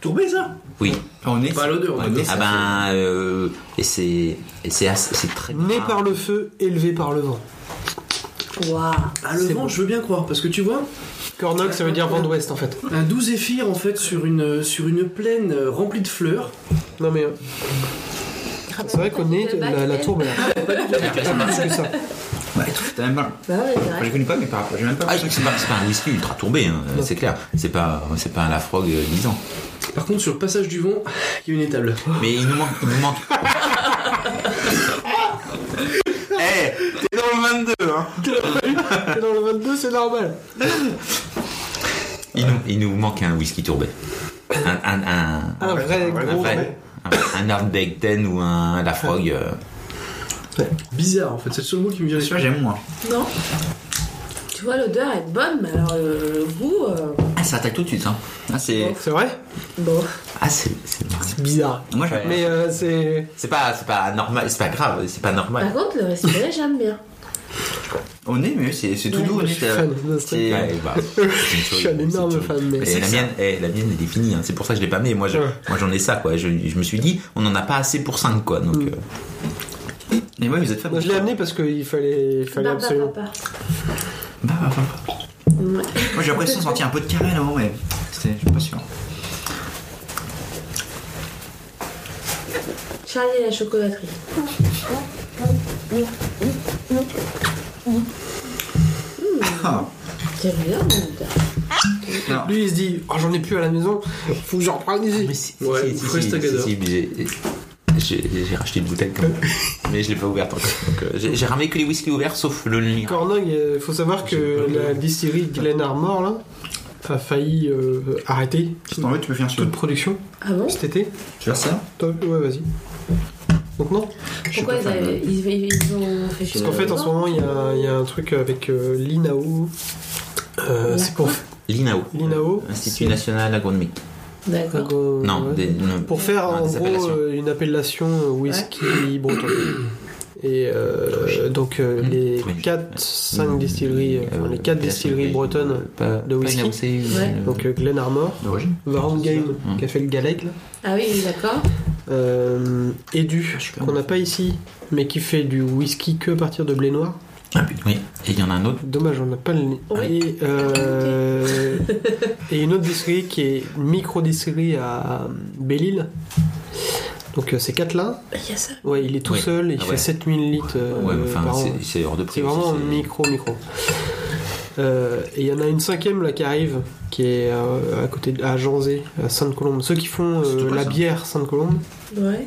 G: Tourbé ça
B: celle-là. Oui.
G: Enfin, on est.
E: Pas à l'odeur,
G: on
E: en tout
G: est-
E: cas.
B: Ah ben. euh, et c'est. Et c'est assez- c'est très.
C: Né
B: Ah.
C: par le feu, élevé par le vent.
D: Waouh.
E: Ah, le
C: C'est
E: vent,
C: bon.
E: je veux bien croire, parce que tu vois,
C: Cornoc, ça veut dire vent d'ouest en fait.
E: un doux zéphyr en fait sur une, sur une plaine euh, remplie de fleurs.
C: Non mais euh, c'est vrai qu'on est la, la tourbe là. Plus que ça.
G: Ouais, Ah, tout, t'as même pas.
D: Bah ouais, c'est
G: Enfin,
D: vrai.
G: je connais pas, mais par rapport. J'ai même pas.
B: Ah, je sais que c'est pas, c'est pas un whisky ultra tourbé, hein, c'est clair. C'est pas, c'est pas un Lafrogue euh, 10 ans.
E: Par contre, sur le passage du vent, il y a une étable.
B: Mais il nous manque. Il nous manque. Eh, t'es dans le 22, hein.
C: Et dans le 22, c'est normal.
B: Il nous, il nous manque un whisky tourbé. Un, un, un,
C: Un vrai
B: un
C: gros.
B: vrai. Un, un Ardbegden ou un Lafrogue. euh,
E: Bizarre en fait, c'est le seul mot qui me vient à
G: Je sais pas,
E: l'esprit.
G: j'aime moins.
D: Non. Tu vois, l'odeur est bonne, mais alors euh, le goût. euh,
G: Ah, ça attaque tout de suite, hein. Ah, c'est.
C: C'est vrai
D: Bon.
B: Ah, c'est, c'est,
C: C'est bizarre.
G: Moi, je.
C: Mais euh, c'est.
B: c'est pas, c'est pas normal, c'est pas grave, c'est pas
D: Par
B: normal.
D: contre, le respirer, j'aime bien.
G: Au nez, mais c'est c'est euh, tout doux, au
C: Je
G: nez.
C: suis
B: euh,
G: t'as-
C: fan de ce
G: c'est-
B: Ouais, bah, c'est une
C: Je suis
B: chose,
C: un énorme
B: c'est une chose.
C: fan, mais.
B: Et la mienne, eh, la mienne, elle est finie. hein. C'est pour ça que je l'ai pas amenée. Moi, je-
C: Ouais.
B: moi, j'en ai ça, quoi. Je, je me suis dit, on en a pas assez pour 5, quoi.
C: Mm.
B: Donc, euh,
G: Mais ouais, vous êtes fan
C: Moi, je l'ai amené parce qu'il fallait, il fallait
D: Barba
C: absolument.
D: papa.
G: Bah, bah, bah.
D: Ouais.
G: Moi j'ai l'impression de sentir un peu de caramel avant, mais c'était- je suis pas sûr.
D: Charlie et la chocolaterie.
G: Ah,
D: J'aime bien l'odeur.
G: non.
C: Lui, il se dit Oh, j'en ai plus à la maison, faut que j'en prenne ici.
B: Ah, Mais si, si,
E: Ouais,
B: si, si,
E: Fresh
B: si,
E: Tagada.
B: si, si, mais j'ai- j'ai j'ai racheté une bouteille quand même, mais je l'ai pas ouverte encore. Donc, euh, j'ai j'ai ramené que les whisky ouverts sauf le lien.
C: Cornog, il euh, faut savoir que la distillerie Glen Armor, là, a failli euh, arrêter
G: Si t'en veux, tu peux faire celui
C: toute production
D: Ah bon
C: cet été.
G: Tu veux ça
C: Toi, Ouais, vas-y. Donc, non
D: Pourquoi ils, avaient- ils, ils ont fait
C: Parce qu'en fait, en ce moment, il y, a- il y a un truc avec euh, l'INAO. Euh, c'est pour
B: L'INAO,
C: l'INAO.
B: Institut National Agronomique.
D: D'accord.
C: euh,
B: Non,
C: ouais.
B: des- non,
C: Pour faire
B: non,
C: en
B: des appellations.
C: gros euh, une appellation whisky breton. Et euh, donc euh,
B: Mmh.
C: les
B: Oui.
C: 4, 5 distilleries, euh, enfin,
B: Euh,
C: les 4
B: appellation
C: distilleries
B: des-
C: bretonnes,
B: pas-
C: de whisky.
B: pas inaoncées,
D: Ouais.
B: euh,
C: donc euh, Glen Armor,
G: D'origine
C: Varan Game
B: Mmh.
C: qui a fait le Galec, là,
D: Ah oui, oui, d'accord.
C: euh, Edu,
G: super.
C: qu'on n'a pas ici, mais qui fait du whisky que à partir de blé noir.
B: Ah, putain, oui. Et il y en a un autre.
C: Dommage, on n'a pas le nez.
D: Oui.
C: Et, euh, et une autre distillerie qui est une micro-distillerie à Belle-Île. Donc euh, ces quatre-là,
D: Bah, Il y a ça.
C: ouais, il est tout
B: Oui.
C: seul et il
B: Ah
C: fait
B: ouais.
C: 7000 litres euh,
B: Ouais, mais enfin,
C: par an.
B: c'est- c'est hors de prix.
C: C'est vraiment
B: aussi, c'est-
C: micro, micro. Euh, et il y en a une cinquième là qui arrive, qui est euh, à côté de, à Janzé, à Sainte-Colombe. Ceux qui
B: Ah,
C: font
G: C'est
C: euh,
G: tout près,
C: la
G: ça.
C: bière Sainte-Colombe
D: Ouais.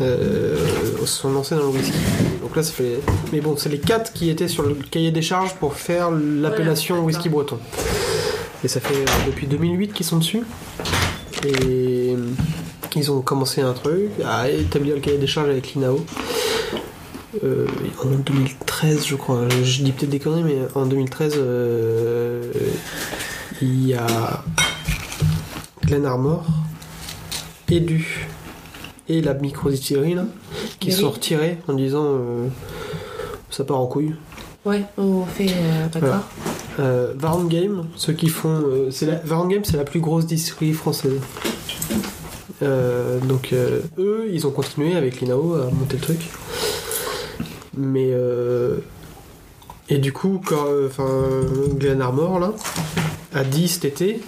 C: euh, se sont lancés dans le whisky. Donc là, ça fait. Mais bon, c'est les quatre qui étaient sur le cahier des charges pour faire l'appellation
D: Voilà,
C: whisky breton. Et ça fait euh, depuis 2008 qu'ils sont dessus. Et euh, ils ont commencé un truc, à établir le cahier des charges avec l'INAO. Euh, en 2013, je crois. Je dis peut-être des conneries, mais en 2013, euh, il y a Glen Armor, Edu et la micro-distillerie là, qui
D: Mais
C: sont
D: oui.
C: retirés en disant euh, ça part en couille.
D: Ouais, on fait. euh, d'accord.
C: Euh, Varan Game, ceux qui font. euh, c'est la, Varan Game, c'est la plus grosse distillerie française. Euh, donc euh, eux, ils ont continué avec l'INAO à monter le truc. Mais. euh, et du coup, quand euh, enfin, Glen Armor, là, a dit cet été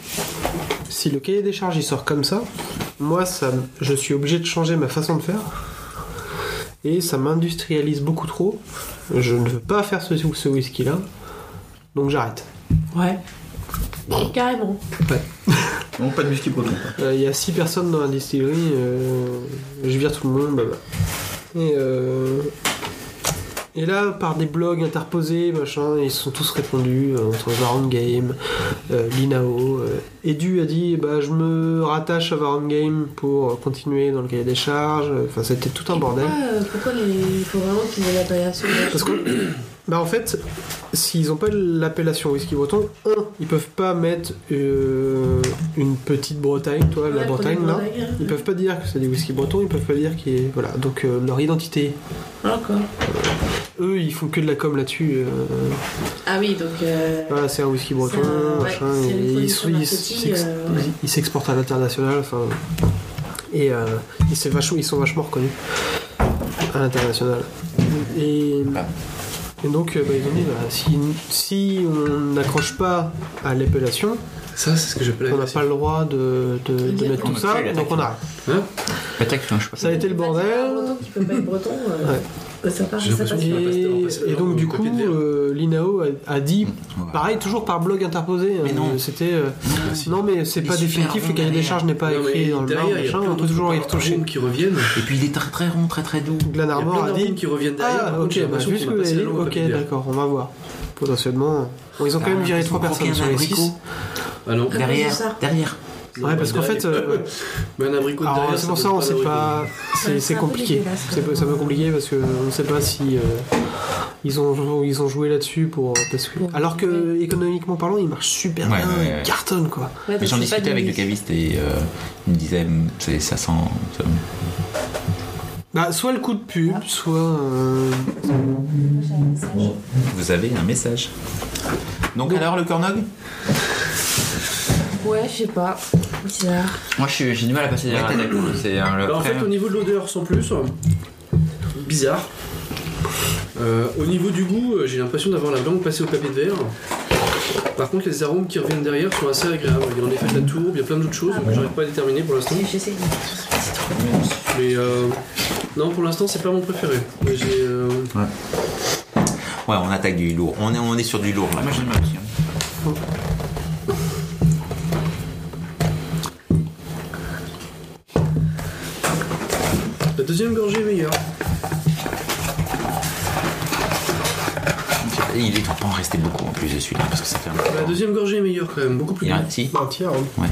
C: si le cahier des charges il sort comme ça, moi, ça, m- je suis obligé de changer ma façon de faire. Et ça m'industrialise beaucoup trop. Je ne veux pas faire ce, ce whisky-là. Donc j'arrête.
D: Ouais. Carrément.
G: Non, pas de whisky breton.
C: Euh, Il y a 6 personnes dans la distillerie, euh, je vire tout le monde, blablabla. Et, euh, Et là, par des blogs interposés, machin, ils se sont tous répondus euh, entre Varan Game, euh, Linao. euh. Edu a dit bah, Je me rattache à Varan Game pour euh, continuer dans le cahier des charges. Enfin, c'était tout un bordel.
D: Pourquoi, euh, pourquoi les- il faut vraiment qu'ils aient l'appellation de-
C: Parce que, bah en fait, s'ils n'ont pas l'appellation whisky breton, un, ils peuvent pas mettre euh, une petite Bretagne, toi, la
D: Ouais, pour les
C: Bretagne là.
D: Bretagne, hein.
C: Ils peuvent pas dire que c'est des whisky bretons, ils peuvent pas dire qu'il est. Voilà, donc euh, leur identité.
D: Alors quoi
C: Eux, ils font que de la com là-dessus. euh,
D: Ah oui, donc. euh,
C: voilà, c'est un whisky breton,
D: un- ouais,
C: machin.
D: c'est
C: et
D: une
C: ils
D: production
C: ils- ils
D: marketing,
C: s'ex-
D: euh, ouais.
C: ils- ils s'exportent à l'international, enfin. Et, euh, et c'est vachement- ils sont vachement reconnus à l'international. Et. Et donc, euh, bah, ils ont dit, bah, si, si on n'accroche pas à l'appellation,
E: Ça, c'est ce que j'appelle
C: on n'a pas le droit de, de- de mettre
B: On
C: tout
B: a
C: ça,
B: fait la
C: donc on arrête.
E: Hein
B: Attaque, hein, je sais pas.
C: Ça a été le
D: en fait, Bah, c'est pas un
C: bordel.
D: breton qui peut pas être breton. euh,
C: Ouais.
D: bah, ça part,
E: J'ai
D: ça passe
E: l'impression
D: pas.
E: qu'il va passer- on va passer
C: Et, et donc,
E: aux
C: du coup,
E: copies de verre.
C: euh, l'INAO a, a dit,
B: Ouais.
C: pareil, toujours par blog interposé,
B: Mais
C: euh,
B: non.
C: c'était euh, non, mais c'est
B: Les
C: pas
B: super
C: définitif,
B: ronds
C: le cahier des
B: derrière.
C: charges n'est pas
E: Non, mais
C: écrit dans le marbre,
E: derrière, il y a
C: machin,
E: plein
C: on peut
E: d'autres
C: toujours y
E: parents
C: retourner.
E: qui reviennent.
B: Et puis il est très très rond, très très doux.
E: Il y a
C: Glanarmor
E: plein
C: a
E: d'armes
C: dit,
E: qui reviennent derrière.
C: ah,
E: Par contre,
C: ok,
E: j'ai
C: bah,
E: l'impression
C: vu ce
E: qu'on
C: que
E: a
C: vous avez
E: passé
C: dit,
E: la langue au
C: ok,
E: papier derrière.
C: d'accord, on va voir. Potentiellement, bon, Ah, ils ont quand même viré trois personnes sur les six.
E: Ah non.
D: bah, c'est ça. Ah,
B: Derrière, derrière.
E: Non,
C: Ouais,
E: bah,
C: parce qu'en
E: derrière.
C: fait, euh, ouais.
E: Mais Bah, un abricot
C: Alors,
E: derrière.
C: c'est
E: ça
C: pour
E: donne
C: ça, on sait
E: d'abricot.
C: pas. C'est
D: Ouais,
C: c'est
D: c'est un peu
C: compliqué.
D: dégueulasse, quand
C: C'est peu-
D: même.
C: c'est un peu compliqué parce que on sait pas si euh, ils ont jou- ils ont joué là-dessus pour euh, parce que
D: Pour-
C: alors que économiquement parlant, ils marchent super
B: Ouais,
C: bien,
B: ouais,
C: ils
B: ouais.
C: cartonnent quoi.
D: Ouais,
B: Mais
D: parce
B: j'en
D: que
B: discutais
D: c'est pas
B: avec
D: du-
B: le caviste et euh, il me disait hum, c'est- ça sent. ça-
C: Bah, soit le coup de pub, soit euh,
B: Vous avez un message. Donc alors le cornog
D: Ouais, je sais pas. Bizarre.
G: Moi, je suis- j'ai du mal à passer derrière.
B: C'est un
E: Bah, en fait, au niveau de l'odeur, sans plus, euh, bizarre. Euh, au niveau du goût, euh, j'ai l'impression d'avoir la langue passée au papier de verre. Par contre, les arômes qui reviennent derrière sont assez agréables. Il y a en effet de la tourbe, il y a plein d'autres choses, mais j'arrive pas à les terminer pour l'instant.
D: J'essaie de.
E: Mais euh, non, pour l'instant, c'est pas mon préféré. Mais j'ai, euh,
B: Ouais, on attaque du lourd. On est, on est sur du lourd là.
G: Moi, j'ai du mal aussi. hein.
E: La deuxième gorgée est meilleure.
B: Il est pas en rester beaucoup en plus de celui-là parce que ça fait un peu.
E: La deuxième gorgée est meilleure quand même, beaucoup plus
B: Il y a un
E: bien.
B: petit.
C: bah, tiens, hein.
B: Ouais.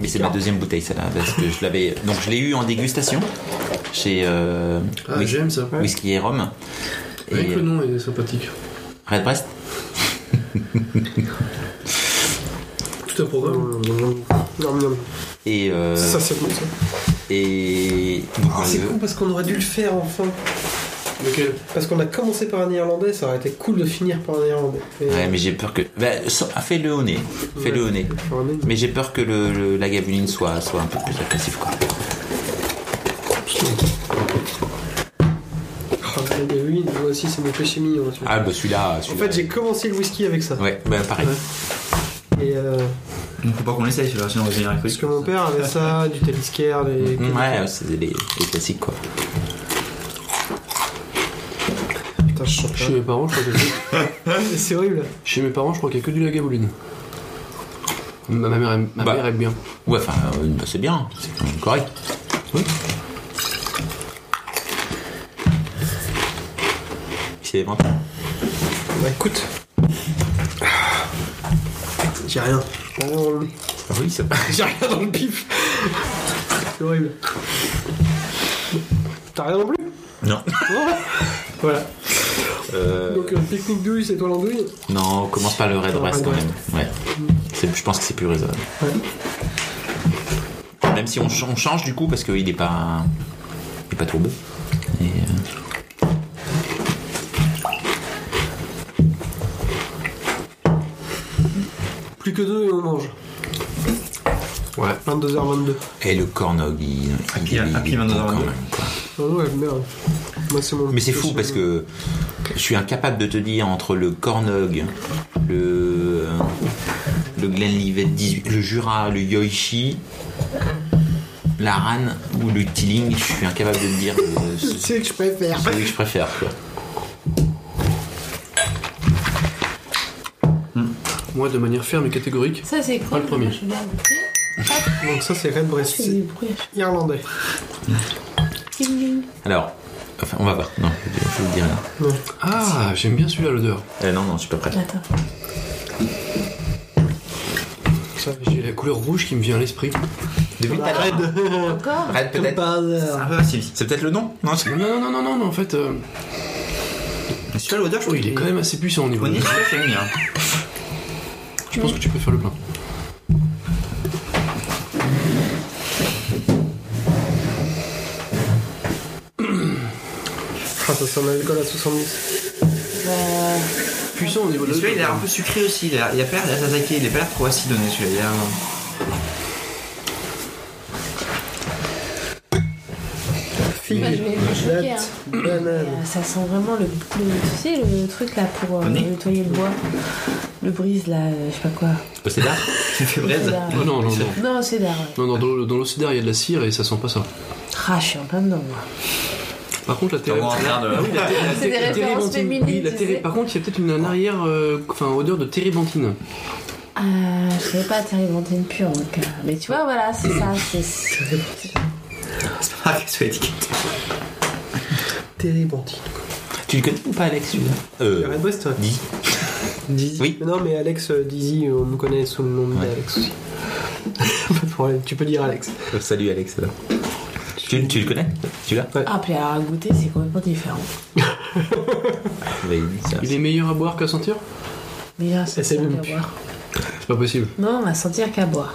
B: Mais c'est ma deuxième bouteille celle-là parce que je l'avais. Donc je l'ai eu en dégustation chez euh,
E: Ah,
B: Whis-
E: j'aime ça.
B: Whisky et Rhum.
E: Rien que
B: Et
E: le nom est sympathique.
B: Red Breast.
E: Tout un programme.
C: Non, non, non.
B: Et euh,
C: ça c'est bon. ça.
B: et donc,
C: Ah, c'est
B: euh,
C: cool parce qu'on aurait dû le faire enfin.
E: Lequel
C: Parce qu'on a commencé par un Irlandais, ça aurait été cool de finir par un Irlandais. Mais-
B: Ouais, mais j'ai peur que. Bah, so- fais-le au nez. Fais-le au nez. Mais j'ai peur que le, le- la gavuline soit, soit un peu plus agressive, quoi.
C: Ah, mais oui, moi aussi c'est mon péché mignon. tu vois.
B: Ah, bah celui-là.
C: En
B: celui-là.
C: fait, j'ai commencé le whisky avec ça.
B: Ouais, bah pareil.
C: Et euh,
G: Donc, faut pas qu'on l'essaye, celui-là, sinon on va devenir
C: parce
G: alcoolique.
C: que mon père avait ça, du taliscaire, des.
B: Mm, Ouais, c'est des, des classiques, quoi.
C: Putain, je chante.
E: Chez mes parents, je crois qu'il y a que-
C: C'est horrible.
E: Chez mes parents, je crois qu'il y a que du lagavulin. Ma, ma mère aime, ma
B: Bah.
E: mère aime bien.
B: Ouais, enfin, euh, bah, c'est bien. C'est quand même correct. Oui. C'est vraiment
C: Bah écoute. J'ai rien. J'ai rien dans Bah, le-
B: Oui, ça va.
C: J'ai rien dans le pif. C'est horrible. T'as rien non plus
B: Non.
C: Non Voilà.
B: Euh,
C: Donc euh, pique-nique douille, c'est toi l'andouille
B: Non, commence par le Red
C: Red
B: Breast, quand
C: Breast.
B: même. Ouais. C'est- Je pense que c'est plus raisonnable.
C: Ouais.
B: Même si on, ch- on change du coup parce qu'il n'est pas. Il est pas tourbeux. Et, euh,
C: Plus que deux et on mange.
E: Ouais.
C: 22h22.
B: et le cornog, il, il,
G: il a-
B: il-
G: ah, puis
B: il est bon
G: 22h22.
B: quand même, quoi.
C: Non, non, elle meurt. Moi, c'est mon
B: Mais c'est
C: petit
B: fou
C: péché
B: parce
C: mignon.
B: que je suis incapable de te dire entre le cornog, le. euh, Le Glenlivet 18, le Jura, le Yoichi, la Ranne ou le Tilling, je suis incapable de te dire euh, ce-
C: C'est que je préfère.
B: celui que je préfère. quoi.
E: Moi, de manière ferme et catégorique.
D: Ça, c'est cool.
E: Pas le premier.
D: Je vais goûter.
C: Donc ça, c'est Red Breast.
D: C'est
C: C'est
D: du bruit.
C: irlandais.
D: Ding, ding.
B: Alors, Enfin, on va voir. Non, je je vous dis rien.
E: Ah, j'aime bien celui-là, l'odeur.
B: Euh, non, non, je suis pas prêt.
D: Attends.
E: Ça, J'ai la couleur rouge qui me vient à l'esprit.
B: Devine ta Red.
D: Encore
B: Red peut-être.
C: Ah,
G: Un peu assez vite.
B: C'est peut-être le nom Non, c'est-
E: Non, non, non, non, non, non, en fait, euh,
G: Mais celui-là, l'odeur, je
E: oh,
G: trouve
E: il est quand même assez puissant au niveau.
G: Bonne
E: de-
G: idée, c'est fini, hein.
E: Je pense que tu peux faire le plein.
C: Ah, ça sent l'alcool à 70.
E: Puissant au niveau de
G: Et Celui-là, il a l'air
E: l'odeur.
G: un peu sucré aussi. Il a l'air- il a pas l'air d'être attaqué. Il a pas l'air trop acidonné, celui-là. Il a l'air- euh,
C: Figue,
D: Moi, je vais me choquer, hein.
C: banane.
D: Euh, Ça sent vraiment le, le- tu sais, le truc là pour euh,
G: Venez.
D: nettoyer le bois. Le brise là, euh, je sais pas quoi.
B: Oh, C'est là
G: Il fait braise.
D: C'est là.
E: Oh non, non, non.
D: Non, c'est d'air. ouais.
E: Non, non, dans, le- dans l'oxydar, il y a de la cire et ça sent pas ça.
D: Ah, je suis en plein dedans moi.
E: Par contre, la
G: T'es vraiment en
E: terre.
G: train de.
D: C'est des références féminines, tu sais.
E: Par contre, il y a peut-être une, une arrière, euh, enfin, odeur de térébenthine.
D: Euh, je savais pas t'inventer une pure donc. euh, Mais tu vois, voilà, c'est ça. c'est- C'est
G: C'est pas marqué sur l'étiquette.
C: Télébanti.
B: Tu le connais ou pas, Alex celui-là Euh.
C: Red West
B: Dis.
C: Dizzy.
B: Oui.
C: Non, mais Alex euh, Dizzy, on nous connaît sous le nom
B: Ouais.
C: d'Alex aussi. Pas de problème, tu peux dire Alex.
B: Euh, Salut, Alex. alors. Tu, tu le connais Celui-là
D: Ah, puis alors à goûter, c'est complètement différent.
B: Bah, il dit ça.
E: Il est meilleur à boire qu'à sentir
D: Mais là,
C: Et c'est
D: c'est
C: même
D: même
C: plus.
D: boire.
E: C'est pas possible.
D: Non, à sentir qu'à boire.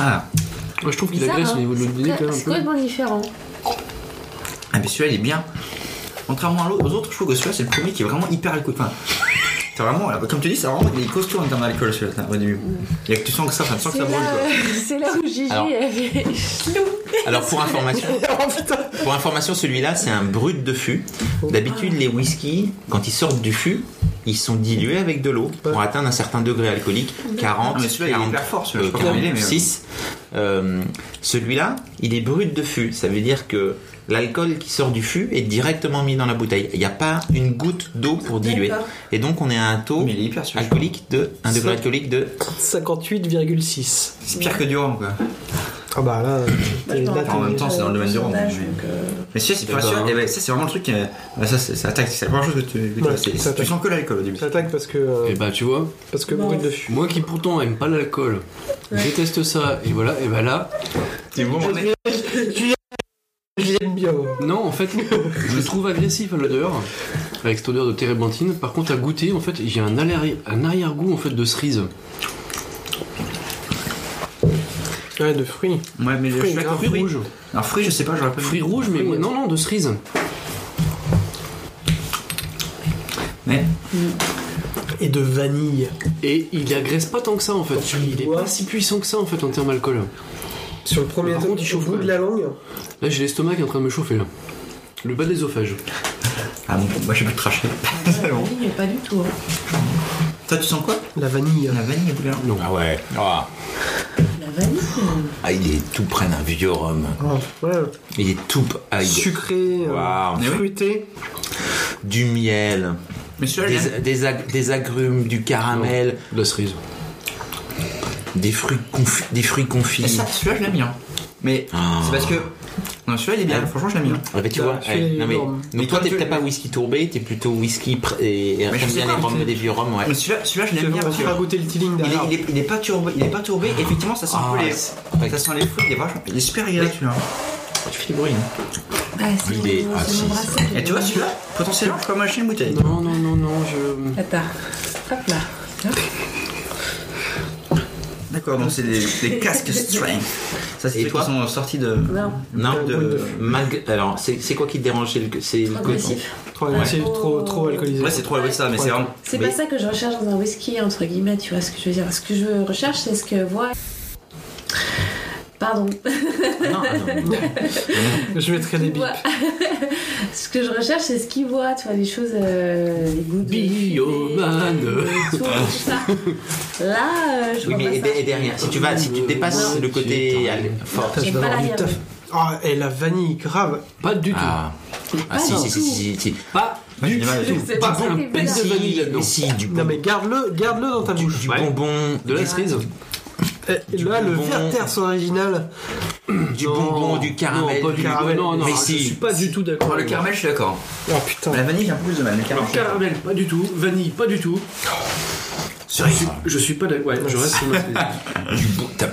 G: Ah.
E: Moi, je trouve qu'il
D: C'est ça,
E: agresse
D: hein.
E: au niveau de
D: C'est
E: l'odeur
D: très-
E: quand
D: C'est
E: même un peu.
D: complètement différent.
G: Ah mais celui-là il est bien. Contrairement à l'autre- aux autres, je trouve que celui-là c'est le premier qui est vraiment hyper alcool. Enfin, c'est vraiment, comme tu dis, c'est vraiment il est costaud en termes d'alcool celui-là au début. Il y a que tu sens que ça, enfin, tu sens que
D: C'est
G: ça brûle
D: là, euh,
G: quoi.
D: c'est là où Gigi
B: Alors.
D: avait chelou.
B: Alors pour information, pour information, celui-là c'est un brut de fût. D'habitude les whiskies, quand ils sortent du fût, ils sont dilués avec de l'eau pour atteindre un certain degré alcoolique, 40,
G: Ah, mais celui-là il est
B: 40,
G: hyper fort celui-là,
B: euh,
G: je sais pas comment il est, mais.
B: 46. Euh, celui-là, il est brut de fût. Ça veut dire que l'alcool qui sort du fût est directement mis dans la bouteille. Il n'y a pas une goutte d'eau pour diluer.
D: D'accord.
B: Et donc on est à un
G: euh,
B: taux
G: Mais il est hyper celui-là.
B: alcoolique de un degré alcoolique de
C: 58,6.
G: C'est pire que du rhum quoi.
C: Ah bah là, t'es- là,
G: En même temps, c'est dans le domaine du rhum.
D: Sondage,
G: mais-
D: donc, euh,
G: Mais celui-là c'est
B: Eh
G: pas sûr.
B: ben.
G: Et ouais, ça c'est vraiment le truc qui. est- bah, ça, c'est ça attaque, c'est la première chose que tu. que tu
C: Ouais,
G: vois, c'est-
C: ça
G: tu
C: attaque.
G: sens que l'alcool au début.
C: t'attaques parce que euh,
G: Eh
E: Et
G: ben.
E: bah, tu vois,
C: parce que
D: Non.
C: bruit de fût.
E: moi qui pourtant aime pas l'alcool, déteste ça, et voilà, et bah là,
G: C'est bon, on est-
C: Je l'aime bien.
E: non, en fait, je le trouve agressif à l'odeur, avec cette odeur de térébenthine. Par contre, à goûter, en fait, j'ai un, aller- un arrière-goût en fait de cerise.
C: Ouais, de fruits.
G: Ouais, mais je
C: Fruits,
G: suis d'accord.
C: hein,
E: Fruit
G: fruit.
E: rouge.
G: Alors fruit, je sais pas, j'aurais pas.
E: Fruit rouge, mais ouais, non, non, de cerise.
G: Mais
C: Et de vanille.
E: Et il agresse pas tant que ça en fait. Il est
C: bois.
E: pas si puissant que ça en fait en termes d'alcool.
C: Sur le premier
E: Par
C: tome,
E: contre, il
C: tu
E: chauffe,
C: bout
E: ouais.
C: de la langue.
E: Là j'ai l'estomac qui est en train de me chauffer là. Le bas de l'œsophage.
G: ah bon, moi j'ai plus de traché. C'est bon.
D: oui, mais pas du tout. hein.
G: Toi, tu sens quoi
C: La vanille.
G: La vanille au bout de la langue.
B: Ah ouais. Ah,
D: La vanille. euh,
B: Ah, il est tout près d'un vieux rhum.
C: Ouais.
B: Il est tout ah, il est-
C: Sucré, euh,
B: Waouh.
C: fruité.
B: du miel,
G: Mais celui-là, il est-
B: des, des ag- des agrumes, du caramel,
E: De la cerise.
B: des fruits confits, des fruits
G: Et
B: confits.
G: ça, celui-là, je l'aime bien. Mais
B: Ah.
G: c'est parce que. Non, celui-là, il est bien. Franchement, je l'aime bien.
B: Ah bah, tu
C: Bah,
B: vois,
C: je
B: ouais,
C: suis
B: non, mais,
C: énorme.
B: donc
G: Mais
B: toi
G: toi,
B: t'es
G: tu-
B: peut-être pas whisky tourbé, t'es plutôt whisky pr- et, et
G: Mais je
B: j'aime
G: sais
B: bien
G: pas,
B: les rhums,
G: c'est-
B: les vieux rhums, ouais.
G: Mais celui-là, celui-là, je
C: Tu
G: l'aime bien.
C: vas
G: celui-là.
C: faire goûter le tiling
G: Il est,
C: derrière.
G: il, est, il est pas tourbé, il est pas tourbé. Et effectivement, ça sent un peu
B: Ah,
G: les,
B: ouais.
G: ça sent les fruits, il est vachement, il est super agréable celui-là.
B: Tu fais du bruit. hein.
D: Ah, c'est
B: Il est-
D: mon-
B: ah,
D: c'est
B: si,
D: mon
B: si.
D: bracelet qui
G: Et tu vois celui-là, potentiellement, je peux m'acheter une bouteille.
E: Non, non, non, non, je.
D: Attends. Hop là.
G: D'accord, donc c'est des, des casques strength. Ça c'est
B: Et
G: ceux qui
B: toi
G: sont sortis de.
D: Non.
B: Non,
C: Ouais,
B: de-
C: ouais, de-
B: malg- alors c'est c'est quoi qui te dérange C'est le- C'est le côté.
D: Agressif.
C: Trop, c'est trop, trop alcoolisé.
G: Ouais, c'est trop ouais, ça, mais c'est vraiment.
D: C'est
B: Mais-
D: pas ça que je recherche dans un whisky, entre guillemets, tu vois ce que je veux dire. Ce que je recherche, c'est ce que voit. Pardon.
B: Non, ah, non, non.
C: Je mettrai des bips.
D: Voit- ce que je recherche, c'est ce qu'il voit, tu vois, les choses, euh, les goûts de.
E: Bioman.
D: tout, tout ça. Là, euh, je
B: Oui,
D: vois
B: mais eh ben, et,
D: pas ça.
B: et derrière, si tu vas, si tu dépasses
E: Ouais.
B: le côté
E: Putain.
B: allez, fort.
C: Putain, je vais
D: J'aime pas
C: avoir du
D: l'arrière.
C: taf. Ah, et la vanille, grave.
E: Pas du tout.
B: Ah, ah
D: Pas
B: si,
D: du
B: si, si,
D: tout.
B: si, si, si.
E: Pas du tout.
D: C'est
E: Pas
D: pas ça
E: un
D: qui est
E: pet de
D: bizarre.
B: Si,
E: vanille là-dedans.
B: mais si, du
C: Non
B: bon-
C: mais garde-le, garde-le dans ta
B: du
C: bouche.
B: bonbon,
E: De la cerise.
C: Et
B: du
C: là, le
B: bonbon.
C: verre terre original.
B: du bonbon, du caramel,
E: Non, pas du
B: caramel.
E: Non, non,
B: mais
E: je
B: si.
E: suis pas du tout d'accord.
B: le caramel, je suis d'accord.
C: Oh putain.
G: La vanille, j'ai un peu plus de mal. Le
E: Alors,
G: caramel.
E: caramel, pas du tout. Vanille, pas du tout.
B: Cerise.
E: Je suis pas d'accord. Ouais, je reste sur ma
B: Du bon- T'as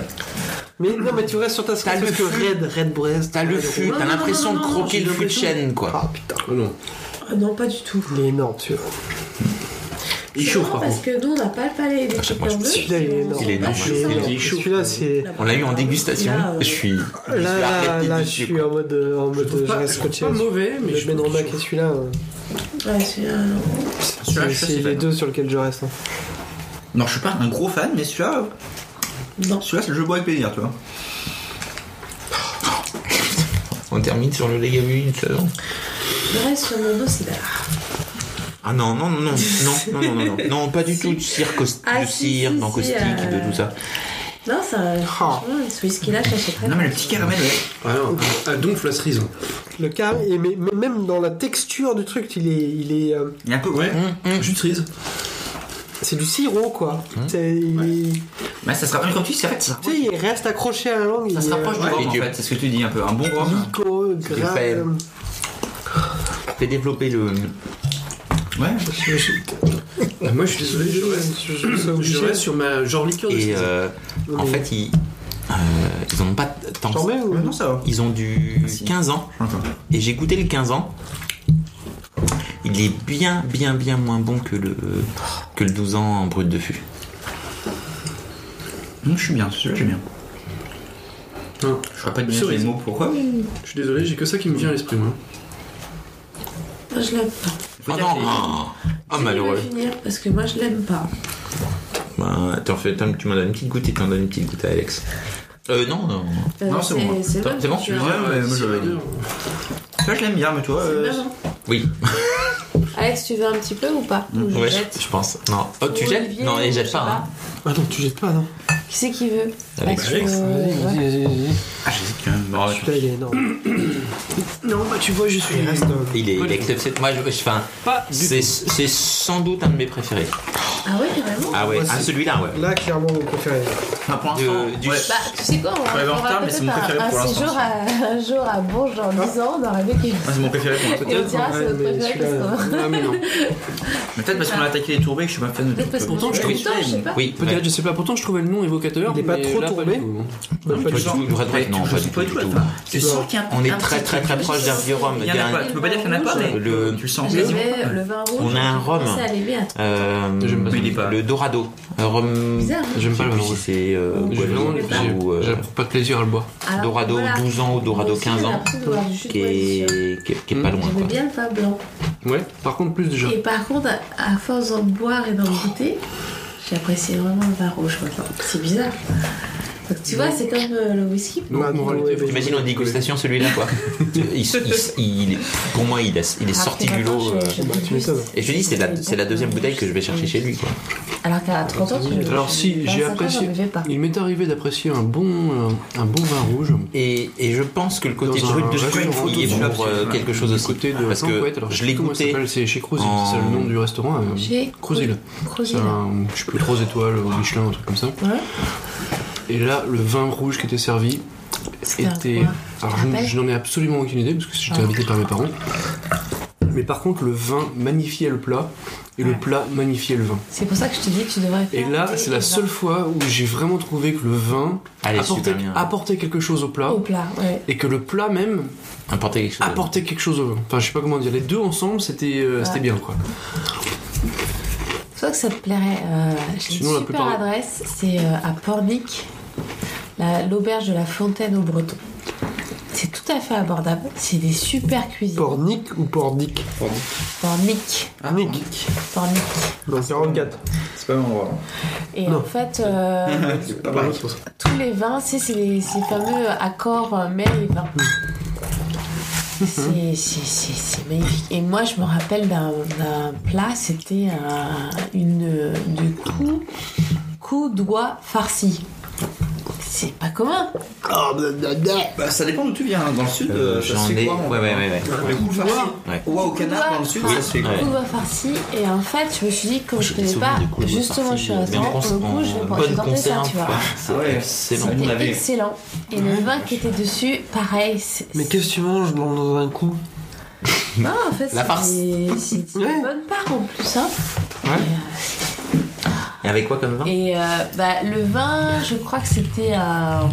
C: Mais non, mais tu restes sur ta
B: T'as
C: cerise
B: le
C: parce que
B: fût.
C: Red, Red Brest.
B: t'as le
C: Red
B: fût,
C: Rouge.
B: t'as l'impression de
D: non, non,
B: croquer
D: j'ai
B: le fût de
D: l'impression-
B: chêne, quoi.
C: Ah putain.
E: Oh non.
D: Ah non, pas du tout.
C: Il est énorme, tu vois.
E: Il chauffe, par
D: parce
E: contre.
D: que nous, on n'a pas le palais des
B: chaque fois, je
D: bleus.
B: me dis,
C: Celui-là, il est
D: Ah,
C: énorme.
B: Il est énorme,
C: Il est énorme.
E: Il est chaud.
C: Celui-là, c'est.
B: On l'a eu en dégustation.
D: Là, euh,
B: Je suis.
C: Là, là, là, je suis en mode. euh, En
E: Je
C: mode
E: trouve
C: je
E: pas,
C: reste
E: je trouve
C: scotché.
E: pas mauvais, mais
C: Je
E: je
C: mets dans
E: trouve
C: ma
E: qu'il
C: et celui-là. euh,
D: Ouais, celui-là, non.
G: Celui-là,
C: C'est
G: je suis
C: c'est
G: assez
C: les
G: fan.
C: deux sur lesquels je reste. hein.
G: Non, je suis pas un gros fan, mais celui-là,
D: Non.
G: celui-là, je le bois avec plaisir, tu vois.
B: On termine sur le Legamuline,
D: Le reste sur mon dos, c'est là.
B: Ah non, non, non, non, non, non, non, non, non, pas du tout du cirque, aus-
D: Ah,
B: du
D: si,
B: cirque,
D: si,
B: dans
D: si,
B: caustique,
D: euh,
B: de tout ça.
D: Non, ça. Franchement, ce whisky-là, je l'achèterais.
G: Non, mais le petit caramel, ouais.
E: est chaud. Ah non, ah, donc la cerise.
C: Le caramel, et mais- mais même dans la texture du truc, il est, il est, euh,
G: Il est un peu. Ouais.
D: Mm,
E: Jus de cerise.
C: c'est du sirop quoi. C'est- il-
G: Mais Bah, ça se rapproche, comme tu dis, c'est vrai, ça se
C: Tu
G: rapproche.
C: sais, il reste accroché à la langue.
G: Ça
C: il
G: se
C: est, euh,
G: rapproche du
B: Ouais.
G: rhum, en
B: Et
G: fait. C'est ce que tu dis un peu. Un bon rhum.
C: liquoreux,
B: du
C: grave.
B: fer. Fais développer le.
G: Ouais.
E: Ah, moi, je suis désolé, je reste.
C: Je- je- je suis
E: Je
C: obligé.
E: reste sur ma genre liqueur de
B: Et
E: cerise.
B: euh,
C: Non,
B: en
C: mais-
B: fait, ils. euh, ils en ont pas tant que
C: J'en mets ou
G: Non, ça va.
B: Ils ont du
G: Si.
B: 15 ans.
G: Attends.
B: Et j'ai goûté le 15 ans. Il est bien, bien, bien moins bon que le, que le 12 ans en brut de fût.
G: Non, je suis bien, celui-là, je suis bien.
E: Non,
G: Je crois pas de
E: Cerise.
G: les mots pourquoi.
E: je suis désolé, j'ai que ça qui me vient à l'esprit, moi.
D: Moi, je l'aime pas.
B: Ah
G: Faut dire
B: non,
G: que-
B: ah, ah,
D: Je vais
B: malheureux.
D: finir parce que moi, je l'aime pas.
B: Bah, t'en fais- t'en- tu m'en donnes une petite goutte et tu m'en donnes une petite goutte à Alex. Euh, non, non.
D: Euh,
G: Non, c'est bon.
D: C'est
B: Attends,
D: bon,
B: c'est bon,
D: tu
B: tu
D: vois.
B: veux
G: Ouais, mais moi,
E: Si,
G: j'avais dit. Celui-là, je l'aime bien, mais toi.
D: C'est
G: euh,
D: bon, hein.
B: Oui,
D: Alex, tu veux un petit peu ou pas Ou je
B: ouais,
D: jette
B: je, je pense. Non. Oh, tu
D: Ou
B: jettes
D: Olivier,
B: Non, et
D: ou
B: jette
D: je
B: pas.
D: sais
B: hein.
C: Ah non, tu jettes pas, non
D: Qui c'est qui veut
B: Alex,
D: Alex, euh, ouais.
C: vas-y, vas-y.
G: Ah, j'hésite quand même. Bon, ouais,
C: Celui-là, il est énorme. non, bah tu vois, je
E: Ah,
C: suis. Il reste. euh,
B: Il est, il est exceptionnel. Moi, je, je fais un- C'est c'est sans doute un de mes préférés.
D: Ah ouais, vraiment
B: Ah ouais,
C: Moi,
B: ah,
C: c'est-
B: celui-là, ouais.
C: Là, clairement, mon préféré.
G: Ah, pour l'instant,
B: De- du-
G: ouais.
D: Bah, tu sais quoi, on
G: Ouais,
D: va
G: mais en
D: on va
G: retard, mais c'est
D: peut-être
G: mon
D: un-
G: préféré pour
D: un
G: l'instant,
D: séjour à- un jour à Bourges dans 10 ans, on aurait vécu.
G: Ah, c'est mon préféré pour l'instant.
D: Et on dira, c'est
C: Ouais,
D: notre
C: mais
D: préféré parce
C: celui-là,
G: euh,
D: qu'on-
E: Ah, mais non.
G: Mais peut-être parce qu'on a attaqué les tourbés que je suis pas fan de
D: Peut-être parce qu'on
E: Pourtant,
D: a
E: je
D: eu
E: trouve
D: le temps, je sais pas.
B: Oui,
E: Peut-être,
B: ouais.
E: je sais pas, pourtant je trouvais le nom évocateur.
C: Il est pas
E: mais
C: trop
E: là,
C: tourbé.
E: du tout.
C: Bah,
B: Pas
C: pas
B: du
C: du tout.
B: tout, Red Bull, non, pas du tout, du tout.
G: Tu sens qu'il y a un
B: On est
G: un
B: très
G: petit
B: très très
G: truc.
B: proche d'un vieux rhum.
G: Il y en a pas. Tu peux pas dire qu'il n'y en a pas, mais
B: Le-
G: tu le sens.
D: J'avais euh, le vin rouge.
B: On a un
D: j'ai
B: rhum.
D: commencé à l'aimer à-
B: Euh,
E: J'aime pas
G: ça. Il est pas-
B: Le Dorado. Euh, Un rhum-
D: Bizarre, hein.
B: J'aime pas le
E: Je sais
B: rhum.
E: plus
B: C'est euh,
E: J'ai vraiment-
B: Guadeloupe ou,
E: j'ai-
B: euh,
E: J'apprends pas de plaisir à le boire.
D: Alors,
B: Dorado
D: voilà.
B: 12 ans ou Dorado
D: Aussi,
B: 15
D: j'ai
B: ans.
D: l'impression de boire du jus de
B: Qui
D: poisson.
B: est, qui est- qui est pas loin.
D: J'aimais
B: Quoi.
D: bien le vin blanc.
E: Ouais, par contre, plus déjà.
D: Et par contre, à à force d'en boire et d'en goûter, j'apprécie vraiment le vin rouge maintenant. C'est bizarre. Donc, tu vois, c'est comme euh, le whisky.
E: Donc,
C: Bah,
E: moralité,
C: ouais,
E: faut-
B: Imagine en dégustation celui-là quoi. il, il- il- pour moi il, a- il est
D: Après,
B: sorti du
D: maintenant,
B: lot.
D: je-
B: euh,
D: je-
C: Bah, tu m'étonnes.
B: Et je te dis c'est la, c'est la deuxième
D: Ah,
B: bouteille que je vais chercher chez lui quoi.
D: Alors qu'à 30 ans, tu
E: Bah, Alors, si, j'ai apprécié. Il m'est arrivé d'apprécier un bon, euh, un bon vin rouge.
B: Et, et je pense que le côté
E: Dans un
B: brut de ce
E: restaurant,
B: il est
E: dans un
B: pour euh,
G: restaurant,
B: quelque chose
E: Du
B: aussi.
E: côté de
B: Parce
E: non,
B: que
E: ouais, alors,
B: je
E: sais
B: l'ai
E: plus comment ça
B: goûté.
E: s'appelle, C'est chez Crozil,
B: en-
E: c'est le nom du restaurant. euh,
D: Chez
E: Crozil. C'est
D: Crozil.
E: un, je sais plus, 3 étoiles au Michelin, un truc comme ça.
D: Ouais.
E: Et là, le vin rouge qui était servi
D: C'était un
E: était.
D: quoi
E: Alors,
D: Tu te
E: je,
D: rappelles
E: je n'en ai absolument aucune idée parce que j'étais
D: Ah.
E: invité par mes parents. Mais par contre, le vin magnifiait le plat et le
D: Ouais. Ah,
E: plat magnifiait le vin.
D: C'est pour ça que je te dis que tu devrais
E: Et
D: faire.
E: là,
D: goûter
E: c'est
D: le
E: la
D: vin
E: seule fois où j'ai vraiment trouvé que le vin
B: Allez,
E: apportait,
B: super bien.
E: apportait quelque chose au plat
D: Au plat, ouais.
E: et que le plat même
B: Apporter quelque chose.
E: apportait quelque chose au vin. Enfin, je sais pas comment dire. Les deux ensemble, c'était euh, c'était bien quoi.
D: Soit que ça te plairait. euh, J'ai une
E: Sinon, la
D: super
E: plupart-
D: adresse, c'est euh, à Pornic, la- l'auberge de la Fontaine au Breton. C'est tout à fait abordable. C'est des super cuisines.
C: Pornic ou Pordic
D: Pornic.
C: Pornic.
D: Pornic.
C: Dans 44.
G: C'est pas mon endroit.
D: Et
C: Non.
D: en fait, euh,
G: C'est pas pareil.
D: tous les vins, tu sais, c'est les- ces fameux accords euh, mets et vins. C'est- c'est- C'est c'est magnifique. Et moi, je me rappelle d'un d'un plat, c'était un- une de cou, cou d'oie farci. C'est pas commun.
G: Oh, blablabla. Bah, ça dépend d'où tu viens. hein. Dans le sud,
B: Euh,
G: euh, ça
B: J'en
G: se fait
B: ai.
G: quoi en-
B: Ouais, ouais, ouais. ouais.
G: Le couloir,
B: Ouais.
G: au canard dans le sud, ça se fait quoi
B: Ouais.
D: Couloir farci et en fait je me suis dit comme
B: Moi,
D: je
B: j'ai
D: connais
B: des
D: pas
B: souvenirs de couloir
D: justement
B: farci,
D: je suis
B: mais
D: restaurant
B: en
D: pour le coup
B: bonne
D: je vais tenter ça
B: conserve,
D: tu vois.
B: quoi.
G: Ah ouais.
B: C'est excellent.
G: On
D: C'était
G: avait-
D: excellent et le vin qui était dessus pareil. c'est-
C: Mais qu'est-ce que tu manges dans, dans un coup
D: Non, en fait,
B: La farce.
D: c'est c'est
C: Ouais.
D: une bonne part en plus. Hein.
B: Et avec quoi comme vin
D: Et euh, bah, le vin, je croin que c'était un,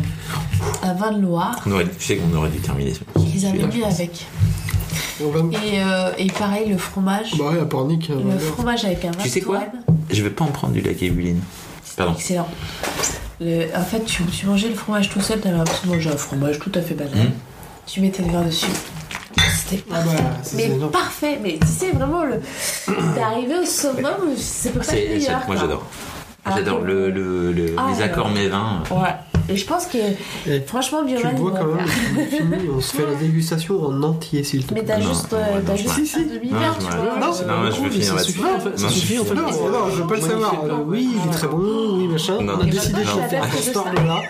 D: un vin de Loire
B: On aurait- Tu sais qu'on aurait dû terminer ça.
D: qu'ils avaient mis avec.
C: On va me-
D: Et, euh, et pareil, le fromage.
C: Bah ouais, à Pornic. hein,
D: le
C: voilà.
D: fromage avec un vin
B: Tu sais
D: de
B: quoi
D: Touraine,
B: Je vais pas en prendre du lac ébuline. Pardon.
D: Excellent. Le- en fait, tu, tu mangeais le fromage tout seul, t'avais l'impression de manger un fromage tout à fait banal.
B: Mhm.
D: Tu mettais le vin dessus. C'était
C: Ah
D: parfait.
C: bah, ça, c'est
D: mais
C: énorme.
D: parfait. Mais tu sais, vraiment, le... d'arriver au summum, c'est pas
B: Ah, C'est-
D: meilleur.
B: ça, Moi
D: quoi.
B: j'adore.
D: Ah,
B: J'adore
D: bon.
B: le, le- le-
D: Ah,
B: les accords
D: alors.
B: mes vins.
D: Ouais. Et je pense que,
C: Eh,
D: franchement,
C: Tu
D: Bioman,
C: bois
D: il
C: quand
D: doit
C: même,
D: faire.
C: c'est fini, on se fait la dégustation en entier s'il te
D: Mais
C: plaît.
D: t'as
B: Non,
D: juste,
B: non,
D: euh,
B: non,
D: t'as
B: je
D: juste
B: m'arrête.
D: un demi-verre, tu vois.
B: Non,
D: euh,
B: non, je vais finir
E: ça
B: là-dessus.
E: suffit, en fait, ça
B: Non,
E: suffit, en fait.
B: non,
C: Non, non, je veux pas le savoir.
E: Magnifique.
C: Euh, oui, il est très bon, oui, machin.
B: Non.
C: On a
B: Et
C: décidé de
D: maintenant,
C: le
D: je
C: faire
D: l'adapte
C: dans
D: de
C: cet
D: ça.
C: ordre-là.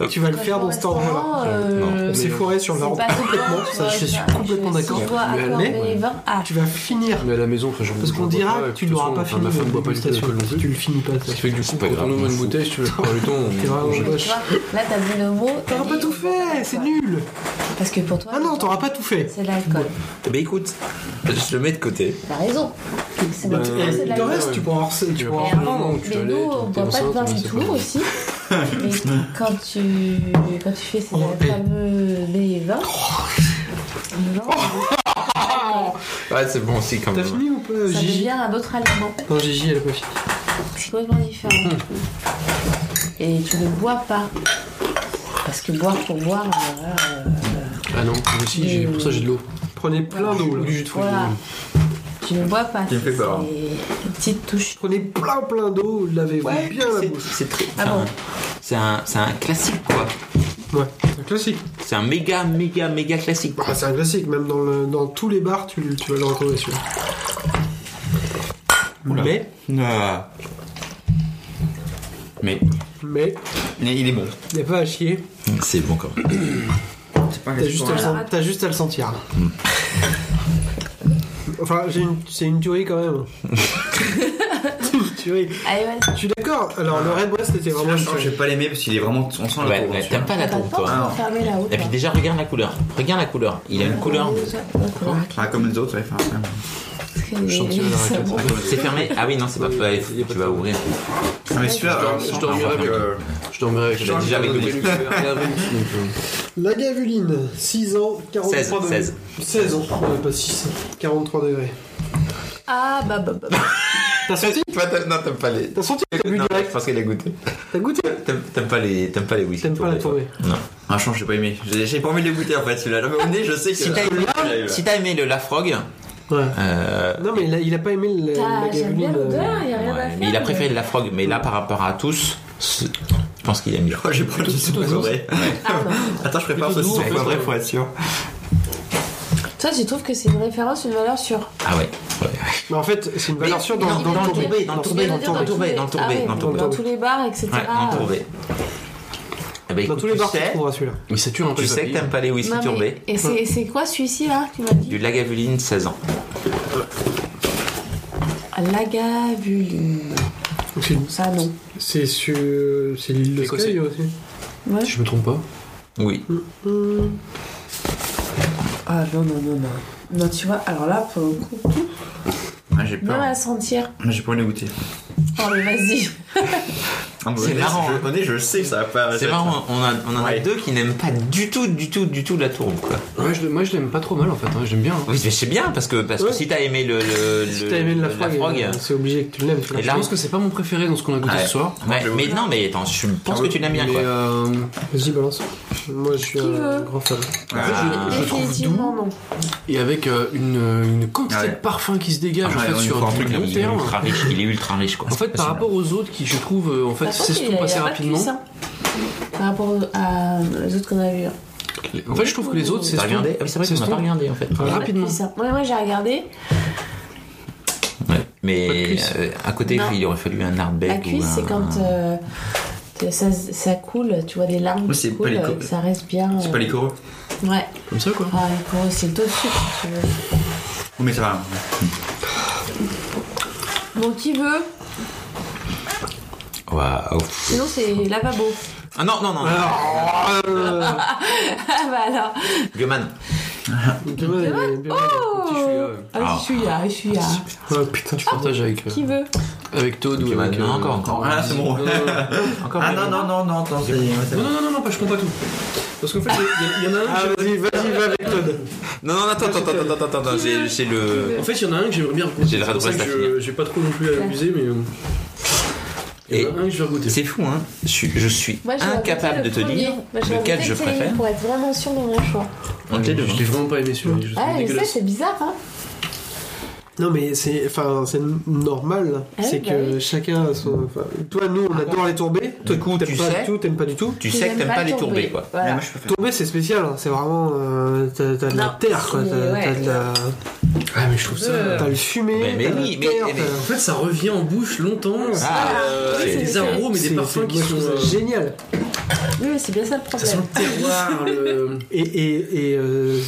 C: Et tu vas le faire dans cet ordre-là.
D: euh,
C: On s'est foiré sur le
D: c'est
C: rang
D: pas
C: complètement,
D: bon, tu
C: ça
D: vois,
C: je suis
D: ça.
C: complètement
D: Je
C: d'accord.
D: suis soit
E: Mais-
D: accord,
C: mais-
D: mais vin- ah,
C: Tu vas finir.
E: Mais à la maison, enfin, j'en
C: Parce
E: j'en
C: qu'on
E: bois
C: dira
E: pas,
C: que
E: et
C: tu
E: de toute
C: l'auras
E: façon,
C: pas
E: enfin,
C: fini
E: Ma femme
C: la
E: boit pas du tout
C: dégustation.
E: d'alcool non plus.
C: Tu le finis pas. ça.
E: Ce qui fait que du coup,
B: pas
E: quand
B: grave,
E: on ouvre
B: on
E: une
B: s'en
E: bouteille, si tu veux prendre du temps,
C: T'es
E: on-
C: vraiment
E: on-
D: tu
C: moche.
D: vois, là t'as mis le mot. t'as
C: T'auras
D: dit-
C: pas tout fait, c'est nul.
D: Parce que pour toi.
C: Ah non, t'auras pas tout fait.
D: C'est de l'alcool.
B: Eh ben, écoute, je le mets de côté.
D: T'as raison. C'est
E: Bah,
D: bon,
E: euh,
D: c'est de
C: Le
D: l'alcool.
C: reste, tu pourras recevoir.
E: Tu
C: Tu
E: vas
C: pourras
D: Mais
E: prendre un
D: avant,
E: moment où tu
D: mais
E: dois
D: nous,
E: aller,
D: on
E: t'es
D: boit pas de
E: enceinte,
D: vin
E: mais
D: du
E: c'est
D: tout
E: pas grave.
D: aussi. Mais quand tu, quand tu fais ces
C: Oh, eh.
D: fameux des vins. non,
B: Ouais, c'est bon aussi quand
C: T'as
B: même.
C: fini ou pas,
D: ça devient
C: Gigi
D: un autre aliment.
C: Non, Gigi, elle a pas fini.
D: C'est complètement différent.
B: Hmm.
D: Et tu ne bois pas. Parce que boire pour boire, euh, voilà, euh,
E: Ah non, mais si, j'ai- pour ça j'ai de l'eau.
C: Prenez
B: Ah
D: Ah,
C: plein d'eau là.
E: Du jus de fruits.
D: voilà. Tu ne bois pas.
G: me fais peur, hein.
D: C'est une petite touche.
C: Prenez plein plein d'eau, lavez-vous bien la
B: c'est-
C: bouche.
B: c'est très.
D: Ah bon.
B: C'est un, c'est un classique quoi.
C: Ouais, c'est un classique.
B: C'est un méga, méga, méga classique.
C: Bah, c'est un classique, même dans, le, dans tous les bars, tu, le- tu vas le retrouver celui-là.
G: Mais, euh,
B: Mais
C: Mais
G: mais il est bon.
C: il n'y a pas à chier,
B: c'est bon quand même.
G: C'est pas hein. un
C: t'as juste, à le
G: restaurant.
C: sen- t'as juste à le sentir. Enfin, j'ai une- c'est une tuerie quand même. C'est une tuerie.
D: Allez, vas-y.
C: Je suis d'accord, alors le Red Breast était vraiment
G: Celui-là,
C: une
G: je crois que
C: tuerie.
G: j'ai pas l'aimé parce qu'il est vraiment. On sent la
B: Ouais,
G: tour,
B: ouais,
G: hein,
B: t'aimes pas la
D: T'as
B: tour
D: pas
B: toi.
D: encore fermé là-haut.
B: Et puis déjà regarde la couleur. Regarde la couleur. Il a une couleur.
G: Ah, comme les autres, ouais. enfin, ouais.
B: C'est fermé. Ah oui non c'est pas. ouais, tu vas ouvrir.
G: Ah, mais celui-là,
E: Je
G: alors,
E: dormirai-
G: on
E: je
G: sent-
E: dormirai avec.
G: euh,
E: Je dormirai avec.
B: J'ai déjà avec Dominique.
C: La Gavuline, 6 ans, 43
B: 16,
C: degrés.
B: 16.
C: 16 ans, ouais, pas 6, 43 degrés.
D: Ah bah bah bah.
B: Euh,
C: T'as senti
B: Toi t'aimes- non t'aimes pas les.
C: T'as senti T'as bu
B: Non,
C: direct
B: je pense qu'il a goûté.
C: T'as goûté
B: T'aimes t'aimes pas les t'aimes pas les whisky.
C: T'aimes pas la
B: tournés, toi.
C: tournée
B: Non.
G: Ah, je j'ai pas aimé. J'ai j'ai pas envie de le goûter en fait celui-là. Au nez, je sais que.
B: Si t'as aimé,
G: J'arrive.
B: si t'as aimé le Lafrog,
C: Ouais.
B: euh,
C: Non, mais il a, il a pas aimé la, la
D: T'as- J'aime bien
C: Gavuline. euh,
D: l'odeur, y a rien à
B: ouais,
D: faire.
B: mais il a préféré le Lafrog. Mais là par rapport à tous, c'est- je pense qu'il aime mieux.
G: Oh, j'ai pris du sous ouais.
D: Ah, bah.
G: Attends, je prépare ce
B: doux,
G: sous
B: en fait,
G: vrai
B: ouais.
G: pour être sûr.
D: Toi, tu trouves que c'est une référence, une valeur sûre
B: Ah ouais. ouais, ouais.
C: Mais en fait, c'est une valeur sûre dans,
B: non,
C: dans
B: dans
C: le
B: le
C: tourbé.
B: tourbé, dans le tourbé,
D: Tu
B: dans le
D: veux dire
B: tourbé,
D: tous les-
B: dans le tourbé,
D: ah oui,
B: dans le tourbé.
D: Dans tous les bars, etc.
B: Ouais, dans le tourbé. Eh ben,
C: Dans
B: écoute,
C: tous les
B: tu
C: bars, tu
B: sais,
C: trouveras celui-là.
E: Mais hein, ça tue un peu
B: tu
E: les
B: sais que
E: papilles.
B: t'aimes pas les whisky
D: Non, mais-
B: tourbés.
D: Et c'est c'est quoi celui-ci là Tu m'as dit
B: Du Lagavuline 16 ans.
D: Lagavuline.
C: Donc c'est-
D: Ça, non.
C: C'est sur. C'est l'île de
E: Écossais.
C: Skye aussi.
D: Ouais.
E: Si je me trompe pas.
B: Oui.
D: Ah non, non, non, non. Non, tu vois, alors là, pour le coup,
G: Ah, j'ai
D: même à
G: peur.
D: le sentir.
G: Mais J'ai pas envie de le goûter.
D: Oh, mais vas-y.
G: Ah, mais
B: C'est
G: au nez,
B: marrant,
G: je- Au nez, je sais que Ah, ça va pas.
B: C'est marrant, on, a- on en a
G: Ouais.
B: deux qui n'aiment pas du tout, du tout, du tout la tourbe. Quoi.
E: Ouais, je- Moi je l'aime pas trop mal en fait, hein, j'aime bien. hein.
B: Oui, mais c'est bien parce que, parce que
C: Ouais.
B: si t'as aimé le. le-
C: Si
B: le-
C: t'as aimé de la
B: le
C: frog,
B: Lafrogue,
C: euh, c'est obligé que tu l'aimes.
B: Et
E: Je
B: là-
E: pense que c'est pas mon préféré dans ce qu'on a goûté
B: ouais.
E: ce soir.
B: Ouais,
G: je vais
B: mais
G: ouvrir.
B: non, mais attends, je pense que tu l'aimes bien.
E: Mais,
B: Quoi.
E: euh,
C: Vas-y, balance. Moi, je suis
D: Qui
C: un
D: veut
C: grand fan.
G: Ah,
E: je trouve
D: Définitivement, non.
E: Et avec euh, une, une quantité
G: Ouais.
E: de parfum qui se dégage
G: Ah,
E: en fait
G: ouais, il
E: sur
G: faut un
E: du
G: truc, là,
E: long
G: vous
E: terme.
B: ultra riche, il est ultra riche. Quoi.
E: En fait, par rapport aux autres qui, je trouve, euh, en fait,
D: Par contre, il
E: s'estompent
D: a- il
E: assez
D: a pas de
E: rapidement.
D: cuisse, hein. Par rapport aux- à les autres qu'on a vus. hein.
E: En fait, je trouve que les autres
B: T'as
D: T'as
E: s'estompent
B: regardé Ah oui, c'est vrai
E: c'est
B: qu'on n'a
E: tout.
B: pas regardé en fait.
D: Il a pas de
E: rapidement.
D: cuisse, hein. Ouais, moi j'ai regardé.
B: Ouais.
E: Pas de
B: Mais
E: cuisse.
B: euh, à côté,
D: Non.
B: il aurait fallu un
D: La
B: Ardbeg.
D: cuisse,
B: ou un-
D: c'est quand euh, que ça, ça coule, tu vois des larmes
G: Mais
D: qui
G: c'est pas
D: coulent,
G: les co-
D: euh, que ça reste bien.
G: C'est pas les coraux.
D: euh, Ouais.
E: Comme ça, quoi.
D: Ah, les coraux, c'est le taux de sucre, tu veux.
G: Oui, mais ça va.
F: Bon, qui veut
B: Waouh.
F: Sinon, c'est lavabo.
B: Ah non, non, non.
D: Ah bah alors.
B: Gueman.
C: Demain, elle est bien-
E: Si je suis là, ouais.
D: Ah, je suis là, je suis là.
C: Ah, putain, tu
E: Je partage avec, euh,
F: Qui veut
E: avec Todd ou
B: Gueman.
E: avec. euh,
B: Non, encore, encore.
G: Ah, c'est bon.
E: Non, non, non. Encore.
G: Ah
E: mais-
G: non, non, non, non, attends, c'est. ouais, c'est
E: Non,
G: bon.
E: non, non, non, non, pas, je compte pas tout. Parce qu'en fait, il y, en a
B: Ah
E: un. que j'aimerais-
C: Vas-y, vas-y, va avec Todd.
B: Non, non, attends, attends, attends, attends, attends, j'ai j'ai le.
E: En fait, il y en a un que j'aimerais bien goûter.
B: J'ai le
E: C'est pour ça
B: Red
E: que
B: Breast à
E: je-
B: finir.
E: J'ai pas trop non plus à abuser, mais. euh, Il y en a un que je vais goûter.
B: C'est fou, hein. Je suis, je suis
D: Moi, j'ai
B: incapable de
D: goûté
B: te
D: le premier.
B: dire
D: Moi, j'ai
B: lequel
D: goûté
B: je
D: le premier
B: préfère.
D: Pour être vraiment sûr de mon choix.
E: Ah,
B: Entre les
E: Je
B: deux, hein.
E: l'ai vraiment pas aimé celui-là. je le trouve
D: Ah, mais ça,
E: dégueulasse.
D: c'est bizarre, hein.
C: Non, mais c'est enfin, c'est normal.
D: Ah oui,
C: c'est
D: bah
C: que
D: oui.
C: chacun a son. enfin, toi, nous, on adore les tourbées. Toi,
B: coup,
C: t'aimes
B: tu
C: pas
B: sais.
C: du tout, t'aimes pas du tout.
B: Tu
D: Tu
B: sais que
D: aimes
B: t'aimes
D: pas
B: pas les
D: tourber.
B: tourbés, quoi.
D: Voilà.
G: Mais Moi, je préfère.
C: Tourbée, c'est spécial. hein. C'est vraiment. euh, t'as t'as de la
D: Non,
C: terre, quoi.
D: c'est-
C: T'as t'as
D: ouais.
C: de la.
E: Ah, mais je trouve ça.
C: T'as le fumé.
B: Mais- mais
C: t'as
B: oui,
C: la terre,
B: mais- mais-
C: t'as-
E: En fait, ça revient en bouche longtemps.
B: Ah,
E: Euh,
D: Oui, c'est
E: avec des
D: vrai.
E: arômes et
C: c'est-
E: des parfums
C: c'est-
E: qui
C: moi, je
E: sont.
C: trouve ça
E: euh,
C: génial.
D: Oui, mais c'est bien ça le
E: Ça sent
D: problème.
E: le terroir, le.
C: Et, et, et euh,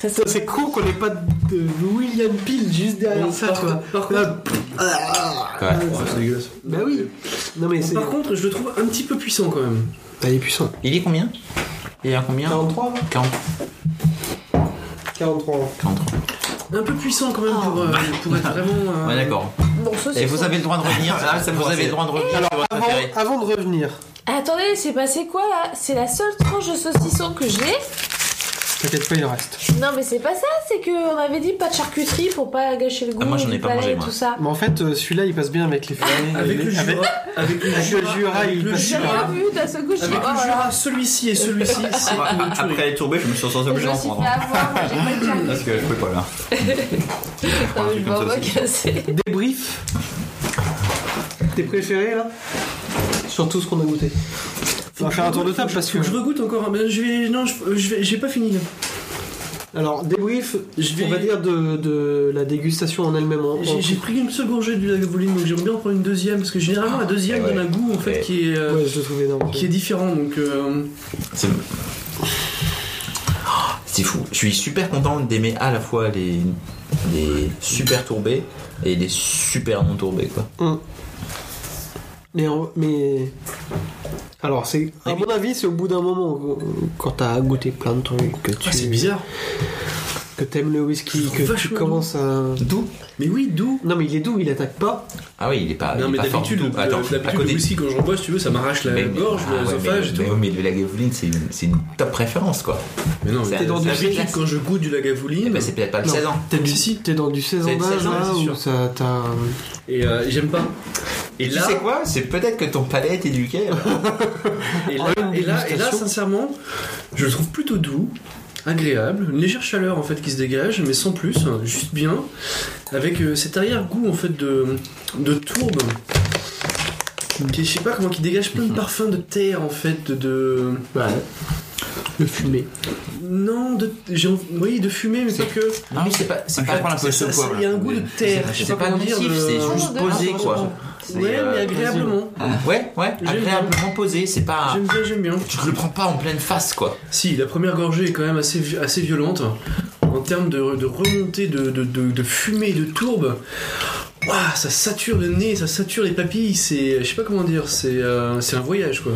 D: Ça
C: putain,
D: sent
C: c'est con qu'on ait pas de William Peel juste derrière
E: Bon,
C: ça,
E: par
C: tu vois.
E: contre- par
C: Là,
E: contre-
C: pff, ah,
B: Ouais.
C: ah,
E: c'est dégueulasse.
C: Bah oui. Non mais c'est.
E: Par contre, je le trouve un petit peu puissant quand même.
C: Bah, il est puissant.
B: Il est combien Il est à combien
C: 43
B: 40,
C: 43.
B: 43.
E: Un peu puissant quand même pour, euh, pour être vraiment. euh,
B: Ouais, d'accord.
D: bon, ça,
B: Et
D: c'est
B: vous
D: quoi
B: avez le droit de revenir.
G: Ah, ça me
B: vous avez
G: rassure.
B: le droit de revenir sur votre
C: Avant,
B: préféré.
C: avant de revenir,
D: Attendez, c'est passé quoi là C'est la seule tranche de saucisson que j'ai.
C: t'inquiète pas, il reste.
D: Non, mais c'est pas ça, c'est qu'on avait dit pas de charcuterie pour pas gâcher le goût.
B: Ah, moi, j'en ai
D: du
B: pas
D: palais
B: mangé,
D: et
B: moi.
D: tout ça.
C: Mais en fait, euh, celui-là, il passe bien avec les fermiers.
E: Avec le Jura, avec le
C: Avec le Jura,
E: avec
C: il
E: le
C: passe
D: J'ai
E: Jura.
D: rien vu d'un seul coup, je suis
E: Avec
D: oh
E: le
D: là là.
E: Jura, celui-ci et celui-ci, c'est
D: Ah,
E: une tuerie.
G: Après les tourbées, je me suis senti
D: Je me
G: obligé
D: suis
G: d'en
D: fait
G: prendre. hein.
D: avoir, moi, j'ai Ah, pas de charcuterie.
G: Parce que je peux pas là.
D: Non, mais je
G: truc
D: m'en
G: comme ça
D: vois
G: aussi.
D: casser.
C: Débrief. Tes préférés, là Sur tout ce qu'on a goûté. On va faire un tour de table parce que.
E: Je regoute encore. un- mais Je vais. Non, je je vais. J'ai pas fini. là.
C: Alors, débrief,
E: Je vais-
C: on va dire de, de la dégustation en elle-même. en- en-
E: J'ai j'ai pris une seule gorgée de la gaboline, donc j'aimerais bien en prendre une deuxième parce que généralement la deuxième
B: Eh ouais.
E: donne un goût en fait
B: Eh.
E: qui est. euh,
C: Ouais, je le trouve énorme.
E: Qui est différent donc. euh,
B: C'est Oh, C'est fou. Je suis super content d'aimer à la fois les, les super tourbés et les super non tourbés, quoi.
C: Mais, en- mais. Alors, c'est. À mon avis, c'est au bout d'un moment, euh, quand t'as goûté plein de trucs, que tu.
E: Ah, c'est bizarre.
C: que t'aimes le whisky, que tu
E: Vachement
C: commences à.
E: Doux. Mais oui, doux.
C: Non, mais il est doux, il attaque pas.
B: Ah oui, il est pas.
E: Non
B: il est
E: mais
B: pas fort du
E: d'habitude, le,
B: tout. Attends,
E: le-
B: à
E: l'habitude,
B: côté-
E: le whisky quand je bois, si tu veux, ça m'arrache la
B: Mais- mais-
E: gorge,
B: ah ouais,
E: l'œsophage et
B: mais,
E: tout.
B: mais, oui, mais le lagavulin, c'est une, c'est une top référence, quoi.
E: Mais non,
B: C'est
E: mais
B: dans du
E: d'habitude,
B: glace.
E: quand je goûte du
B: Eh
E: lagavulin,
B: ben, c'est peut-être pas le 16 ans.
C: T'es
E: Si, si.
C: t'es dans du 16
B: C'est
C: ans
B: le
C: d'âge,
B: 16 ans,
C: là,
B: c'est
C: où
B: sûr.
C: ça t'as.
E: et euh, j'aime pas. Et
B: Tu
E: là,
B: sais quoi C'est peut-être que ton palais est éduqué.
E: et
C: Ah,
E: là,
C: une
E: et là, et là,
C: dégustation.
E: sincèrement, je le trouve plutôt doux, agréable, une légère chaleur en fait qui se dégage, mais sans plus, hein, juste bien, avec euh, cet arrière-goût en fait de, de tourbe. Qui, je sais pas comment, qui dégage plein
B: Mhm.
E: de parfums de terre en fait, de. de-
C: Le fumé.
E: Non, de, j'ai envie- oui, de fumée, mais pas que.
B: non, mais c'est pas. C'est
G: Je
B: pas.
G: vais prendre un peu
E: ça- ça-
G: ce poivre,
E: Il y a un
G: là.
E: goût de terre. je sais
B: C'est pas
E: comment dire,
B: nocif,
E: de-
B: c'est juste posé, quoi. C'est,
E: Ouais,
B: euh,
E: mais agréablement.
B: Ouais, ouais,
E: J'aime
B: agréablement posé. C'est pas.
E: J'aime bien, j'aime bien.
B: Tu te le prends pas en pleine face, quoi.
E: Si, la première gorgée est quand même assez, vi- assez violente. En termes de, de remontée de, de, de, de fumée, de tourbe, Ouah, ça sature le nez, ça sature les papilles. C'est, je sais pas comment dire, c'est euh, c'est un voyage quoi.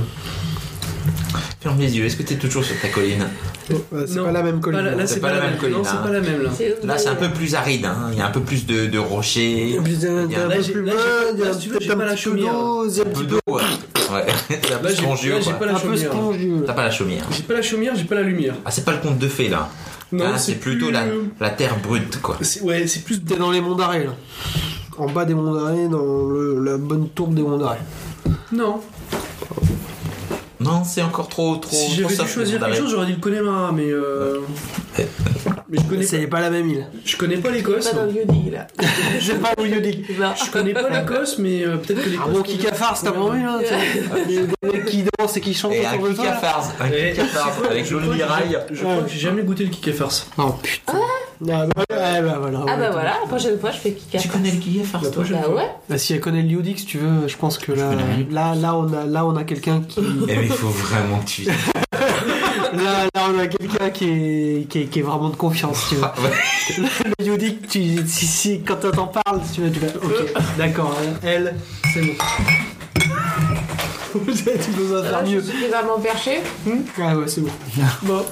B: Ferme les yeux. Est-ce que t'es toujours sur ta colline
C: c'est
E: Non,
C: pas la même
E: Pas
C: colline.
E: la- là,
B: C'est
E: c'est
B: pas la même colline,
E: Non, c'est
B: hein.
E: pas la même là.
B: Là, c'est un peu plus aride. hein. Il y a un peu plus de, de rochers.
C: Puis t'as-
B: Il y
C: t'as
B: a
C: un
E: là,
C: peu
E: j'ai-
C: plus
E: là,
C: bas,
E: j'ai-
C: il y a
E: là, si tu veux,
C: peut-être
E: j'ai pas
C: un
E: la
C: petit peu
E: chaumière.
C: d'eau, il y a un
B: Un peu
C: petit
B: d'eau.
C: peu-
B: Ouais. ouais. C'est un peu
E: Là, j'ai-
B: spongieux,
E: là, j'ai
B: quoi.
E: pas la
C: un peu
E: chaumière.
C: spongieux.
B: T'as
C: là.
B: pas la chaumière.
E: J'ai pas la chaumière, j'ai pas la lumière.
B: Ah, c'est pas le conte de fées là.
E: Non,
B: Là, Ah, c'est plutôt
E: plus-
B: la, la terre brute, quoi.
E: c'est- ouais, c'est plus.
C: T'es dans les monts d'arrêt, là. En bas des monts d'arrêt, dans le- la bonne tourbe des monts d'arrêt.
E: Non.
B: Non, c'est encore trop, trop.
E: Si
B: trop
E: j'avais dû
B: soft,
E: choisir
B: le
E: quelque
B: mandarin.
E: chose, j'aurais dit le Connemara, mais. euh, mais je connais,
C: C'est pas la même île.
E: je connais pas l'Écosse.
D: Pas dans le Yoding là.
C: C'est pas où you
D: Non.
E: Je connais pas l'Écosse, mais euh, peut-être que
C: Ah
E: l'Écosse.
C: bon, qui cafard, c'est pas envie, là. tu sais. Des mecs qui dansent et qui chantent
B: Et un
C: autour de toi, là.
B: kikafars, un
E: Eh,
B: kikafars
E: c'est quoi,
B: avec
E: je
B: le
E: crois que j'ai-
B: mirail.
E: Je crois que j'ai jamais goûté le kikafars.
C: Non, Oh, putain. Ah bah, ouais, bah voilà.
D: Ah
C: ouais.
D: bah voilà, la prochaine fois je fais Kika.
B: Tu connais le qui est first
C: La prochaine
D: Bah ouais,
C: Bah, si elle connaît le Lyodix, tu veux, je pense que là,
B: connais.
C: là, là, on a, là, on a quelqu'un qui,
B: Eh mais faut vraiment que tu...
C: là, là, on a quelqu'un qui est, qui est, qui est vraiment de confiance, tu vois.
B: Ah,
C: Le Lyodix, tu, si, si, quand on t'en parle, tu vas, tu vas, ok, d'accord, hein, elle, c'est bon. Vous avez besoin de
F: Ah,
D: Bah
C: faire
F: je
C: mieux.
F: suis vraiment perché.
C: Ah ouais, c'est bon. Bon,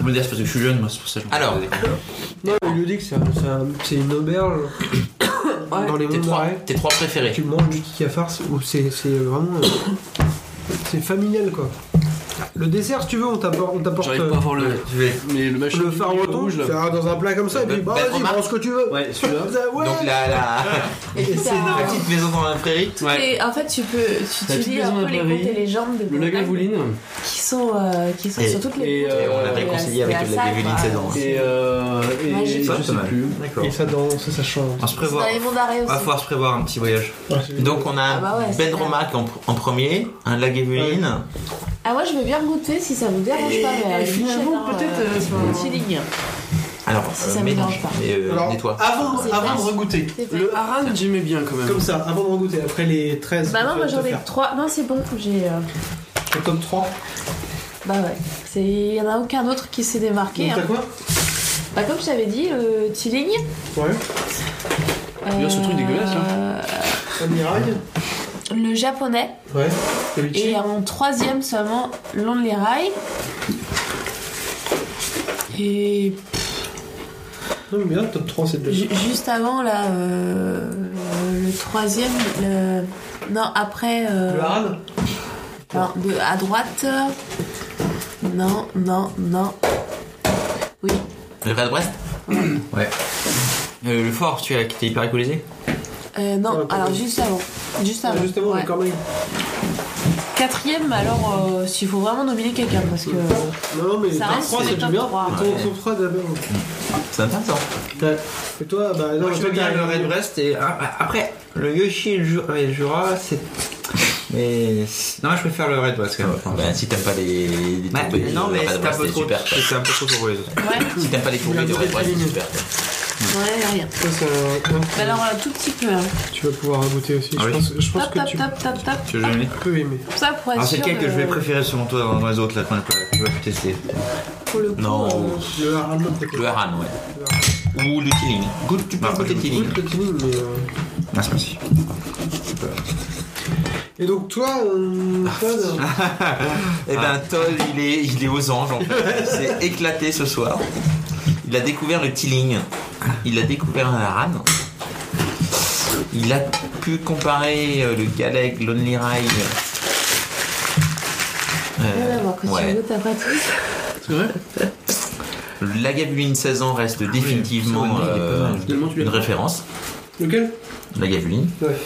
G: On me dit, c'est parce que je suis jeune, moi, c'est pour ça que je
B: Alors,
C: non, le Lyodix, c'est un- c'est un- c'est une auberge dans les
B: tes
C: monts
B: trois,
C: d'Arrée.
B: tes trois préférés.
C: Tu manges du kiki à farce ou c'est c'est vraiment. euh, c'est familial quoi. Le dessert, si tu veux, on t'apporte. on t'apporte,
E: J'arrive
C: euh,
E: pas à voir le.
G: Je vais.
E: Mais le machin.
C: Le faroton,
E: rouge là.
C: dans un plat comme ça, et puis
B: Ben,
C: bah,
B: ben,
C: vas-y,
B: remarque.
C: prends ce que tu veux.
E: Ouais, celui-là.
C: Ça, ouais.
B: Donc la, la,
D: et puis
B: la
D: t'as-
B: petite maison dans la prairie.
E: Ouais.
D: Et en fait, tu peux, tu,
E: La
D: tu
E: petite
D: lis un
E: maison
D: peu
E: à
D: les
E: Paris,
D: contes et légendes de
E: Le
D: Bretagne
E: lagavulin.
D: qui sont, euh, qui sont
B: Et-
D: sur toutes
E: et,
D: les
E: euh,
B: Et on l'a
E: Ouais,
B: réconcilié avec le
D: la
B: David Sedan.
E: Et euh. Et
D: Ouais, j'ai-
E: je
B: hein. Ça,
E: sais
B: pas mal.
E: plus.
B: D'accord.
C: Et ça danse, ça chante.
B: On va se
D: C'est dans
B: prévoir.
D: les mondes
B: On
D: d'arrêt
B: va
D: aussi.
B: pouvoir se prévoir un petit voyage. Donc on a
D: Ah bah ouais, c'est
B: Ben Romac en, en premier, un Lagavulin.
D: Ah, moi je veux bien goûter si ça vous dérange pas. Mais avec
E: finalement,
D: Michel, hein,
E: peut-être, euh,
D: euh, feeling.
B: Alors,
D: Si ça
B: mais-
D: mélange pas.
B: mais, euh,
C: Alors,
B: nettoie.
C: Avant,
D: C'est
C: avant de
D: pas-
C: regoûter,
D: c'est pas-
E: Le haran, j'aimais bien quand même.
C: comme ça, avant de regoûter, après les 13.
D: Bah non,
C: tu
D: moi
C: vas
D: j'en
C: te
D: ai
C: faire.
D: trois. Non, c'est bon, j'ai. euh,
C: Le top 3.
D: Bah ouais. C'est- Il y en a aucun autre qui s'est démarqué.
C: Donc
D: hein.
C: t'as quoi
D: Bah, comme je t'avais dit, le euh, Tiling.
C: Ouais.
E: Regarde ce truc dégueulasse,
C: Un mirail.
D: Le japonais.
C: Ouais. Le litchi.
D: Et euh, en troisième seulement, Lonely Rail. Et
C: Non, mais bien, le top 3, c'est de
D: ju- juste avant, là, euh, le troisième, le... non, après, euh,
C: Le haran
D: non, de- à droite, euh, non, non, non, oui,
B: Le Red Brest Ouais. Euh, le fort, tu as qui t'es hyper alcoolisé
D: Euh, non,
C: Ouais, pas
D: alors
C: mal.
D: juste avant, juste
C: Ah,
D: avant,
C: Justement,
D: ouais.
C: le corneille.
D: quatrième, alors, euh, s'il faut vraiment nominer quelqu'un, parce que,
C: Non, non, mais le
D: Ça
C: top
D: reste
C: 3,
D: les
C: c'est du
D: top
C: bien.
D: trois.
C: Ton
B: Ouais.
C: top 3 d'abord.
B: C'est intéressant.
C: Ouais. Et toi, bah non,
G: Moi, je
C: toi,
G: veux bien
C: t'as-
G: le Red Brest et ah, ah, après le Yoshi et le Ju- et le Jura, c'est. Mais non, je préfère le Red Brest quand même.
B: Enfin, ben, si t'aimes pas les, les
G: Bah,
B: tourbés,
G: non,
B: le
G: mais
B: Red
G: c'est un
B: Brest,
G: peu
B: c'est
G: trop.
B: super.
G: C'est un peu trop pour les autres.
D: ouais,
B: Si t'aimes pas les tourbés,
C: Il y
B: le
C: a un
B: Red
C: très
B: Brest, c'est
C: mignon.
B: super.
D: ouais, rien.
C: Ça, c'est un-
D: Bah alors, un tout petit peu, hein.
C: Tu vas pouvoir goûter aussi.
G: Ah
C: je
G: oui.
C: pense, je pense
D: Top,
C: que
D: top,
C: tu
D: top, top, top.
G: Tu veux jamais
C: peux aimer.
D: Ça, pour être
G: Alors
D: Ah, sûr
G: c'est
D: euh,
G: lequel que
D: de-
G: je vais préférer selon toi dans, dans les autres là qu'on a pas- tu vas tester
D: pour le coup,
B: Non.
D: euh,
C: Le haran, peut-être.
B: Le Haran, ouais. Ou le Killing. Goûte, tu peux
G: Non,
B: goûter le
G: je
B: Killing.
C: Goûte le killing, mais, euh,
G: Merci, merci.
C: Et donc toi, euh,
B: Ah,
C: Todd,
B: Eh ben, Todd, il est, il est aux anges en fait. Il s'est éclaté ce soir. Il a découvert le Tilling. Il a découvert un Haran. Il a pu comparer euh, le Galeg, Lonely Rail.
D: rien à
B: Euh,
D: voir, quand
B: ouais.
D: tu goûtes après tout ça.
E: C'est vrai
B: Le Lagavuline 16 ans reste définitivement
G: c'est vrai, il est pas
B: euh,
G: mal.
E: Finalement, tu l'as
B: une
E: pas.
B: référence.
C: lequel
B: Lagavuline.
C: Ouais.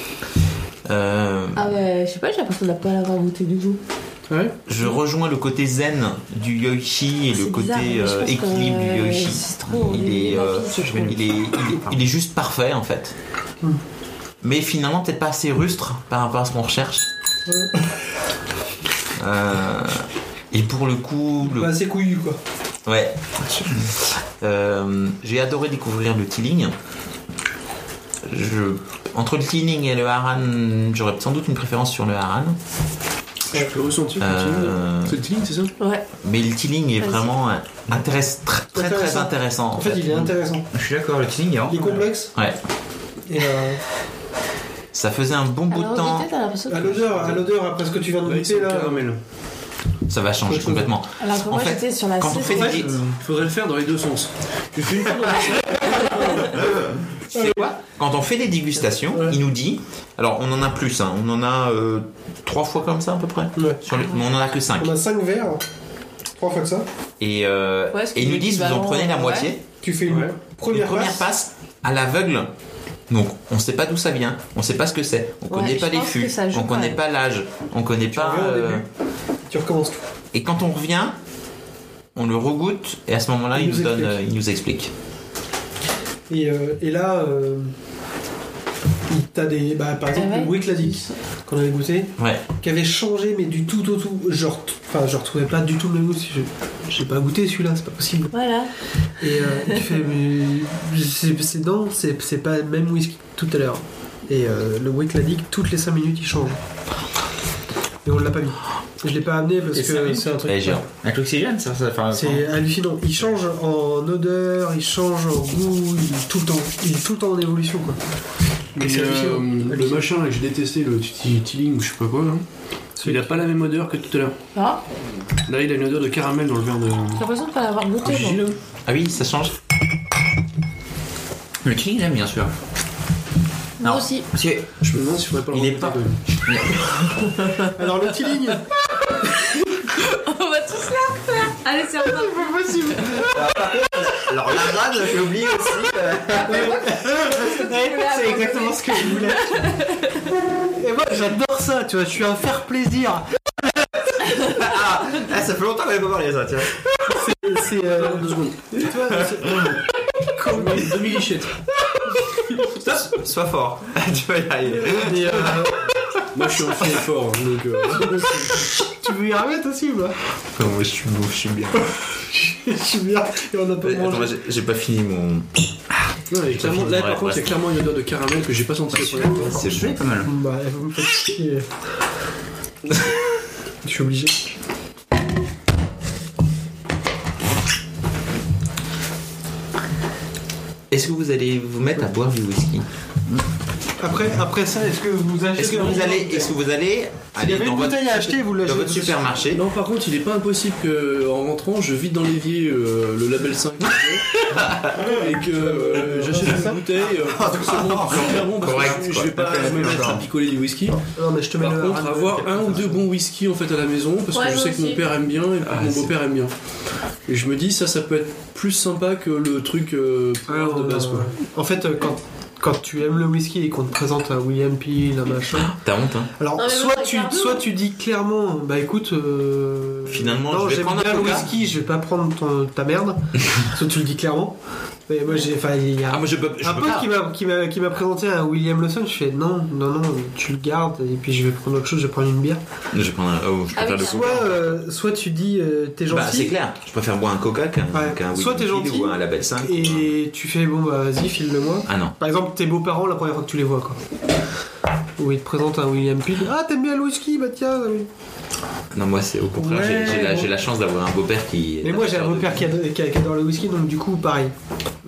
B: Euh,
D: Ah ouais, je sais pas, j'ai l'impression de pas l'avoir goûté du tout.
E: Ouais.
B: je rejoins le côté zen du Yoichi et le
D: C'est bizarre,
B: côté
D: mais je
B: euh,
D: pense que,
B: équilibre
D: euh,
B: du Yoichi.
D: c'est trop
B: il, est,
D: la
B: euh,
D: fille,
B: il,
D: je
B: est,
D: trouve.
B: il est- il est juste parfait en fait. Mais finalement peut-être pas assez rustre par rapport à ce qu'on recherche. Euh, et pour le coup, le-
C: Bah c'est couillu quoi.
B: ouais. Euh, j'ai adoré découvrir le Teeling. Je... Entre le Teeling et le Haran, j'aurais sans doute une préférence sur le Haran.
E: Je le ressenti.
B: Euh,
E: C'est le Tilling, c'est ça
D: Ouais,
B: Mais le Teeling est
D: Vas-y.
B: vraiment euh, intéress- tr- très très
C: Intéressant.
B: intéressant. en,
C: En fait, il est intéressant.
G: Je suis d'accord, le Killing est
C: Il est
G: vraiment-
C: complexe
B: Ouais.
C: et euh,
B: Ça faisait un bon
D: à
B: bout de
D: l'odeur,
B: temps.
D: t'as l'impression
C: à
D: que...
C: l'odeur, à l'odeur après ce que tu viens de
E: Ouais, c'est
C: goûter
E: le
C: là.
E: caramel.
B: Ça va changer
C: Autre chose.
B: complètement.
D: Alors que
B: En
D: moi
B: fait,
D: j'étais sur la
B: quand on
D: sauce,
B: fait des-
D: ouais.
B: Et-
E: Euh, Faudrait le faire dans les deux sens. Tu fais une fois dans
B: C'est quoi Quand on fait des dégustations, il nous dit. Alors, on en a plus, hein. on en a euh, trois fois comme ça à peu près.
C: Ouais.
B: Sur le- mais on en a que cinq.
C: On a 5 verres, 3 fois que ça.
B: Et, euh,
D: Ouais, ce
B: et
D: qui
B: ils
D: est
B: nous disent vous en
D: l'équivalent,
B: prenez la
D: ouais.
B: moitié.
C: Tu fais une
E: Ouais.
B: Une
C: première,
B: première passe à l'aveugle. Donc, on sait pas d'où ça vient, on sait pas ce que c'est, on
D: Ouais,
B: connaît
D: je
B: pas les
D: pense que
B: fûts,
D: ça joue
B: on
D: quand
B: connaît
D: même.
B: pas l'âge, on connaît pas.
C: reviens au
B: euh,
C: début. Tu recommences tout.
B: Et quand on revient, on le regoute et à ce moment-là,
C: Il
B: il,
C: nous
B: nous donne,
C: explique.
B: euh, il nous explique.
C: Et, euh, et là, euh, il- t'as des. Bah, par exemple,
D: Ah ouais.
C: le Wick qu'on avait goûté,
B: Ouais.
C: qui avait changé mais du tout au tout. Genre, t- enfin, je retrouvais pas du tout le même goût si je, j'ai pas goûté celui-là, c'est pas possible.
D: Voilà.
C: Et euh, tu fais, mais c'est c'est dans, c'est c'est pas le même whisky que tout à l'heure. Et euh, le Wickladic, toutes les 5 minutes, il change. Et on l'a pas mis. Je l'ai pas amené parce
G: Et ça,
C: que
G: et ça,
C: c'est un truc.
B: Eh, Jérôme.
G: Avec l'oxygène, ça, ça enfin,
C: C'est hallucinant. Il change en odeur, il change en goût, il est tout le temps, il est tout le temps en évolution quoi.
E: Mais
C: c'est
E: euh,
C: hallucinant.
E: le machin là que j'ai détesté, le tutti- tilling ou je sais pas quoi, là, il a pas la même odeur que tout à l'heure.
F: Ah,
E: Là, il a une odeur de caramel dans le verre
F: j'ai
E: de.
F: l'impression de pas l'avoir
G: Oh,
F: goûté.
E: Gigi,
F: moi.
E: là.
B: Ah oui, ça change.
G: Le King, j'aime bien sûr.
F: Moi
G: Non.
F: aussi.
G: Parce que
E: Je me demande si je pourrais pas le
G: Il est
E: remonter,
G: pas-
E: quand même.
C: Alors le Tilling,
D: On va tous la refaire. Allez, c'est reparti.
G: Alors la rade, j'ai oublié aussi. euh,
D: Ah,
C: c'est exactement ce que je voulais. Et moi j'adore ça, tu vois, je suis un faire plaisir.
G: Ah, ah, ça fait longtemps qu'on n'avait pas parlé de ça, tu vois.
C: C'est euh,
E: Deux secondes.
C: tu vois, c'est- Comment-
G: Stop, sois fort. tu vas y arriver.
C: Et, euh,
E: Moi, je suis en fille fort, donc. euh,
C: tu veux y arriver toi aussi ou pas
G: Enfin, moi, je suis beau, je suis bien.
C: Je suis bien. Et on a pas
G: Attends, moi,
C: mangé.
G: j'ai- j'ai pas fini mon.
E: Non, mais clairement, là,
G: Ouais,
E: par contre, il y a
G: ouais.
E: clairement une odeur de caramel que j'ai pas senti.
G: C'est joli, pas mal.
C: Bah vous me faites chier. Je suis obligé.
B: Est-ce que vous allez vous mettre à boire du whisky
C: Après, après ça, est-ce que vous achetez
B: Est-ce que vous allez, est-ce que vous allez
C: Il
B: aller
C: y avait
B: dans
C: une
B: votre,
C: bouteille à acheter, vous l'achetez
B: dans votre supermarché
E: Non, par contre, il est pas impossible que, en rentrant, je vide dans l'évier euh, le label 5 et que euh, j'achète une bouteille euh, pour que ce monde soit très bon, parce que
G: Correct,
E: je, je
G: quoi.
E: vais pas
G: Appel,
E: me mettre à
G: genre.
E: picoler du whisky.
C: Non mais je te mets
E: Par
C: le.
E: contre, avoir un ou deux bons whisky en fait à la maison, parce
D: Ouais,
E: que je
D: moi
E: sais que mon
D: aussi.
E: père aime bien et que
G: Ah,
E: mon beau-père aime bien. Et je me dis, ça, ça peut être plus sympa que le truc euh,
C: Ah,
E: de
C: ouais,
E: base.
C: ouais,
E: quoi.
C: ouais. En fait, euh, quand, quand tu aimes le whisky et qu'on te présente un William Peel, un machin,
B: T'as honte, hein
C: alors
D: Non, mais moi,
C: soit,
D: je
C: tu,
D: préfère
C: soit
D: nous.
C: tu dis clairement, bah écoute, euh,
B: Finalement,
C: non,
B: je vais
C: j'aime
B: prendre un
C: bien le
B: coca.
C: whisky, je vais pas prendre ton- ta merde, soit tu le dis clairement. Mais moi, j'ai, enfin, il y a
B: Ah, moi je peux, je
C: un
B: peux
C: pote
B: pas.
C: qui m'a, qui, m'a, qui m'a présenté un William Lawson, je fais non, non, non, tu le gardes et puis je vais prendre autre chose, je vais prendre une bière.
B: Je vais prendre un. Oh, je
D: Ah
B: préfère
D: oui,
B: le
D: ça.
B: coup.
C: Soit, euh, soit tu dis euh, t'es gentil.
B: Bah, c'est clair, je préfère boire un coca qu'un
C: Ouais.
B: qu'un
C: Soit t'es
B: Whisky
C: gentil,
B: ou un label 5. ou
C: Et tu fais bon bah vas-y file-le moi.
B: un- Ah non.
C: Par exemple tes beaux-parents la première fois que tu les vois quoi. Où ils te présentent un William Peel. Ah t'aimes bien le whisky bah tiens. oui.
B: Non, moi c'est au contraire,
C: Ouais,
B: j'ai- j'ai la,
C: bon.
B: j'ai la chance d'avoir un beau-père qui.
C: Mais moi j'ai un beau-père qui, adore- qui- qui adore le whisky donc du coup pareil.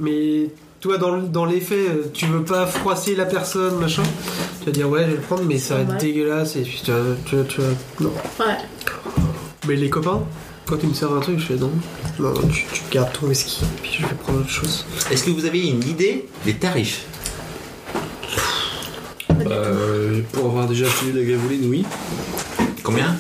C: Mais toi dans, le- dans les faits euh, tu veux pas froisser la personne machin. Tu vas dire ouais je vais le prendre mais ça va être
D: Ouais.
C: dégueulasse et puis tu vas- tu vas- tu vas- Non.
D: Ouais.
C: Mais les copains quand ils me servent un truc je fais non. Non non, tu, tu gardes ton whisky et puis je vais prendre autre chose.
B: Est-ce que vous avez une idée des tarifs
G: Bah,
E: Euh, pour avoir déjà acheté de la gavoline, oui.
B: Combien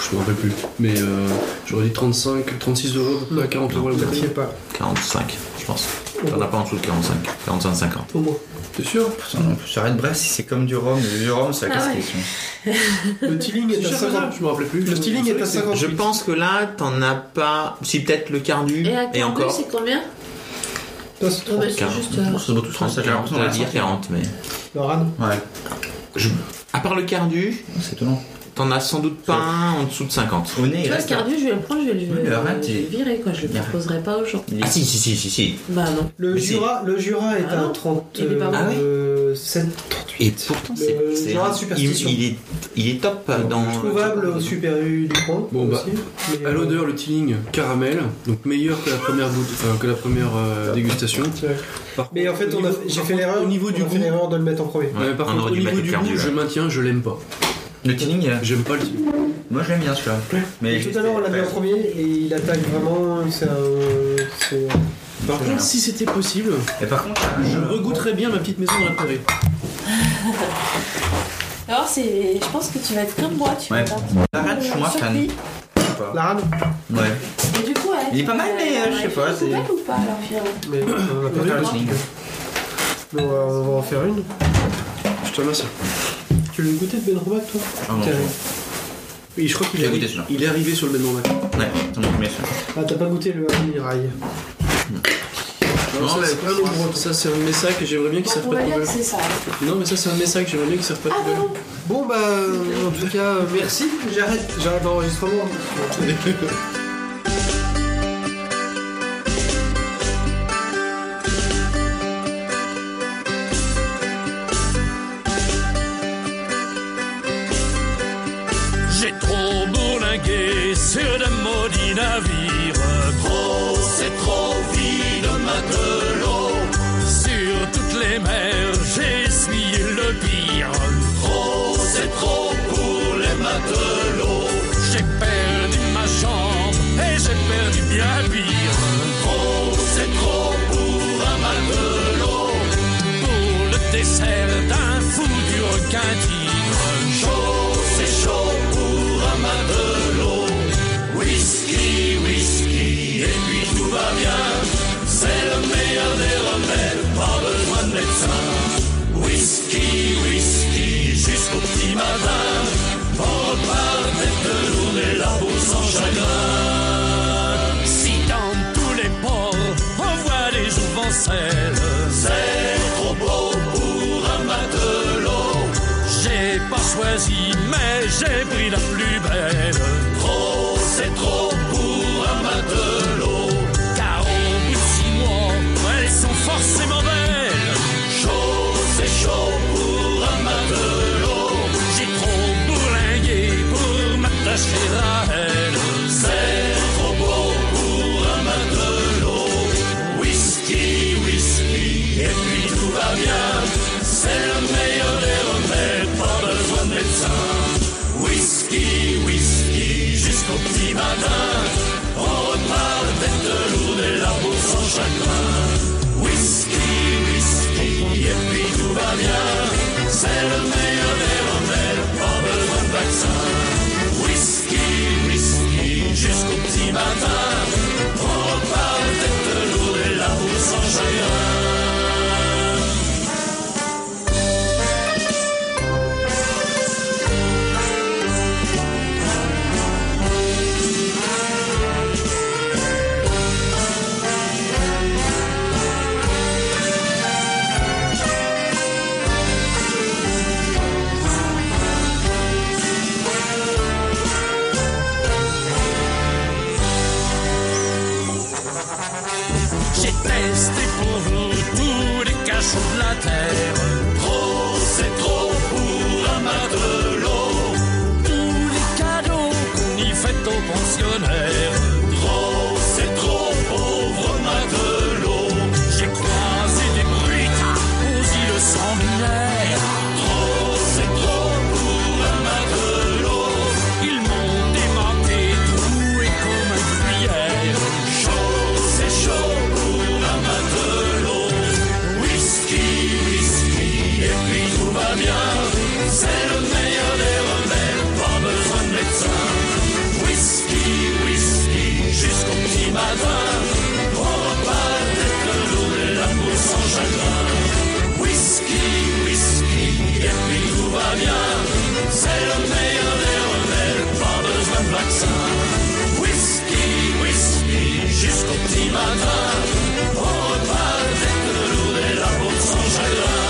E: Je me rappelle plus. Mais euh, j'aurais dit 35, 36 euros, à peu près,
C: Non.
E: 40 euros la
C: Je
E: bouteille.
C: sais pas.
B: 45, je pense. T'en as pas en dessous de 45. 45, 50.
C: Au moins.
E: T'es sûr
G: Putain, non, ça arrête bref si c'est comme du rhum. Du rhum, ça
D: Ah
G: casse
D: ouais.
G: les questions.
C: Le tilling est
E: C'est
C: à
E: cher, ça
C: 50.
E: Je me rappelais plus.
C: Le stealing est à
E: C'est vrai
C: 50.
B: Je pense que là, t'en as pas. Si peut-être le cardu
D: Et à quel prix,
B: encore.
D: c'est combien
C: Toi, c'est toi.
D: Non, mais c'est
B: Quarante.
D: juste. euh,
G: On se retrouve tous ensemble, j'ai l'impression
B: On va
G: qu'on a
B: dire 40, mais.
C: Doran.
G: Ouais,
B: À part le cardu,
G: c'est étonnant.
B: T'en as sans doute pas un en dessous de 50.
G: Au nez,
D: Tu
G: il
D: vois, le
G: reste.
D: cardu, je vais le prendre, je vais le,
G: Oui, mais arrête,
D: je vais le
G: il-
D: virer, quoi. Je le
G: il-
D: proposerai pas aux gens.
B: Ah si, si, si, si, si.
D: Bah non.
C: Le
B: Mais
C: Jura, le Jura est
D: Ah
C: à
D: non,
C: 30.
D: il est pas
B: bon.
C: euh, 7, 38.
B: Et pourtant, c'est...
C: Le
B: c'est-
C: Jura Superstition.
B: Il, il est, il est top dans...
C: Trouvable au Super U du coin.
E: Bon, bah,
C: aussi. Mais,
E: À l'odeur, le tilling caramel, donc meilleur que la première, goût- enfin, que la première euh, dégustation.
C: euh,
E: Par
C: Mais en
E: contre,
C: fait,
E: au
C: on a-
E: niveau-
C: j'ai
E: par
C: fait
E: contre,
C: l'erreur.
E: Au niveau
C: on
E: du
C: a fait
E: goût,
C: l'erreur de le mettre en premier.
B: Ouais,
E: Ouais, Euh, par
B: on
E: contre,
B: aurait
E: au
B: dû
E: niveau
B: mettre
E: du
B: le
E: goût,
B: cardu.
E: je maintiens, je l'aime pas.
G: Le Tilling, euh,
E: J'aime pas le tilling.
G: moi j'aime bien celui-là. Mais
C: Et tout à l'heure, on l'a mis en premier et il attaque vraiment. C'est un. c'est-
E: Par
G: bien.
E: contre, si c'était possible,
G: Et par contre,
E: je regoûterais bien ma petite maison dans la prairie.
D: Alors, c'est. Je pense que tu vas être comme moi, tu
G: Ouais.
D: vas être
G: la rade, je suis moins fan.
D: surpris.
C: La rade
G: Ouais.
D: Et du coup, ouais.
G: Il est pas mal, mais, euh, je sais pas,
D: C'est mal ou pas, alors, finalement
C: Mais on va pas
G: Préfère
C: faire
G: le
C: le
G: Tilling.
C: Mais on va, on va en faire une.
E: Je te remercie.
C: Tu l'as goûté de Ben Romac, toi
G: Ah non,
C: Tiens.
G: je-
E: Oui, je crois qu'il
G: J'ai
E: est,
G: goûté celui-là.
E: il est arrivé sur le bed normal.
G: Ouais, c'est mon premier celui-là.
C: Ah, t'as pas goûté le Harry Rail.
E: Non, ça,
G: mais-
E: c'est un nombreux. ça, c'est un de mes sacs et j'aimerais bien qu'ils servent
D: Donc, on
E: pas
D: va
E: de
D: dire que c'est
E: poubelle.
D: ça.
E: Non, mais ça, c'est un de mes sacs, j'aimerais bien qu'ils servent pas de
D: Ah
E: poubelle.
D: non
C: Bon, bah, euh, en tout cas, euh, merci. J'arrête j'arrête l'enregistrement.
I: Flinguer sur de maudits navires. Trop, c'est trop, vie de matelot. Sur toutes les mers, j'ai essuyé le pire. Trop, c'est trop pour les matelots. J'ai perdu ma chambre et j'ai perdu bien pire. Trop, c'est trop pour un matelot. Pour le dessert d'un fou du requin tigre. Chaud, c'est chaud pour un matelot. Whisky, whisky, et puis tout va bien. C'est le meilleur des remèdes, pas besoin de médecin. Whisky, whisky, jusqu'au petit matin. On repart tête lourde et la peau sans chagrin. Si dans tous les ports, on voit les jouvencelles. C'est trop beau pour un matelot. J'ai pas choisi, mais j'ai pris la plus belle. Trop, c'est trop pour un matelot. Car au bout de six mois, elles sont forcément belles. Chaud, c'est chaud pour un matelot. J'ai trop bourlingué pour m'attacher à elle. C'est trop beau pour un matelot. Whisky, whisky, et puis tout va bien. C'est le meilleur des remèdes, pas besoin de médecin. Whisky, whisky, jusqu'au petit matin. On repart tête lourde et la peau sans chagrin. Whisky, whisky, et puis tout va bien. C'est le meilleur des remèdes, pas besoin de vaccin. Whisky, whisky, jusqu'au petit matin. On repart tête lourde et la peau sans chagrin. J'ai testé pour vous tous les cachots de la terre. Trop, c'est trop pour un matelot. Tous les cadeaux qu'on y fait aux pensionnaires. Trop, c'est trop pauvre matelot. J'ai croisé des brutes aux îles sanguinaires. Trop, c'est trop pour un matelot. Ils m'ont démenté tout et comme un cuillère. Chaud, c'est chaud pour un matelot. Whisky, whisky, et puis tout va bien. C'est le meilleur des remèdes, pas besoin de médecin. Whisky, whisky, jusqu'au petit matin. On repart tête lourde et l'amour sans chagrin. Whisky, whisky, et puis tout va bien. C'est le meilleur des remèdes, pas besoin de vaccin. Whisky, whisky, jusqu'au petit matin. On repart tête lourde et l'amour sans chagrin.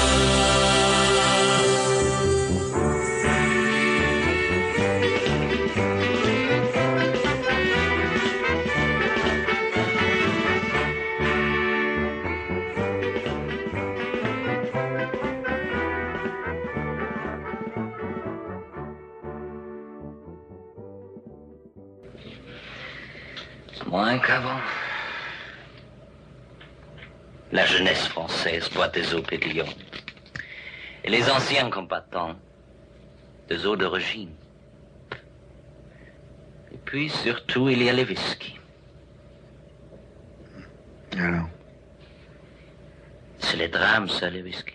H: Moins qu'avant. La jeunesse française boit des eaux pétillantes. Et les anciens combattants, des eaux d'origine. Et puis surtout, il y a les whisky.
G: Alors
H: C'est les drames, ça, les whisky.